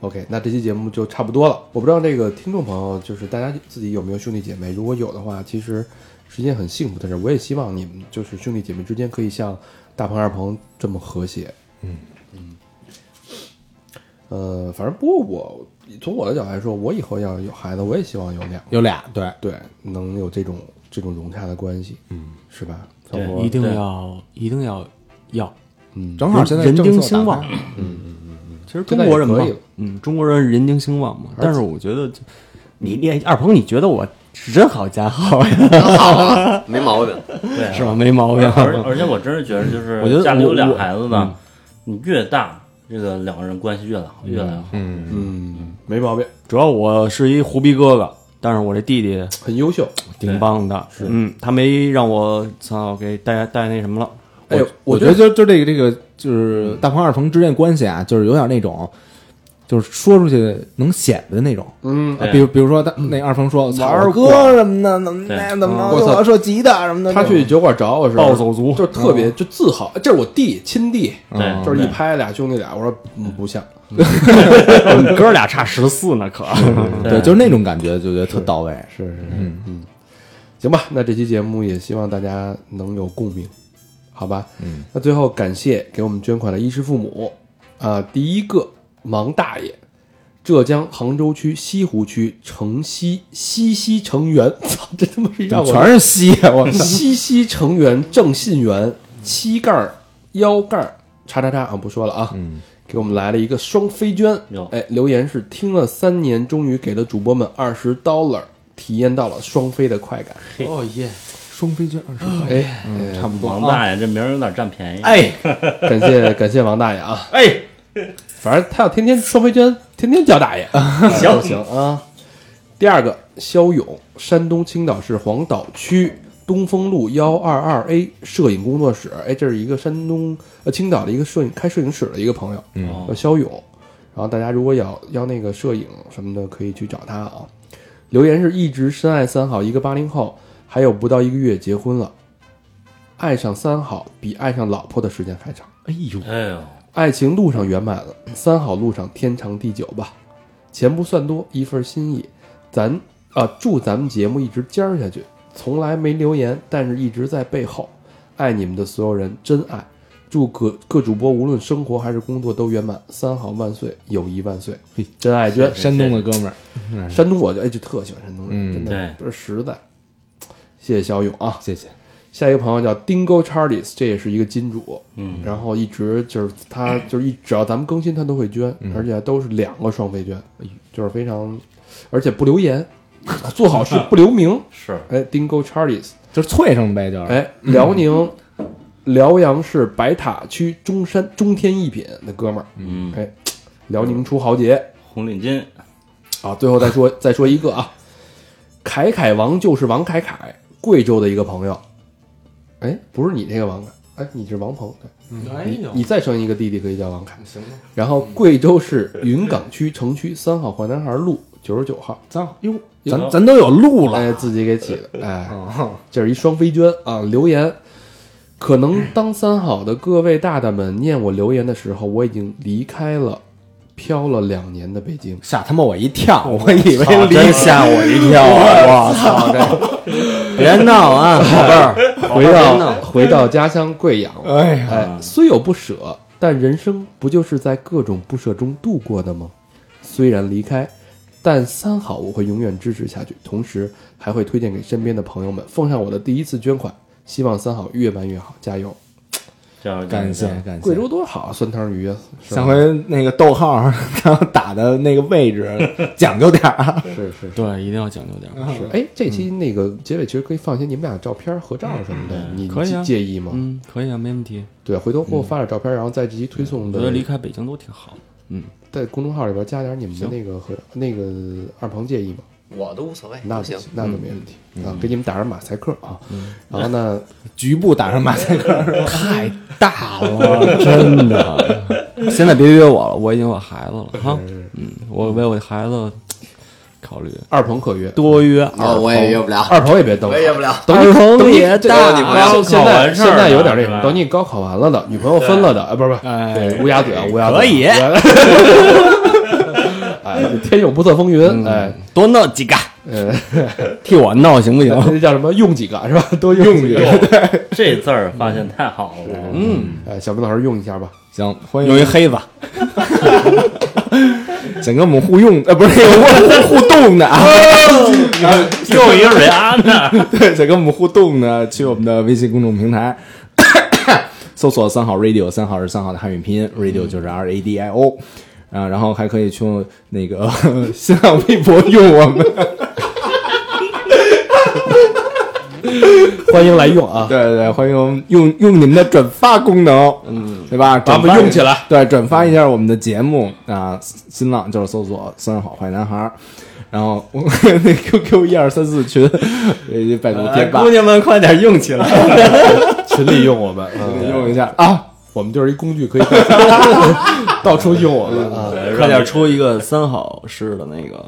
[SPEAKER 2] 常，OK，那这期节目就差不多了。我不知道这个听众朋友，就是大家自己有没有兄弟姐妹？如果有的话，其实是一件很幸福的事儿。我也希望你们就是兄弟姐妹之间可以像大鹏、二鹏这么和谐。嗯嗯，呃，反正不过我从我的角度来说，我以后要有孩子，我也希望有两个，
[SPEAKER 4] 有俩对，
[SPEAKER 2] 对，能有这种这种融洽的关系，嗯，是吧？小
[SPEAKER 3] 对
[SPEAKER 2] 波
[SPEAKER 5] 一定要，一定要，要
[SPEAKER 4] 正好现在
[SPEAKER 5] 人
[SPEAKER 4] 正
[SPEAKER 5] 丁
[SPEAKER 4] 色
[SPEAKER 5] 兴
[SPEAKER 4] 打
[SPEAKER 5] 旺
[SPEAKER 4] 开。
[SPEAKER 3] 嗯
[SPEAKER 5] 其实
[SPEAKER 2] 现
[SPEAKER 5] 中
[SPEAKER 2] 在也
[SPEAKER 5] 国人嘛
[SPEAKER 2] 可以了，
[SPEAKER 5] 嗯，中国人人丁兴旺嘛。
[SPEAKER 2] 而且
[SPEAKER 5] 但是我觉得就，你你二鹏，你觉得我是真好加好呀，
[SPEAKER 6] 挺好的，没毛病。
[SPEAKER 3] 对啊，
[SPEAKER 5] 是吧？没毛病。
[SPEAKER 3] 而而且我真是觉得，就是
[SPEAKER 5] 我觉得
[SPEAKER 3] 家里
[SPEAKER 5] 我嗯
[SPEAKER 3] 有俩孩子呢，你越大，这个两个人关系越好，越来越好。
[SPEAKER 4] 嗯，
[SPEAKER 2] 嗯，没毛病，
[SPEAKER 5] 主要我是一胡逼哥哥，但是我这弟弟
[SPEAKER 2] 很优秀。
[SPEAKER 5] 挺棒的，嗯，他没让我操给带带那什么了。
[SPEAKER 2] 哎呦，
[SPEAKER 4] 我觉得就就这个这个就是大鹏二鹏之间关系啊，就是有点那种，就是说出去能显摆的那种。
[SPEAKER 2] 嗯，
[SPEAKER 4] 啊
[SPEAKER 3] 对
[SPEAKER 4] 比如比如说他那二鹏
[SPEAKER 5] 嗯
[SPEAKER 4] 说：“操
[SPEAKER 2] 玩儿
[SPEAKER 4] 我哥什么的，怎么那怎么着
[SPEAKER 2] 我操
[SPEAKER 4] 我要说吉他什么的。”
[SPEAKER 2] 嗯他去酒馆找我是
[SPEAKER 5] 暴走族
[SPEAKER 2] 就特别就自豪，这是我弟亲弟，
[SPEAKER 3] 对
[SPEAKER 2] 就是一拍俩兄弟俩，我说嗯不像，
[SPEAKER 5] 我们嗯哥俩差十四呢，可
[SPEAKER 4] 对，就是那种感觉，就觉得特到位。
[SPEAKER 2] 是是嗯嗯，行吧，那这期节目也希望大家能有共鸣，好吧，嗯，那最后感谢给我们捐款的衣食父母啊、第一个王大爷。浙江杭州区西湖区城西西溪成员， 操，这他妈是让我
[SPEAKER 4] 全是西，我
[SPEAKER 2] 西西成员郑信元七杠儿幺杠儿叉叉叉啊，不说了啊，
[SPEAKER 4] 嗯，
[SPEAKER 2] 给我们来了一个双飞捐
[SPEAKER 3] 哟，
[SPEAKER 2] 哎，留言是听了三年，终于给了主播们二十 dollar，体验到了双飞的快感，
[SPEAKER 5] 哦耶，
[SPEAKER 4] 双飞卷二十块，
[SPEAKER 2] 哎，
[SPEAKER 4] 差不多
[SPEAKER 3] 王
[SPEAKER 4] 啊。
[SPEAKER 3] 大哎爷这名儿有点占便宜。
[SPEAKER 5] 哎
[SPEAKER 2] 感谢感谢王大爷啊，
[SPEAKER 5] 哎，
[SPEAKER 2] 反正他要天天双飞捐，天天叫大爷行行啊。第二个，肖勇，山东青岛市黄岛区东风路幺二二 A 摄影工作室。哎，这是一个山东呃青岛的一个摄影开摄影室的一个朋友，
[SPEAKER 3] 哦
[SPEAKER 2] 叫肖勇。然后大家如果要要那个摄影什么的，可以去找他啊。留言是一直深爱三好，一个八零后，还有不到一个月结婚了，爱上三好比爱上老婆的时间还长。
[SPEAKER 5] 哎呦，
[SPEAKER 3] 哎呦，
[SPEAKER 2] 爱情路上圆满了，三好路上天长地久吧。钱不算多，一份心意。咱啊、祝咱们节目一直尖儿下去。从来没留言，但是一直在背后。爱你们的所有人，真爱。祝各各主播无论生活还是工作都圆满，三好万岁，友谊万岁。真爱娟，
[SPEAKER 4] 山东的哥们儿，
[SPEAKER 2] 山东我就哎就特喜欢山东人，
[SPEAKER 4] 嗯
[SPEAKER 2] 真的
[SPEAKER 3] 对
[SPEAKER 2] 不是实在。谢谢小勇啊，
[SPEAKER 4] 谢谢。
[SPEAKER 2] 下一个朋友叫 Dingo Charles，这也是一个金主，嗯，然后一直就是他就是一只要咱们更新他都会捐，
[SPEAKER 4] 嗯
[SPEAKER 2] 而且都是两个双倍捐，哎就是非常，而且不留言，做好 事不留名，
[SPEAKER 3] 是
[SPEAKER 2] 哎，Dingo Charles，
[SPEAKER 4] 就是脆生呗，就是。
[SPEAKER 2] 哎，辽宁辽阳市白塔区中山中天一品的哥们儿，嗯，哎，辽宁出豪杰，
[SPEAKER 3] 红领巾，
[SPEAKER 2] 啊，最后再说再说一个啊，凯凯王就是王凯凯，贵州的一个朋友。哎，不是你这个王凯，哎，你是王鹏。
[SPEAKER 5] 哎
[SPEAKER 2] 对，你再生一个弟弟可以叫王凯。
[SPEAKER 5] 行吧，
[SPEAKER 2] 然后贵州市云岗区城区三号坏男孩路九十九号，
[SPEAKER 4] 咱哟，咱咱都有路了。
[SPEAKER 2] 哎，自己给起的，哎，这是一双飞娟啊，留言。可能当三好的各位大大们念我留言的时候，我已经离开了，飘了两年的北京。
[SPEAKER 4] 吓他妈我一跳，我以为
[SPEAKER 5] 真
[SPEAKER 4] 离
[SPEAKER 5] 吓我一 跳啊！我操，这别闹 啊，宝贝儿，
[SPEAKER 2] 回
[SPEAKER 5] 哎
[SPEAKER 2] 到啊回到家乡贵阳，
[SPEAKER 5] 呃
[SPEAKER 4] 哎呀，
[SPEAKER 5] 啊
[SPEAKER 2] 哎，虽有不舍，但人生不就是在各种不舍中度过的吗？虽然离开，但三好我会永远支持下去，同时还会推荐给身边的朋友们，奉上我的第一次捐款，希望三好越办越好，加油！
[SPEAKER 3] 叫
[SPEAKER 4] 感谢
[SPEAKER 5] 哎
[SPEAKER 4] 感谢。
[SPEAKER 2] 贵州多好，酸汤鱼啊，是吧
[SPEAKER 4] 下回那个逗号， 然后打的那个位置讲究点儿啊。
[SPEAKER 2] 是是
[SPEAKER 5] 对，一定要讲究点儿。
[SPEAKER 2] 是。哎，这期那个结尾其实可以放一些你们俩照片、合照什么的，你
[SPEAKER 5] 可以啊
[SPEAKER 2] 介意吗？
[SPEAKER 5] 嗯，可以啊，没问题。
[SPEAKER 2] 对，回头给我发点照片，然后在这期推送
[SPEAKER 5] 我觉得
[SPEAKER 2] 的
[SPEAKER 5] 离开北京都挺好。嗯，
[SPEAKER 2] 在公众号里边加点你们的那个合那个二鹏介意吗？
[SPEAKER 6] 我都无所谓，
[SPEAKER 2] 那
[SPEAKER 6] 都行。嗯
[SPEAKER 2] 那就没问题啊，给你们打上马赛克啊。然后 呢，
[SPEAKER 4] 局部打上马赛克，
[SPEAKER 5] 太大了，啊真的。现在别约我了，我已经有孩子了哈。嗯，我为我孩子考虑，
[SPEAKER 2] 二鹏可约，
[SPEAKER 5] 多约。
[SPEAKER 6] 哦，我也约不了，
[SPEAKER 2] 二鹏也别等啊
[SPEAKER 6] 我也约不了。
[SPEAKER 2] 等
[SPEAKER 5] 二
[SPEAKER 2] 你
[SPEAKER 5] 鹏
[SPEAKER 2] 等你
[SPEAKER 5] 也
[SPEAKER 2] 这
[SPEAKER 5] 大
[SPEAKER 2] 这
[SPEAKER 6] 你不要
[SPEAKER 2] 高现
[SPEAKER 3] 考
[SPEAKER 2] 在
[SPEAKER 3] 完事儿
[SPEAKER 2] 现在有
[SPEAKER 3] 了
[SPEAKER 2] 点那
[SPEAKER 3] 是
[SPEAKER 2] 什么，
[SPEAKER 3] 吧
[SPEAKER 2] 等你高考完了的，女朋友分了的，啊，不是不是，对乌鸦嘴啊，乌鸦嘴啊，
[SPEAKER 5] 可
[SPEAKER 2] 乌
[SPEAKER 5] 以
[SPEAKER 2] 鸦嘴 哎，天有不测风云，哎，
[SPEAKER 5] 多弄几个，
[SPEAKER 2] 呃，
[SPEAKER 5] 替我闹行不行？
[SPEAKER 2] 那叫什么？用几个是吧？多用几个。
[SPEAKER 3] 这字儿发现太好了，
[SPEAKER 5] 嗯，
[SPEAKER 2] 哎，小明老师用一下吧。
[SPEAKER 4] 行，欢
[SPEAKER 5] 用一
[SPEAKER 4] 迎
[SPEAKER 5] 黑子，
[SPEAKER 4] 想跟我们互用，呃，不是互互动 的啊，
[SPEAKER 3] 又一个瑞安娜，
[SPEAKER 4] 对，想跟我们互动的，去我们的微信公众平台 搜索“三好 radio”，三好是三好的汉语拼音，radio 就是
[SPEAKER 5] 嗯
[SPEAKER 4] R A D I O。啊，然后还可以去那个 新浪微博用我们，
[SPEAKER 2] 欢迎来用啊！
[SPEAKER 4] 对对对，欢迎用用你们的转发功能，嗯，对吧？
[SPEAKER 2] 把我们
[SPEAKER 4] 转发
[SPEAKER 2] 用起来，
[SPEAKER 4] 对，转发一下我们的节目啊，新浪就是搜索“三好坏男孩”，儿”，然后我 那 QQ 一二三四群，呃，百度贴吧
[SPEAKER 2] 哎
[SPEAKER 5] 姑娘们快点用起来。
[SPEAKER 2] 群里用我们，嗯
[SPEAKER 4] 用一下啊，
[SPEAKER 2] 我们就是一工具，可以 到处用我们啊。
[SPEAKER 4] 嗯
[SPEAKER 5] 快点出一个三好式的那个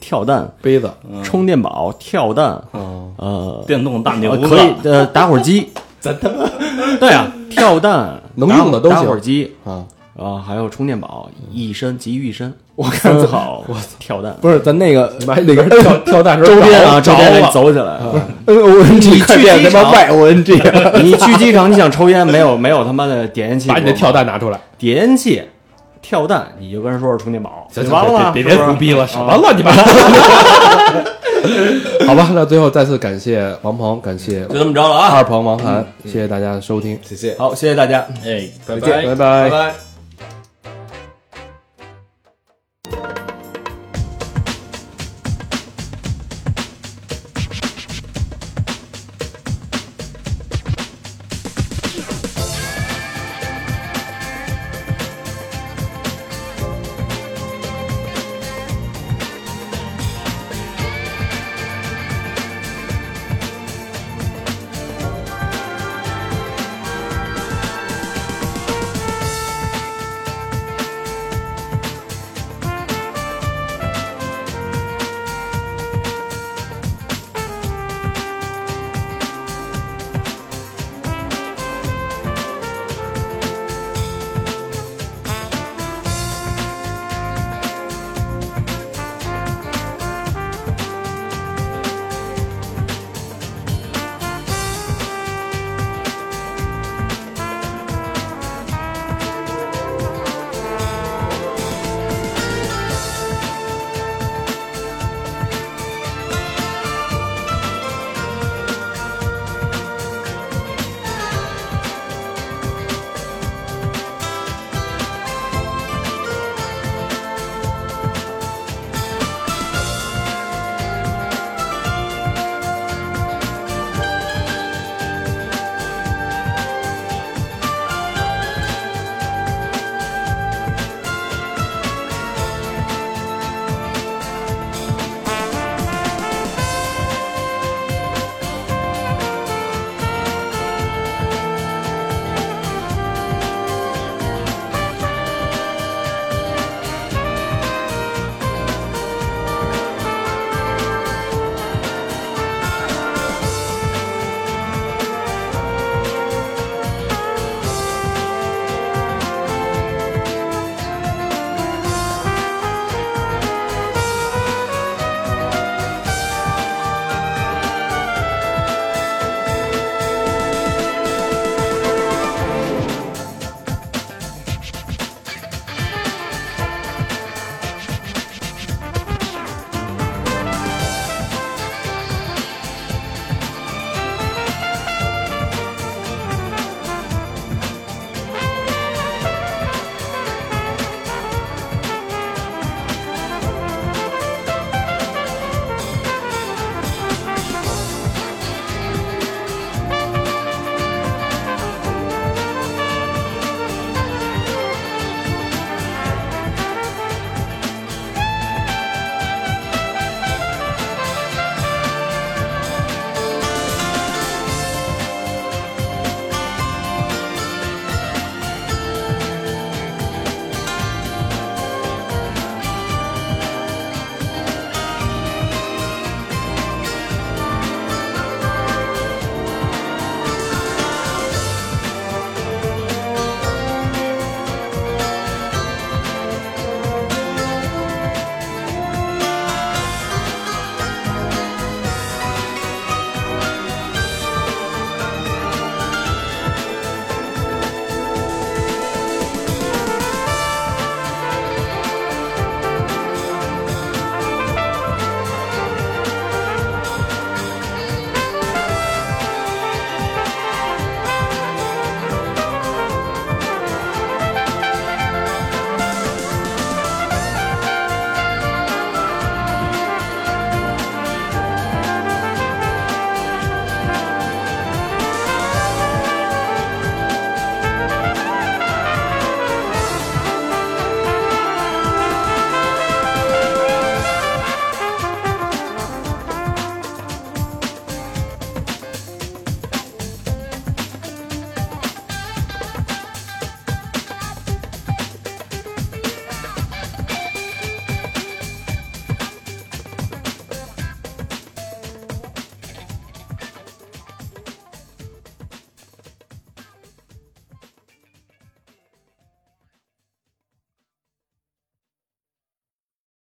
[SPEAKER 5] 跳蛋、
[SPEAKER 2] 杯子，
[SPEAKER 5] 充电宝、跳蛋，呃，
[SPEAKER 3] 电动大牛
[SPEAKER 5] 呃
[SPEAKER 3] 子
[SPEAKER 5] 可以呃打火机，咱他妈对啊，跳蛋
[SPEAKER 2] 能
[SPEAKER 5] 打
[SPEAKER 2] 用的都行
[SPEAKER 5] 打火机
[SPEAKER 2] 啊，
[SPEAKER 5] 啊，还有充电宝，一身集于一身。我看好，我跳蛋
[SPEAKER 4] 不是咱那个
[SPEAKER 2] 你把那 个跳跳大绳
[SPEAKER 5] 周边啊，周
[SPEAKER 2] 着
[SPEAKER 5] 边得
[SPEAKER 2] 了。
[SPEAKER 5] 走起来。
[SPEAKER 4] N O N G
[SPEAKER 5] 你
[SPEAKER 4] 快
[SPEAKER 5] 去
[SPEAKER 4] 变
[SPEAKER 5] 机
[SPEAKER 4] 他妈
[SPEAKER 5] 场
[SPEAKER 4] 外 O N G，
[SPEAKER 5] 你去机场，你想抽烟，没有没有他妈的点烟器，
[SPEAKER 2] 把你的跳蛋拿 出来，
[SPEAKER 4] 啊
[SPEAKER 5] 点烟器。跳蛋，你就跟人说是充电宝，
[SPEAKER 2] 行
[SPEAKER 5] 就
[SPEAKER 2] 行
[SPEAKER 5] 完了，
[SPEAKER 2] 别
[SPEAKER 5] 是
[SPEAKER 2] 别
[SPEAKER 5] 不
[SPEAKER 2] 别
[SPEAKER 5] 是
[SPEAKER 2] 胡逼了，什么乱七八糟。 好吧，那最后再次感谢王鹏，感谢
[SPEAKER 5] 就这么着了啊！
[SPEAKER 4] 嗯
[SPEAKER 2] 二鹏王涵，谢谢大家的收听，
[SPEAKER 4] 谢谢。
[SPEAKER 5] 好，谢谢大家。
[SPEAKER 3] 哎，拜
[SPEAKER 2] 再见
[SPEAKER 3] 拜。
[SPEAKER 2] 拜。
[SPEAKER 5] 拜。